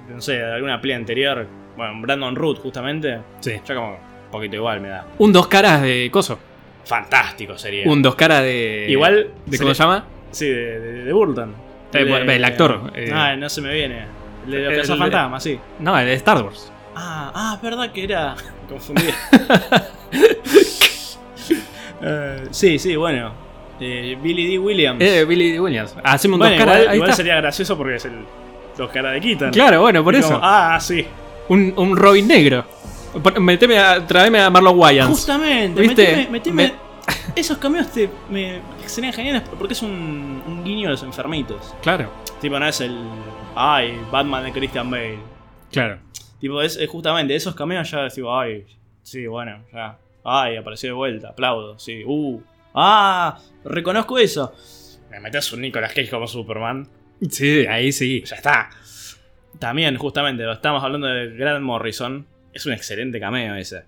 S2: No sé, alguna play anterior. Bueno, un Brandon Root, justamente.
S1: Sí.
S2: Ya como un poquito igual me da.
S1: Un dos caras de coso.
S2: Fantástico sería.
S1: Un dos caras de.
S2: Igual.
S1: ¿De
S2: se
S1: cómo
S2: le-
S1: se llama?
S2: Sí, de, de, de Burton.
S1: Eh, bueno, el actor, eh.
S2: Ah, no se me viene. El de
S1: El-
S2: los Fantasma, sí.
S1: No, el de Star Wars.
S2: Ah, ah, es verdad que
S1: <laughs>
S2: era. Confundido. <laughs> Eh, sí, sí, bueno. Eh, Billy D. Williams.
S1: Eh, Billy D. Williams. Hacemos un
S2: bueno,
S1: dos caras.
S2: igual,
S1: Ahí
S2: igual
S1: está.
S2: sería gracioso porque es el dos caras de Keaton.
S1: Claro, bueno, por
S2: Y
S1: eso.
S2: como, ah, sí.
S1: un, un Robin negro. Pon- Meteme a, tráeme a Marlon Wayans.
S2: Justamente,
S1: ¿Viste?
S2: meteme- meteme-
S1: Me-
S2: Esos cameos te, me, serían geniales porque es un, un guiño a los enfermitos.
S1: Claro,
S2: Tipo, no es el. Ay, Batman de Christian Bale.
S1: claro.
S2: Tipo, es, es justamente esos cameos ya es tipo, ay, sí, bueno, ya. Ay, apareció de vuelta, aplaudo, sí. Uh. Ah, reconozco eso. Me metes un Nicolas Cage como Superman.
S3: Sí, ahí sí.
S2: Ya está. También, justamente, estamos hablando de Grant Morrison. Es un excelente cameo ese.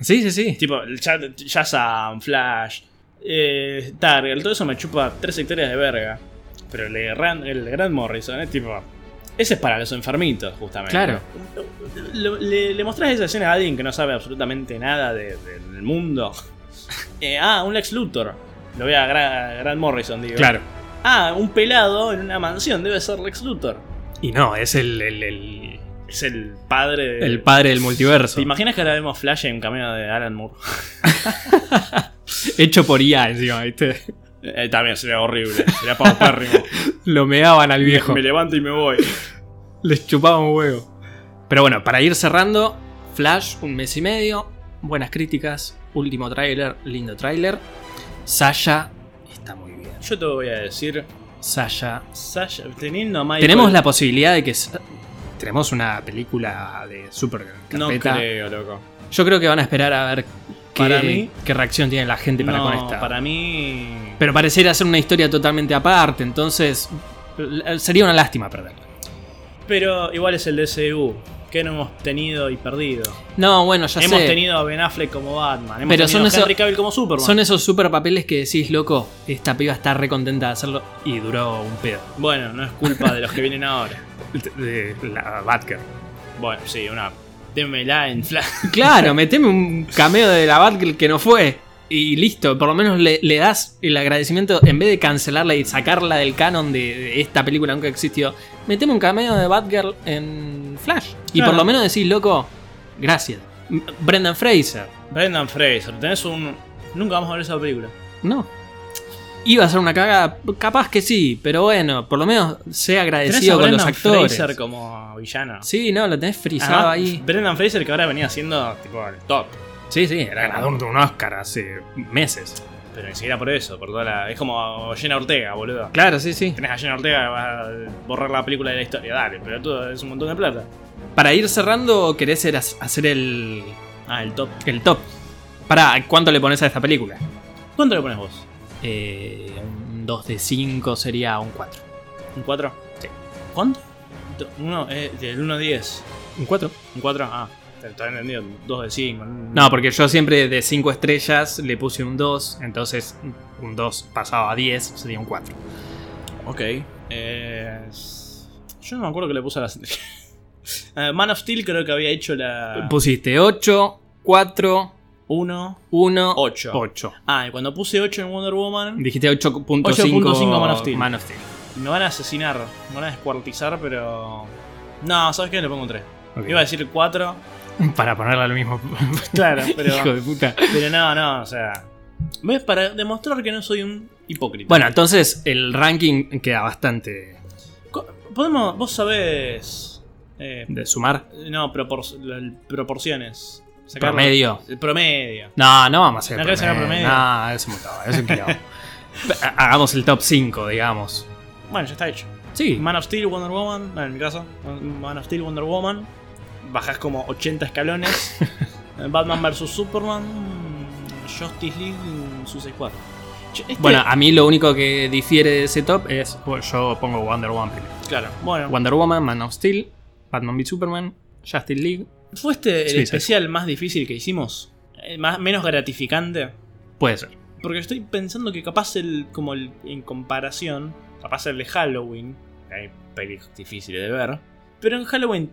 S3: Sí, sí, sí.
S2: Tipo, ya- Shazam, Flash, eh, Target, todo eso me chupa tres hectáreas de verga. Pero el, de Ran- el de Grant Morrison es tipo. Ese es para los enfermitos, justamente.
S1: Claro.
S2: Lo- le, le mostrás esa escena a alguien que no sabe absolutamente nada de- del mundo. Eh, ah, un Lex Luthor. Lo ve a Gra- Grant Morrison, digo.
S3: Claro.
S2: Ah, un pelado en una mansión, debe ser Lex Luthor.
S3: Y no, es el, el, el,
S2: Es el padre de.
S3: el padre del multiverso.
S2: ¿Te imaginas que ahora vemos Flash en un cameo de Alan Moore? <laughs>
S3: Hecho por IA encima, ¿viste?
S1: <laughs>
S2: Eh, también sería horrible, sería paupérrimo.
S3: Lo meaban al viejo.
S2: Me levanto y me voy.
S3: Les chupaban un huevo.
S1: Pero bueno, para ir cerrando, Flash, un mes y medio, buenas críticas, último tráiler, lindo tráiler. Sasha está muy bien.
S2: Yo te voy a decir,
S1: Sasha.
S2: Sasha, teniendo a Michael.
S1: Tenemos la posibilidad de que... s-
S3: Tenemos una película de super
S2: No
S3: carpeta.
S2: creo, loco.
S1: Yo creo que van a esperar a ver qué,
S2: Para mí-
S1: qué reacción tiene la gente para
S2: no,
S1: con esta.
S2: para mí.
S1: Pero pareciera ser una historia totalmente aparte, entonces l- sería una lástima perderla.
S2: Pero igual es el DCU. Que no hemos tenido y perdido.
S1: No, bueno, ya
S2: hemos
S1: sé.
S2: tenido a Ben Affleck como Batman. Hemos
S1: Pero
S2: tenido
S1: son
S2: a
S1: esos-
S2: Henry Cavill como Superman.
S1: Son esos super papeles que decís, loco, esta piba está re contenta de hacerlo y duró un pedo.
S2: Bueno, no es culpa de los que vienen ahora.
S3: De la Batgirl.
S2: Bueno, sí, una. Démela en Flash. <laughs>
S1: Claro, meteme un cameo de la Batgirl que no fue. Y listo, por lo menos le, le das el agradecimiento, en vez de cancelarla y sacarla del canon de, de esta película nunca existió, meteme un cameo de Batgirl en Flash. Y
S2: Claro.
S1: por lo menos decís, loco, gracias. M- Brendan Fraser,
S2: Brendan Fraser, tenés un. Nunca vamos a ver esa película.
S1: no. Iba a ser una cagada, capaz que sí, pero bueno, por lo menos sea
S2: Tenés a
S1: agradecido con
S2: Brendan
S1: los actores.
S2: Fraser como villano.
S1: Sí, no, lo tenés
S2: Además,
S1: frisado ahí.
S2: Brendan Fraser que ahora venía siendo tipo el top.
S1: Sí, sí,
S3: Era ganador de un Oscar hace meses.
S2: Pero ni siquiera por eso, por toda la. Es como Jenna Ortega, boludo.
S1: Claro, sí, sí.
S2: Tenés a Jenna Ortega que va a borrar la película de la historia. Dale, pero tú es un montón de plata.
S1: Para ir cerrando, querés ser- hacer el,
S2: Ah, el top.
S1: el top. Pará, ¿cuánto le pones a esta película?
S2: ¿Cuánto le pones vos?
S1: Eh, un 2 de 5 sería un 4.
S2: ¿Un 4?
S1: Sí.
S2: ¿Cuánto? Do- Uno, eh, del 1 a 10.
S1: ¿Un 4?
S2: ¿Un 4? Ah, te te había entendido. 2 de 5.
S1: No, porque yo siempre de 5 estrellas le puse un 2.
S3: Entonces, un 2 pasado a 10 sería un 4.
S2: Ok. Eh, s- yo no me acuerdo que le puse a las. <laughs> Eh, Man of Steel creo que había hecho la.
S1: Pusiste 8, 4,
S2: 1,
S1: 1,
S2: 8.
S1: 8.
S2: Ah, y cuando puse 8 en Wonder Woman.
S1: Dijiste 8.5
S2: 8.5 Man of Steel.
S1: Man of Steel.
S2: Me van a asesinar, me van a descuartizar, pero. No, ¿sabes qué? Le pongo 3.
S3: Ok.
S1: <laughs>
S2: Iba a decir 4.
S3: Para ponerla al mismo.
S2: Claro, <laughs>
S1: <laughs>
S2: pero.
S1: Hijo de puta.
S2: pero no, no, o sea. ¿Ves? Para demostrar que no soy un hipócrita.
S1: Bueno, entonces el ranking queda bastante
S2: Co- podemos. Vos sabés. eh,
S1: de sumar.
S2: no, propor- la- proporciones. Sacar-
S1: Promedio.
S2: El promedio.
S1: No, no vamos a hacer
S2: ¿No querés sacar promedio?
S1: No, es un montón, es un
S2: <laughs>
S1: quilombo. Ha- Hagamos el top 5, digamos.
S2: Bueno, ya está hecho.
S1: Sí,
S2: Man of Steel, Wonder Woman. bueno, en mi caso, Man of Steel, Wonder Woman. Bajás como 80 escalones. Eh, Batman vs Superman. mm, Justice League, mm, Suicide Squad. Che, este-
S1: Bueno, ah, a mí lo único que difiere de ese top es. Yo pongo Wonder Woman primero.
S2: claro. Bueno,
S1: Wonder Woman, Man of Steel, Batman v Superman, Justice League.
S2: ¿fue este el
S1: Sí, sí.
S2: especial más difícil que hicimos? Eh, más, menos gratificante.
S1: Puede ser.
S2: Porque estoy pensando que capaz el. como el, en comparación. Capaz el de Halloween. que Hay pelis difíciles de ver. Pero en Halloween.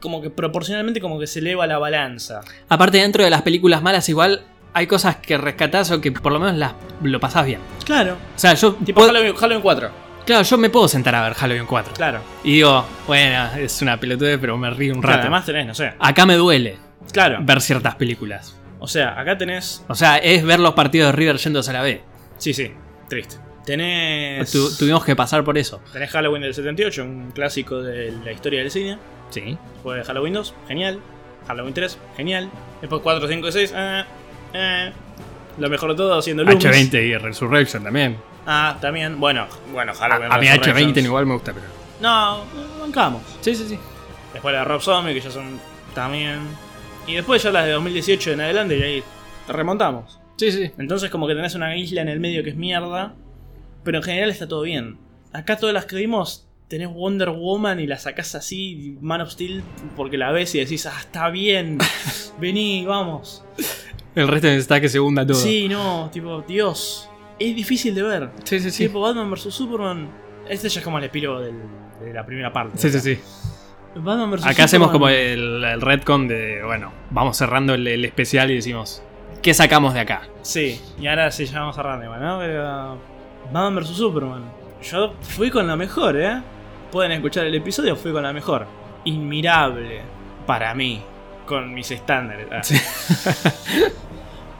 S2: Como que proporcionalmente como que se eleva la balanza.
S1: Aparte, dentro de las películas malas, igual hay cosas que rescatás o que por lo menos las, lo pasás bien.
S2: Claro.
S1: O sea, yo.
S2: Tipo Halloween, Halloween 4.
S1: Claro, yo me puedo sentar a ver Halloween 4.
S2: Claro.
S1: Y digo, bueno, es una pelotude, pero me río un
S2: Claro,
S1: rato.
S2: además tenés, no sé.
S1: Acá me duele
S2: Claro.
S1: ver ciertas películas.
S2: O sea, acá tenés.
S1: O sea, es ver los partidos de River yéndose a la B.
S2: Sí, sí. Triste. Tenés.
S1: Tu- tuvimos que pasar por eso.
S2: Tenés Halloween del 78, un clásico de la historia del cine.
S1: Sí.
S2: Después Halloween 2, genial. Halloween 3, genial. Después 4, 5, 6. Eh, eh. Lo mejor de todo haciendo Loomis.
S3: H20 y Resurrection también.
S2: Ah, también. Bueno, bueno,
S1: Ah,
S3: A,
S2: Halloween.
S3: a mí
S2: Resurrections.
S3: H20 igual me gusta, pero.
S2: No, eh, bancamos.
S1: Sí, sí, sí.
S2: Después la de Rob Zombie, que ya son también. Y después ya las de 2018 en adelante, y ahí remontamos.
S4: Sí, sí.
S2: Entonces como que tenés una isla en el medio que es mierda, pero en general está todo bien. Acá todas las que vimos, tenés Wonder Woman y la sacás así, Man of Steel, porque la ves y decís, ah, está
S1: <laughs>
S2: bien, vení, vamos.
S1: El resto está que se hunda todo.
S2: Sí, no, tipo, Dios, es difícil de ver.
S1: sí, sí. Sí,
S2: Tipo Batman vs. Superman, este ya es como el epílogo del- de la primera parte.
S1: sí, sí. sí.
S2: Batman vs.
S1: Acá hacemos como
S2: Superman.
S1: el, el retcon de, bueno, vamos cerrando el, el especial y decimos, ¿qué sacamos de acá?
S2: Sí, y ahora sí, ya vamos a Randyman, ¿no? Pero. Batman vs Superman. Yo fui con la mejor, ¿eh? Pueden escuchar el episodio, fui con la mejor. Inmirable. Para mí. Con mis estándares. Ah. <laughs>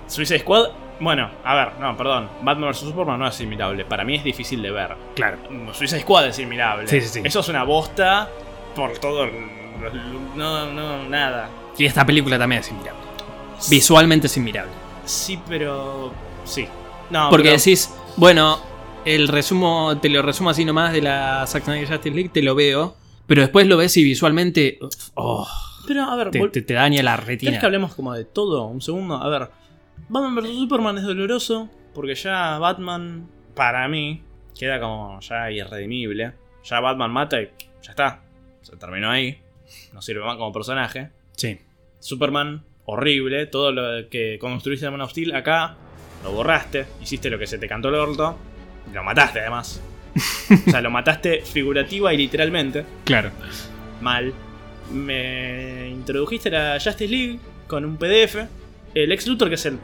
S2: Suicide Squad. Bueno, a ver, no, perdón. Batman vs Superman no es inmirable. Para mí es difícil de ver. Mm,
S1: Claro.
S2: Suicide Squad es inmirable.
S1: Sí, sí, sí.
S2: Eso es una bosta por todo. el- No, no, nada.
S1: Y esta película también es inmirable. Visualmente es inmirable.
S2: Sí, pero. Sí. No,
S1: Porque
S2: pero-
S1: decís, bueno, el resumo, te lo resumo así nomás de la Zack Snyder Justice League, te lo veo, pero después lo ves y visualmente uf, oh,
S2: Pero, a ver,
S1: te,
S2: vol-
S1: te- te daña la
S2: ¿Querés
S1: retina.
S2: que hablemos como de todo? Un segundo. A ver. Batman vs Superman es doloroso. Porque ya Batman, para mí, queda como ya irredimible. Ya Batman mata y ya está. Se terminó ahí. No sirve más como personaje.
S1: Sí.
S2: Superman, horrible. Todo lo que construiste de Man of Steel acá, lo borraste. Hiciste lo que se te cantó el orto. y Lo mataste
S1: <laughs>
S2: además. o sea, lo mataste figurativa y literalmente
S1: Claro.
S2: mal. Me introdujiste a la Justice League con un PDF. El ex Luthor, que es el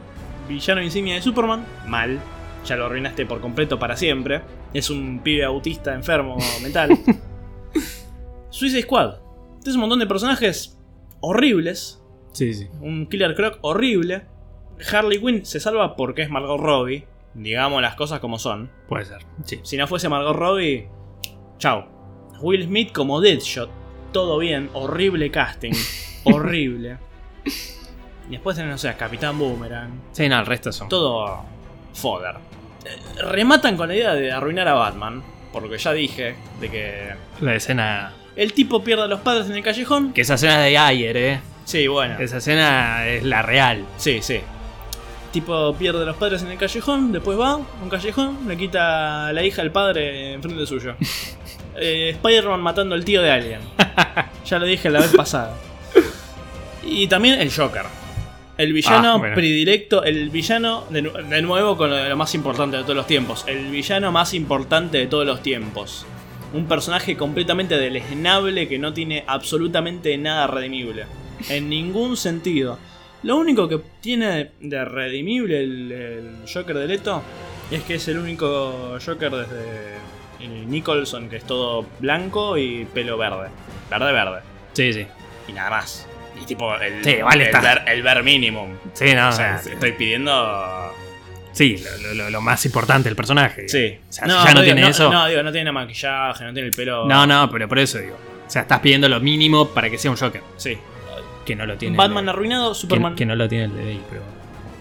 S2: villano insignia de Superman, mal. Ya lo arruinaste por completo para siempre. Es un pibe autista enfermo <laughs> mental. Suicide Squad. Tienes un montón de personajes horribles.
S1: Sí, sí.
S2: Un Killer Croc horrible. Harley Quinn se salva porque es Margot Robbie. Digamos las cosas como son.
S1: Puede ser. Sí.
S2: Si no fuese Margot Robbie, chao. Will Smith como Deadshot. Todo bien, horrible casting. horrible. Y después tenés, no sé, a Capitán Boomerang.
S1: Sí, no, el resto son.
S2: Todo foder. Eh, Rematan con la idea de arruinar a Batman. Por lo que ya dije, de que
S1: La escena.
S2: el tipo pierde a los padres en el callejón.
S1: Que esa escena de ayer, eh.
S2: Sí, bueno.
S1: Esa escena es la real.
S2: Sí, sí. Tipo pierde a los padres en el callejón, después va a un callejón, le quita a la hija al padre enfrente suyo. Eh, Spider-Man matando al tío
S1: <laughs>
S2: de alguien. Ya lo dije la vez pasada. Y también el Joker. El villano
S1: Ah, bueno.
S2: predilecto, el villano de, nu- de nuevo con lo, de lo más importante de todos los tiempos. El villano más importante de todos los tiempos. Un personaje completamente deleznable que no tiene absolutamente nada redimible. En ningún sentido. Lo único que tiene de redimible el, el Joker de Leto es que es el único Joker desde el Eh, Nicholson que es todo blanco y pelo verde. Verde, verde.
S1: Sí, sí.
S2: Y nada más. Y tipo el,
S1: Sí, vale,
S2: el,
S1: está.
S2: ver, el ver minimum.
S1: Sí, no,
S2: o sea,
S1: sí.
S2: te estoy pidiendo.
S1: Sí, lo- lo, lo- lo más importante del personaje.
S2: Sí.
S1: O sea, si ya no
S2: digo,
S1: tiene eso.
S2: No, digo, no tiene maquillaje, no tiene el pelo.
S1: No, no, pero por eso digo. O sea, estás pidiendo lo mínimo para que sea un Joker.
S2: Sí.
S1: Que no lo tiene. el
S2: Batman
S1: de-
S2: arruinado,
S1: que-
S2: Superman.
S1: Que, no lo tiene el de Bale, pero.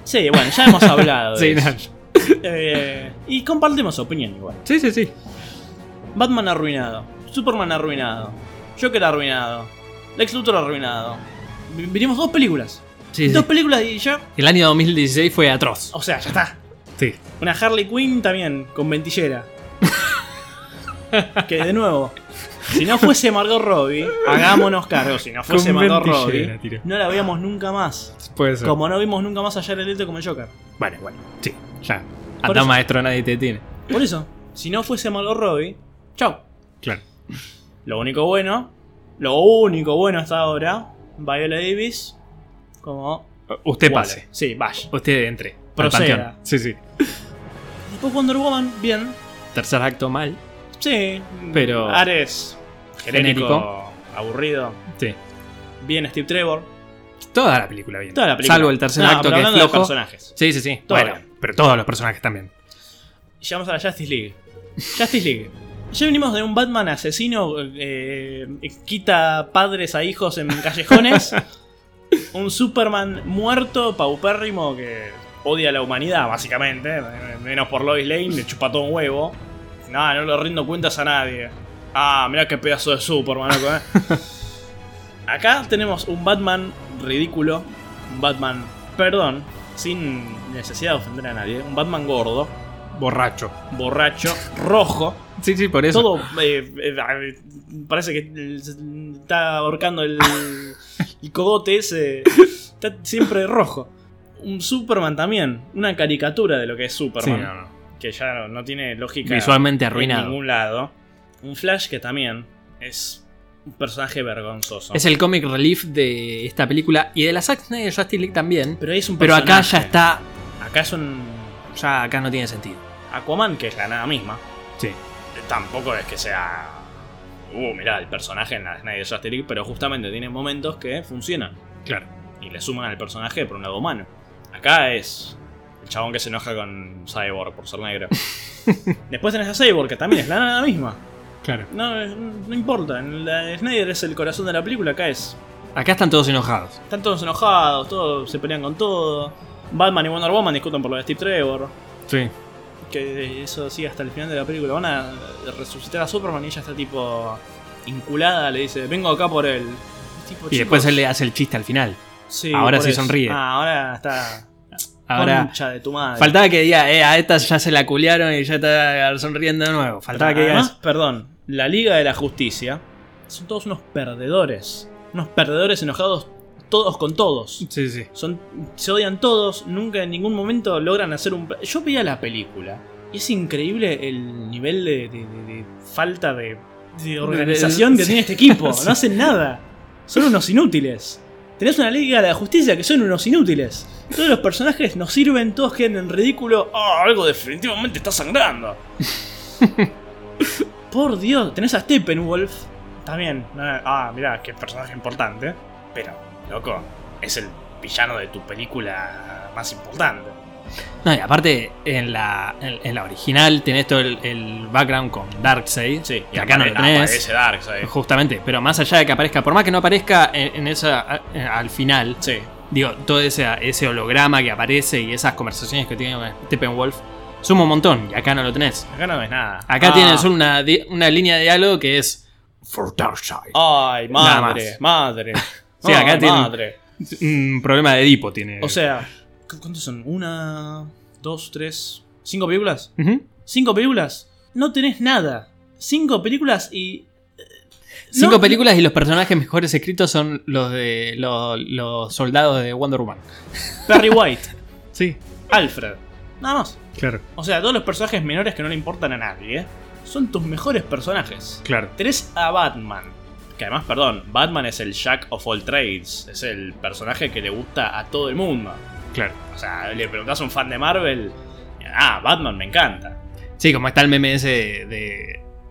S2: Sí, bueno, ya hemos hablado.
S1: <laughs>
S2: de
S1: Sí,
S2: eso.
S1: no.
S2: Eh, y compartimos opinión igual.
S1: sí, sí, sí.
S2: Batman arruinado, Superman arruinado, Joker arruinado, Lex Luthor arruinado. Vi- Vimos dos películas.
S1: Sí, sí.
S2: Dos películas y ya.
S1: El año 2016 fue atroz.
S2: O sea, ya está.
S1: Sí.
S2: Una Harley Quinn también, con ventillera. que de nuevo, si no fuese Margot Robbie, hagámonos cargo. Si no fuese
S1: Con
S2: Margot
S1: ventillera,
S2: Robbie,
S1: tira.
S2: no la veíamos nunca más.
S1: Puede ser.
S2: Como no vimos nunca más a Jared Leto como el Joker.
S1: Bueno, bueno. Sí, ya.
S2: Por
S1: Anda
S2: eso-
S1: maestro, nadie te tiene.
S2: Por eso, si no fuese Margot Robbie, chao.
S1: Claro.
S2: Lo único bueno, lo único bueno hasta ahora, Viola Davis, como...
S1: Usted
S2: Waller.
S1: pase.
S2: Sí, vaya.
S1: Usted entre. al
S2: Proceda.
S1: panteón. Sí, sí.
S2: Después Wonder Woman, bien.
S1: Tercer acto mal.
S2: Sí.
S1: Pero-
S2: Ares, genérico,
S1: Genérico.
S2: aburrido.
S1: Sí.
S2: Bien Steve Trevor.
S1: Toda la película bien.
S2: Toda la película.
S1: Salvo el tercer
S2: No,
S1: acto
S2: pero
S1: que es
S2: hablando de
S1: flojo.
S2: personajes.
S1: Sí, sí, sí.
S2: Todo
S1: bueno,
S2: bien.
S1: pero todos los personajes también.
S2: Llegamos a la Justice League. Justice League. Ya venimos de un Batman asesino, eh, quita padres a hijos en callejones. un Superman muerto, paupérrimo, que odia a la humanidad, básicamente. Menos por Lois Lane, le chupa todo un huevo. Nada, no le rindo cuentas a nadie. Ah, mirá qué pedazo de Superman, loco, eh. Acá tenemos un Batman ridículo. Un Batman, perdón, sin necesidad de ofender a nadie, un Batman gordo,
S3: Borracho.
S2: borracho, rojo,
S3: Sí, sí, por eso.
S2: todo eh, eh, parece que está ahorcando el, el cogote ese, está siempre rojo. Un Superman también, una caricatura de lo que es
S3: Sí,
S2: Superman,
S3: no, no.
S2: que ya no, no tiene lógica
S1: Visualmente
S2: en
S1: arruinado.
S2: ningún lado. Un Flash que también es un personaje vergonzoso.
S1: Es el comic relief de esta película y de la Zack Snyder Justice League también.
S2: Pero ahí es un
S1: Pero acá
S2: personaje.
S1: ya está.
S2: Acá es un
S1: Ya acá no tiene sentido.
S2: Aquaman, que es la nada misma.
S3: Sí.
S2: Tampoco es que sea. Uh, mirá, el personaje en la Snyder Justice League, pero justamente tiene momentos que funcionan
S3: Claro.
S2: y le suman al personaje por un lado humano. Acá es el chabón que se enoja con Cyborg por ser negro. Después tenés a Cyborg, que también es la nada misma.
S3: Claro.
S2: No, es- no importa, en la de Snyder es el corazón de la película, acá es.
S1: Acá están todos enojados.
S2: Están todos enojados, todos se pelean con todo. Batman y Wonder Woman discuten por lo de Steve Trevor.
S3: Sí.
S2: Que eso sigue hasta el final de la película. Van a resucitar a Superman y ella está tipo inculada, le dice, vengo acá por él. Tipo,
S3: Pues
S1: Y después
S2: chicos,
S1: él le hace el chiste al final.
S2: sí,
S1: ahora
S2: por
S1: sí
S2: eso.
S1: sonríe.
S2: Ah, ahora está.
S1: Ahora.
S2: Concha de tu madre.
S1: Faltaba que diga, eh, a estas ya se la culearon y ya está sonriendo de nuevo. Faltaba que diga
S2: Además,
S1: eso.
S2: perdón, la Liga de la Justicia son todos unos perdedores. Unos perdedores enojados todos con todos.
S3: Sí, sí.
S2: Son, se odian todos, nunca en ningún momento logran hacer un... Yo veía la película y es increíble el nivel de, de- de- de falta de, de organización que
S1: Sí.
S2: tiene
S1: <laughs>
S2: este equipo.
S1: Sí.
S2: No hacen nada. Son unos inútiles. Tenés una Liga de la Justicia que son unos inútiles. Todos los personajes nos sirven, todos quedan en ridículo. Ah, algo definitivamente está sangrando.
S1: <laughs>
S2: Por Dios, tenés a Steppenwolf. También. no, ah, mirá, qué personaje importante. Pero, loco, es el villano de tu película más importante.
S1: No, y aparte, en la, en, en la original tenés todo el, el background con Darkseid.
S2: Sí,
S1: y acá no lo
S2: apare-
S1: tenés.
S2: Aparece Darkseid.
S1: Justamente, pero más allá de que aparezca, por más que no aparezca en, en esa a- en- al final,
S2: Sí,
S1: digo, todo ese, ese holograma que aparece y esas conversaciones que tiene con Steppenwolf, suma un montón y acá no lo tenés.
S2: acá no ves nada.
S1: Acá
S2: Ah.
S1: tienes una, di- una línea de diálogo que es For Darkseid.
S2: Ay,
S1: Nada
S2: madre,
S1: más.
S2: madre.
S1: <laughs> Sí, acá Eh.
S2: Ay,
S1: tienen-
S2: madre.
S1: Un problema de Edipo tiene.
S2: O sea, ¿cu- ¿cuántos son? Una, dos, tres, cinco películas.
S1: Ujú.
S2: Cinco películas. No tenés nada. Cinco películas y. eh,
S1: Cinco
S2: no-
S1: películas y los personajes mejores escritos son los de los, los soldados de Wonder Woman. <laughs>
S2: Perry White,
S3: Sí,
S2: Alfred. Nada más.
S3: claro.
S2: O sea, todos los personajes menores que no le importan a nadie ¿eh? son tus mejores personajes.
S3: Claro.
S2: Tenés a Batman. Que además, perdón, Batman es el Jack of all trades. Es el personaje que le gusta a todo el mundo.
S3: Claro.
S2: O sea, le preguntás a un fan de Marvel. Ah, Batman me encanta.
S1: Sí, como está el meme ese de.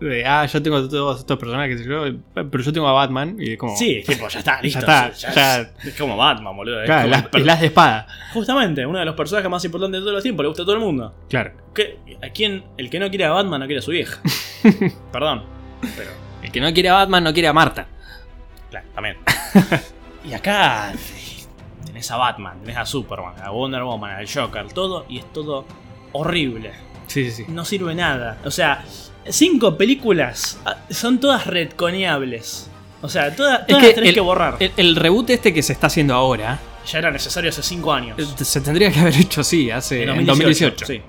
S1: de, de, ah, yo tengo todos estos personajes, yo, pero yo tengo a Batman. Y es como.
S2: Sí, es tipo, ya está, listo.
S1: está, ya-
S2: es- Es como Batman, boludo. es
S1: claro,
S2: como
S1: las,
S2: el per-
S1: las de espada.
S2: Justamente, uno de los personajes más importantes de todos los tiempos. Le gusta a todo el mundo.
S3: Claro.
S2: ¿Qué- ¿A quién? El que no quiere a Batman no quiere a
S1: <laughs>
S2: su vieja. perdón. Pero
S1: El que no quiere a Batman no quiere a Marta.
S2: Claro, también. <laughs> y acá tenés a Batman, tenés a Superman, a Wonder Woman, al Joker, todo, y es todo horrible.
S3: Sí, sí, sí.
S2: No sirve nada. O sea, cinco películas ah, son todas redconeables. O sea, todas, todas
S1: que
S2: las tenés
S1: el-
S2: que borrar.
S1: El, el reboot este que se está haciendo ahora
S2: ya era necesario hace cinco años.
S1: eh, se tendría que haber hecho, sí, hace. En 2018.
S2: Sí.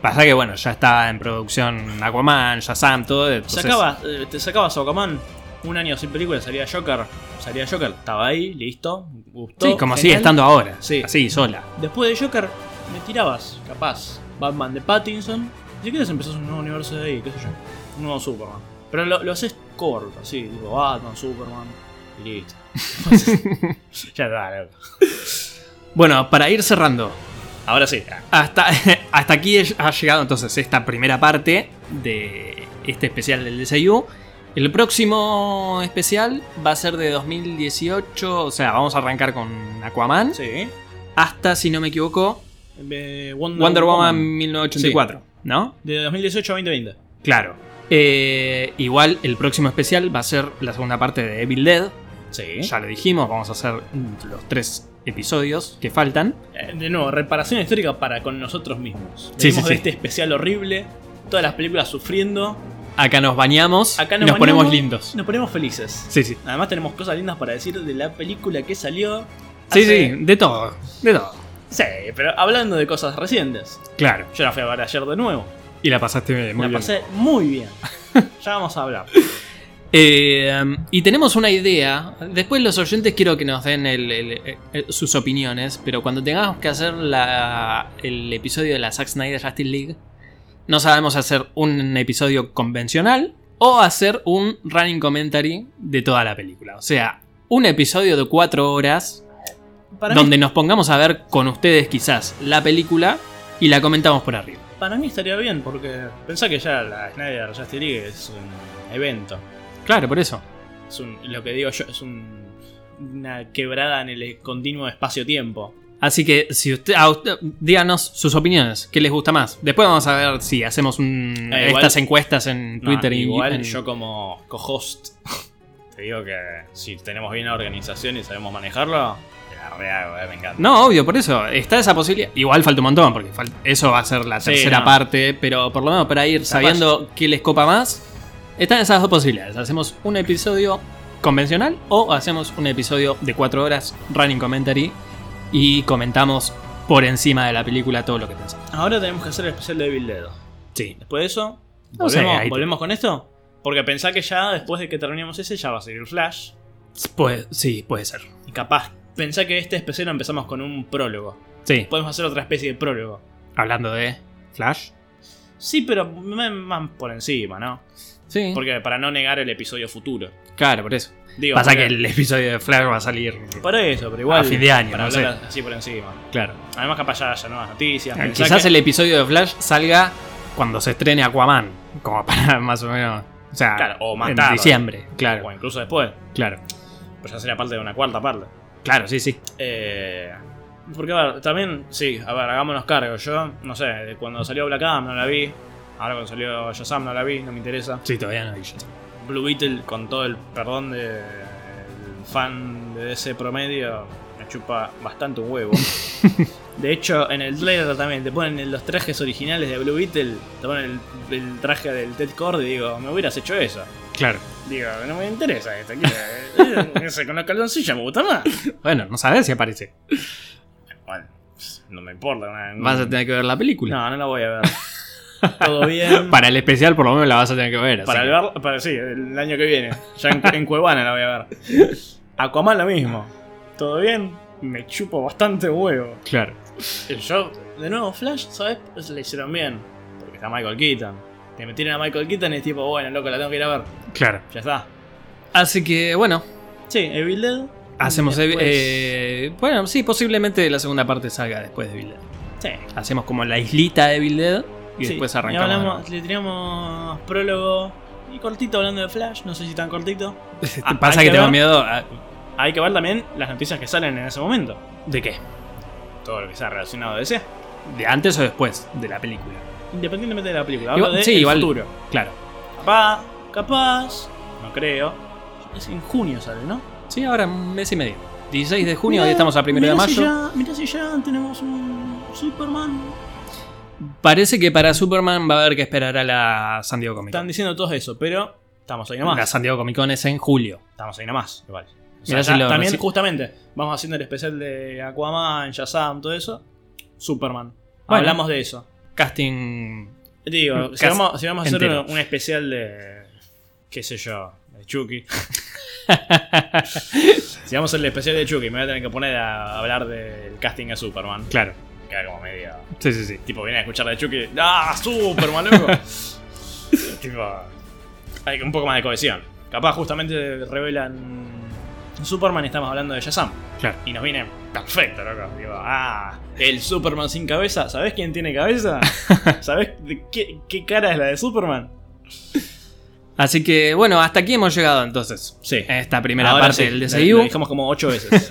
S1: Pasa que, bueno, ya está en producción Aquaman, Shazam, todo. entonces-
S2: Sacaba, eh, te sacabas a Aquaman un año sin película, salía Joker, salía Joker, estaba ahí, listo, gustó.
S1: Sí, como sigue
S2: genial.
S1: estando ahora.
S2: Sí.
S1: Así, sola.
S2: Después de Joker, me tirabas, capaz, Batman de Pattinson. Si quieres empezás un nuevo universo de ahí, qué sé yo. Un nuevo Superman. Pero lo, lo haces corto, así, tipo Batman, Superman,
S1: <laughs>
S2: y listo. ya está, loco.
S1: Bueno, para ir cerrando,
S2: Ahora sí.
S1: hasta, <laughs> hasta aquí es- ha llegado entonces esta primera parte de este especial del DCU. El próximo especial va a ser de 2018, o sea, vamos a arrancar con Aquaman.
S2: Sí.
S1: Hasta, si no me equivoco,
S2: Eh, Wonder,
S1: Wonder Woman 1984, ¿no?
S2: De 2018 a 2020.
S1: Claro. Eh, igual el próximo especial va a ser la segunda parte de Evil Dead.
S2: Sí.
S1: Ya lo dijimos, vamos a hacer mm, los tres episodios que faltan.
S2: Eh, De nuevo, reparación histórica para con nosotros mismos.
S1: Sí, sí,
S2: Venimos de
S1: sí.
S2: este especial horrible, todas las películas sufriendo.
S1: Acá nos bañamos,
S2: Acá
S1: nos,
S2: nos
S1: ponemos
S2: bañamos.
S1: lindos.
S2: Nos ponemos felices.
S1: Sí, sí.
S2: Ah, Además tenemos cosas lindas para decir de la película que salió.
S1: Sí,
S2: hace
S1: sí, de todo, de todo.
S2: Sí, pero hablando de cosas recientes.
S3: Claro.
S2: Yo la fui a ver ayer de nuevo.
S3: Y la pasaste muy
S2: la
S3: bien.
S2: pasé muy
S1: <laughs>
S2: bien. ya vamos a hablar.
S1: Eh, um, y tenemos una idea. Después los oyentes quiero que nos den el- el- el- sus opiniones, pero cuando tengamos que hacer la- el episodio de la Zack Snyder Justice League, no sabemos hacer un episodio convencional o hacer un running commentary de toda la película. O sea, un episodio de cuatro horas
S2: Para mí,
S1: donde nos pongamos a ver con ustedes quizás la película y la comentamos por arriba.
S2: para mí estaría bien porque pensá que ya la Snyder Justice League es un evento.
S1: Claro, por eso.
S2: Es un- lo que digo yo es un- una quebrada en el continuo espacio-tiempo.
S1: Así que si usted, a usted- díganos sus opiniones, qué les gusta más. Después vamos a ver si hacemos un-
S2: Eh, igual-
S1: estas encuestas en
S2: No,
S1: Twitter y
S2: igual
S1: en-
S2: yo como co-host <laughs> te digo que si tenemos bien la organización y sabemos manejarlo, te la rehago, eh, me encanta.
S1: No, obvio, por eso está esa posibilidad. Igual falta un montón porque fal- eso va a ser la
S2: Sí,
S1: tercera
S2: no.
S1: parte, pero por lo menos para ir sabiendo qué les copa más, están esas dos posibilidades. Hacemos un episodio convencional o hacemos un episodio de cuatro horas running commentary y comentamos por encima de la película todo lo que pensamos.
S2: Ahora tenemos que hacer el especial de Bill Dedo.
S1: Sí.
S2: Después de eso,
S1: No sé,
S2: volvemos,
S1: ahí te-
S2: volvemos con esto. Porque pensá que ya después de que terminemos ese, ya va a salir Flash.
S1: Pues, sí, puede ser.
S2: Y capaz, pensá que este especial lo empezamos con un prólogo.
S1: Sí,
S2: Podemos hacer otra especie de prólogo.
S1: hablando de Flash.
S2: Sí, pero m- más por encima, ¿no?
S1: Sí.
S2: Porque para no negar el episodio futuro.
S1: Claro, por eso.
S2: Digo,
S1: Pasa que
S2: porque-
S1: el episodio de Flash va a salir.
S2: Para eso, pero igual.
S1: A fin de año,
S2: Para
S1: no sé.
S2: hablar así por encima.
S1: Claro.
S2: Además, capaz ya haya nuevas noticias. Pensá
S1: Quizás
S2: que-
S1: el episodio de Flash salga cuando se estrene Aquaman. Como para <laughs> más o menos. O sea,
S2: Claro, o más
S1: en
S2: tarde.
S1: diciembre. Claro,
S2: O incluso después.
S1: claro.
S2: Pues ya sería parte de una cuarta parte.
S1: Claro, sí, sí.
S2: Eh, porque, a ver, también, sí, a ver, hagámonos cargo. Yo, no sé, de cuando salió Black Adam no la vi. Ahora cuando salió Shazam no la vi, no me interesa.
S1: Sí, todavía no dije.
S2: Blue Beetle, con todo el perdón de el fan de ese promedio, me chupa bastante un huevo. De hecho, en el trailer también te ponen los trajes originales de Blue Beetle, te ponen el, el traje del Ted Cord y digo, me hubieras hecho eso.
S1: Claro.
S2: Digo, no me interesa esto, quiero- eh, ese con los calzoncillos me gusta más.
S1: Bueno, no sabes si aparece.
S2: Bueno, no me importa. no-
S1: Vas a tener que ver la película.
S2: No, no la voy a ver. <laughs> Todo
S1: <laughs>
S2: bien.
S1: Para el especial, por lo menos la vas a tener que ver. así
S2: Para
S1: que-
S2: el bar- para sí, el año que viene. Ya en, en Cuevana la voy a ver. Aquaman lo mismo. Todo bien. Me chupo bastante huevo.
S1: Claro.
S2: El show, de nuevo, Flash, ¿sabes? Pues le hicieron bien. Porque está Michael Keaton. Te metieron a Michael Keaton y es tipo, bueno, loco, la tengo que ir a ver.
S1: Claro.
S2: Ya está.
S1: Así que, bueno.
S2: Sí, Evil Dead.
S1: Hacemos. eh,
S2: Después-
S1: eh, bueno, sí, posiblemente la segunda parte salga después de Bill Dead.
S2: Sí.
S1: Hacemos como la islita de Bill Dead y
S2: Sí,
S1: después
S2: y
S1: arrancamos. de nuevo. <laughs>
S2: hablamos- le tiramos prólogo y cortito hablando de Flash. No sé si tan cortito. Ah,
S1: Pasa
S2: hay
S1: que,
S2: que
S1: tengo
S2: ver.
S1: miedo a-
S2: Hay que ver también las noticias que salen en ese momento.
S1: de qué,
S2: Todo lo que sea relacionado a DC.
S1: de antes o después de la película.
S2: Independientemente de la película.
S1: Igual-
S2: hablo de
S1: sí,
S2: el
S1: igual.
S2: futuro.
S1: Claro.
S2: Capaz, capaz. No creo. Es en junio sale, ¿no?
S1: Sí, ahora un mes y medio. 16 de junio,
S2: Mirá,
S1: hoy estamos a primero de
S2: mirá si
S1: mayo.
S2: ya- mirá si ya tenemos un Superman.
S1: Parece que para Superman va a haber que esperar a la San Diego Comic
S2: Están
S1: Con.
S2: diciendo todo eso, pero estamos ahí
S1: La
S2: nomás.
S1: San Diego Comic Con es en julio.
S2: Estamos ahí nomás, igual. O sea,
S1: Mirá si
S2: ya-
S1: lo
S2: también,
S1: reci-
S2: justamente, vamos haciendo el especial de Aquaman, Shazam, todo eso. Superman.
S1: Bueno.
S2: Hablamos de eso.
S1: Casting.
S2: Digo, si
S1: Mm, Casi
S2: vamos, si vamos a hacer
S1: entero.
S2: un, un especial de. qué sé yo,
S1: <laughs>
S2: de Chucky. si vamos a hacer el especial de Chucky, me voy a tener que poner a hablar del casting a Superman.
S1: Claro.
S2: Queda como medio.
S1: Sí, sí, sí.
S2: Tipo, viene a escuchar de Chucky. ¡Ah, Superman,
S1: <laughs>
S2: loco! tipo. Hay un poco más de cohesión. Capaz justamente revelan. Superman y estamos hablando de Shazam.
S1: Claro.
S2: Y nos viene perfecto, loco. Digo, ah, el Superman sin cabeza. ¿Sabés quién tiene <laughs> cabeza? ¿Sabés de qué, qué cara es la de Superman?
S1: Así que, bueno, hasta aquí hemos llegado entonces.
S2: Sí.
S1: Esta Eh, primera
S2: Ahora
S1: parte
S2: sí,
S1: del
S2: lo-
S1: DCU.
S2: Lo dijimos como ocho veces.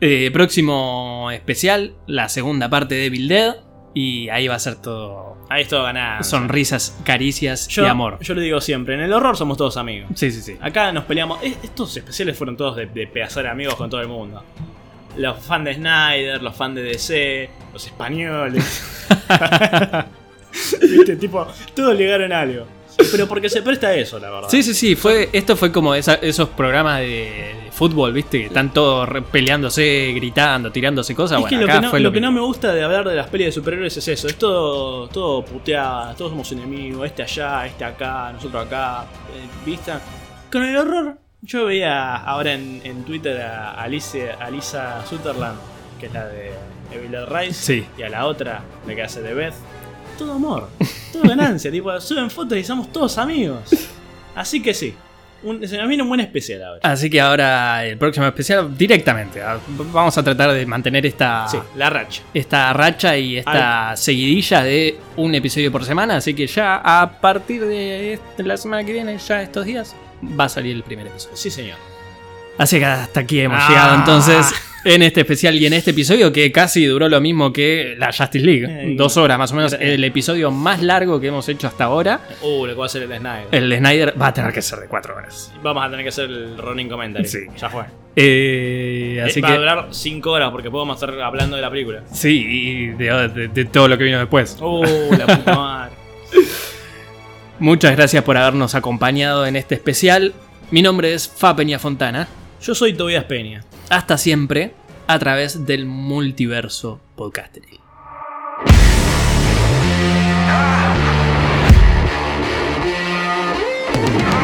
S1: Eh, próximo especial, la segunda parte de Bill Dead. Y ahí va a ser todo
S2: <laughs> Ahí es todo ganado.
S1: sonrisas, caricias
S2: Ah, yo,
S1: y amor.
S2: Yo lo digo siempre, en el horror somos todos amigos.
S1: Sí, sí, sí.
S2: Acá nos peleamos. es- Estos especiales fueron todos de, de hacer amigos con todo el mundo. Los fans de Snyder, los fans de DC, los <laughs> españoles. este tipo, todos llegaron a algo. Pero porque se presta a eso, la verdad.
S1: Sí, sí, sí. Fue, esto fue como esa- esos programas de, de fútbol, ¿viste? Que están todos re- peleándose, gritando, tirándose cosas.
S2: Es
S1: bueno,
S2: que, lo
S1: acá
S2: que, no,
S1: fue
S2: lo
S1: lo,
S2: que no me gusta de hablar de las pelis de superhéroes es eso, es todo, todo puteada, todos somos enemigos, este allá, este acá, nosotros acá, eh, ¿vista? Con el horror, yo veía ahora en, en Twitter a Alice, a Lisa Sutherland, que es la de Evil Dead Rise,
S1: Sí.
S2: y a la otra, la que hace de Beth, todo amor, todo ganancia, <laughs> tipo, suben fotos y somos todos amigos. Así que sí, un- se nos viene un buen especial ahora.
S1: Así que ahora el próximo especial directamente. ah, Vamos a tratar de mantener esta,
S2: Sí, la racha.
S1: esta racha y esta seguidilla de un episodio por semana. Así que ya a partir de este- la semana que viene, ya estos días, va a salir el primer episodio.
S2: Sí, señor.
S1: Así que hasta aquí hemos
S2: Ah.
S1: llegado entonces en este especial y en este episodio que casi duró lo mismo que la Justice League.
S2: Eh,
S1: Dos horas más o menos.
S2: eh.
S1: El episodio más largo que hemos hecho hasta ahora.
S2: Uh, lo que va a hacer el Snyder.
S1: El de Snyder va a tener que ser de cuatro horas.
S2: Vamos a tener que hacer el running commentary.
S1: Sí.
S2: Ya fue.
S1: Eh,
S2: Eh,
S1: así
S2: Va a
S1: que...
S2: durar 5 horas porque podemos estar hablando de
S1: <laughs>
S2: la película.
S1: Sí, y de, de- de todo lo que vino después.
S2: Uh, la puta madre.
S1: Muchas gracias por habernos acompañado en este especial. Mi nombre es Fa Peña Fontana.
S2: Yo soy Tobias Peña.
S1: Hasta siempre a través del multiverso podcasteril.
S5: Ah!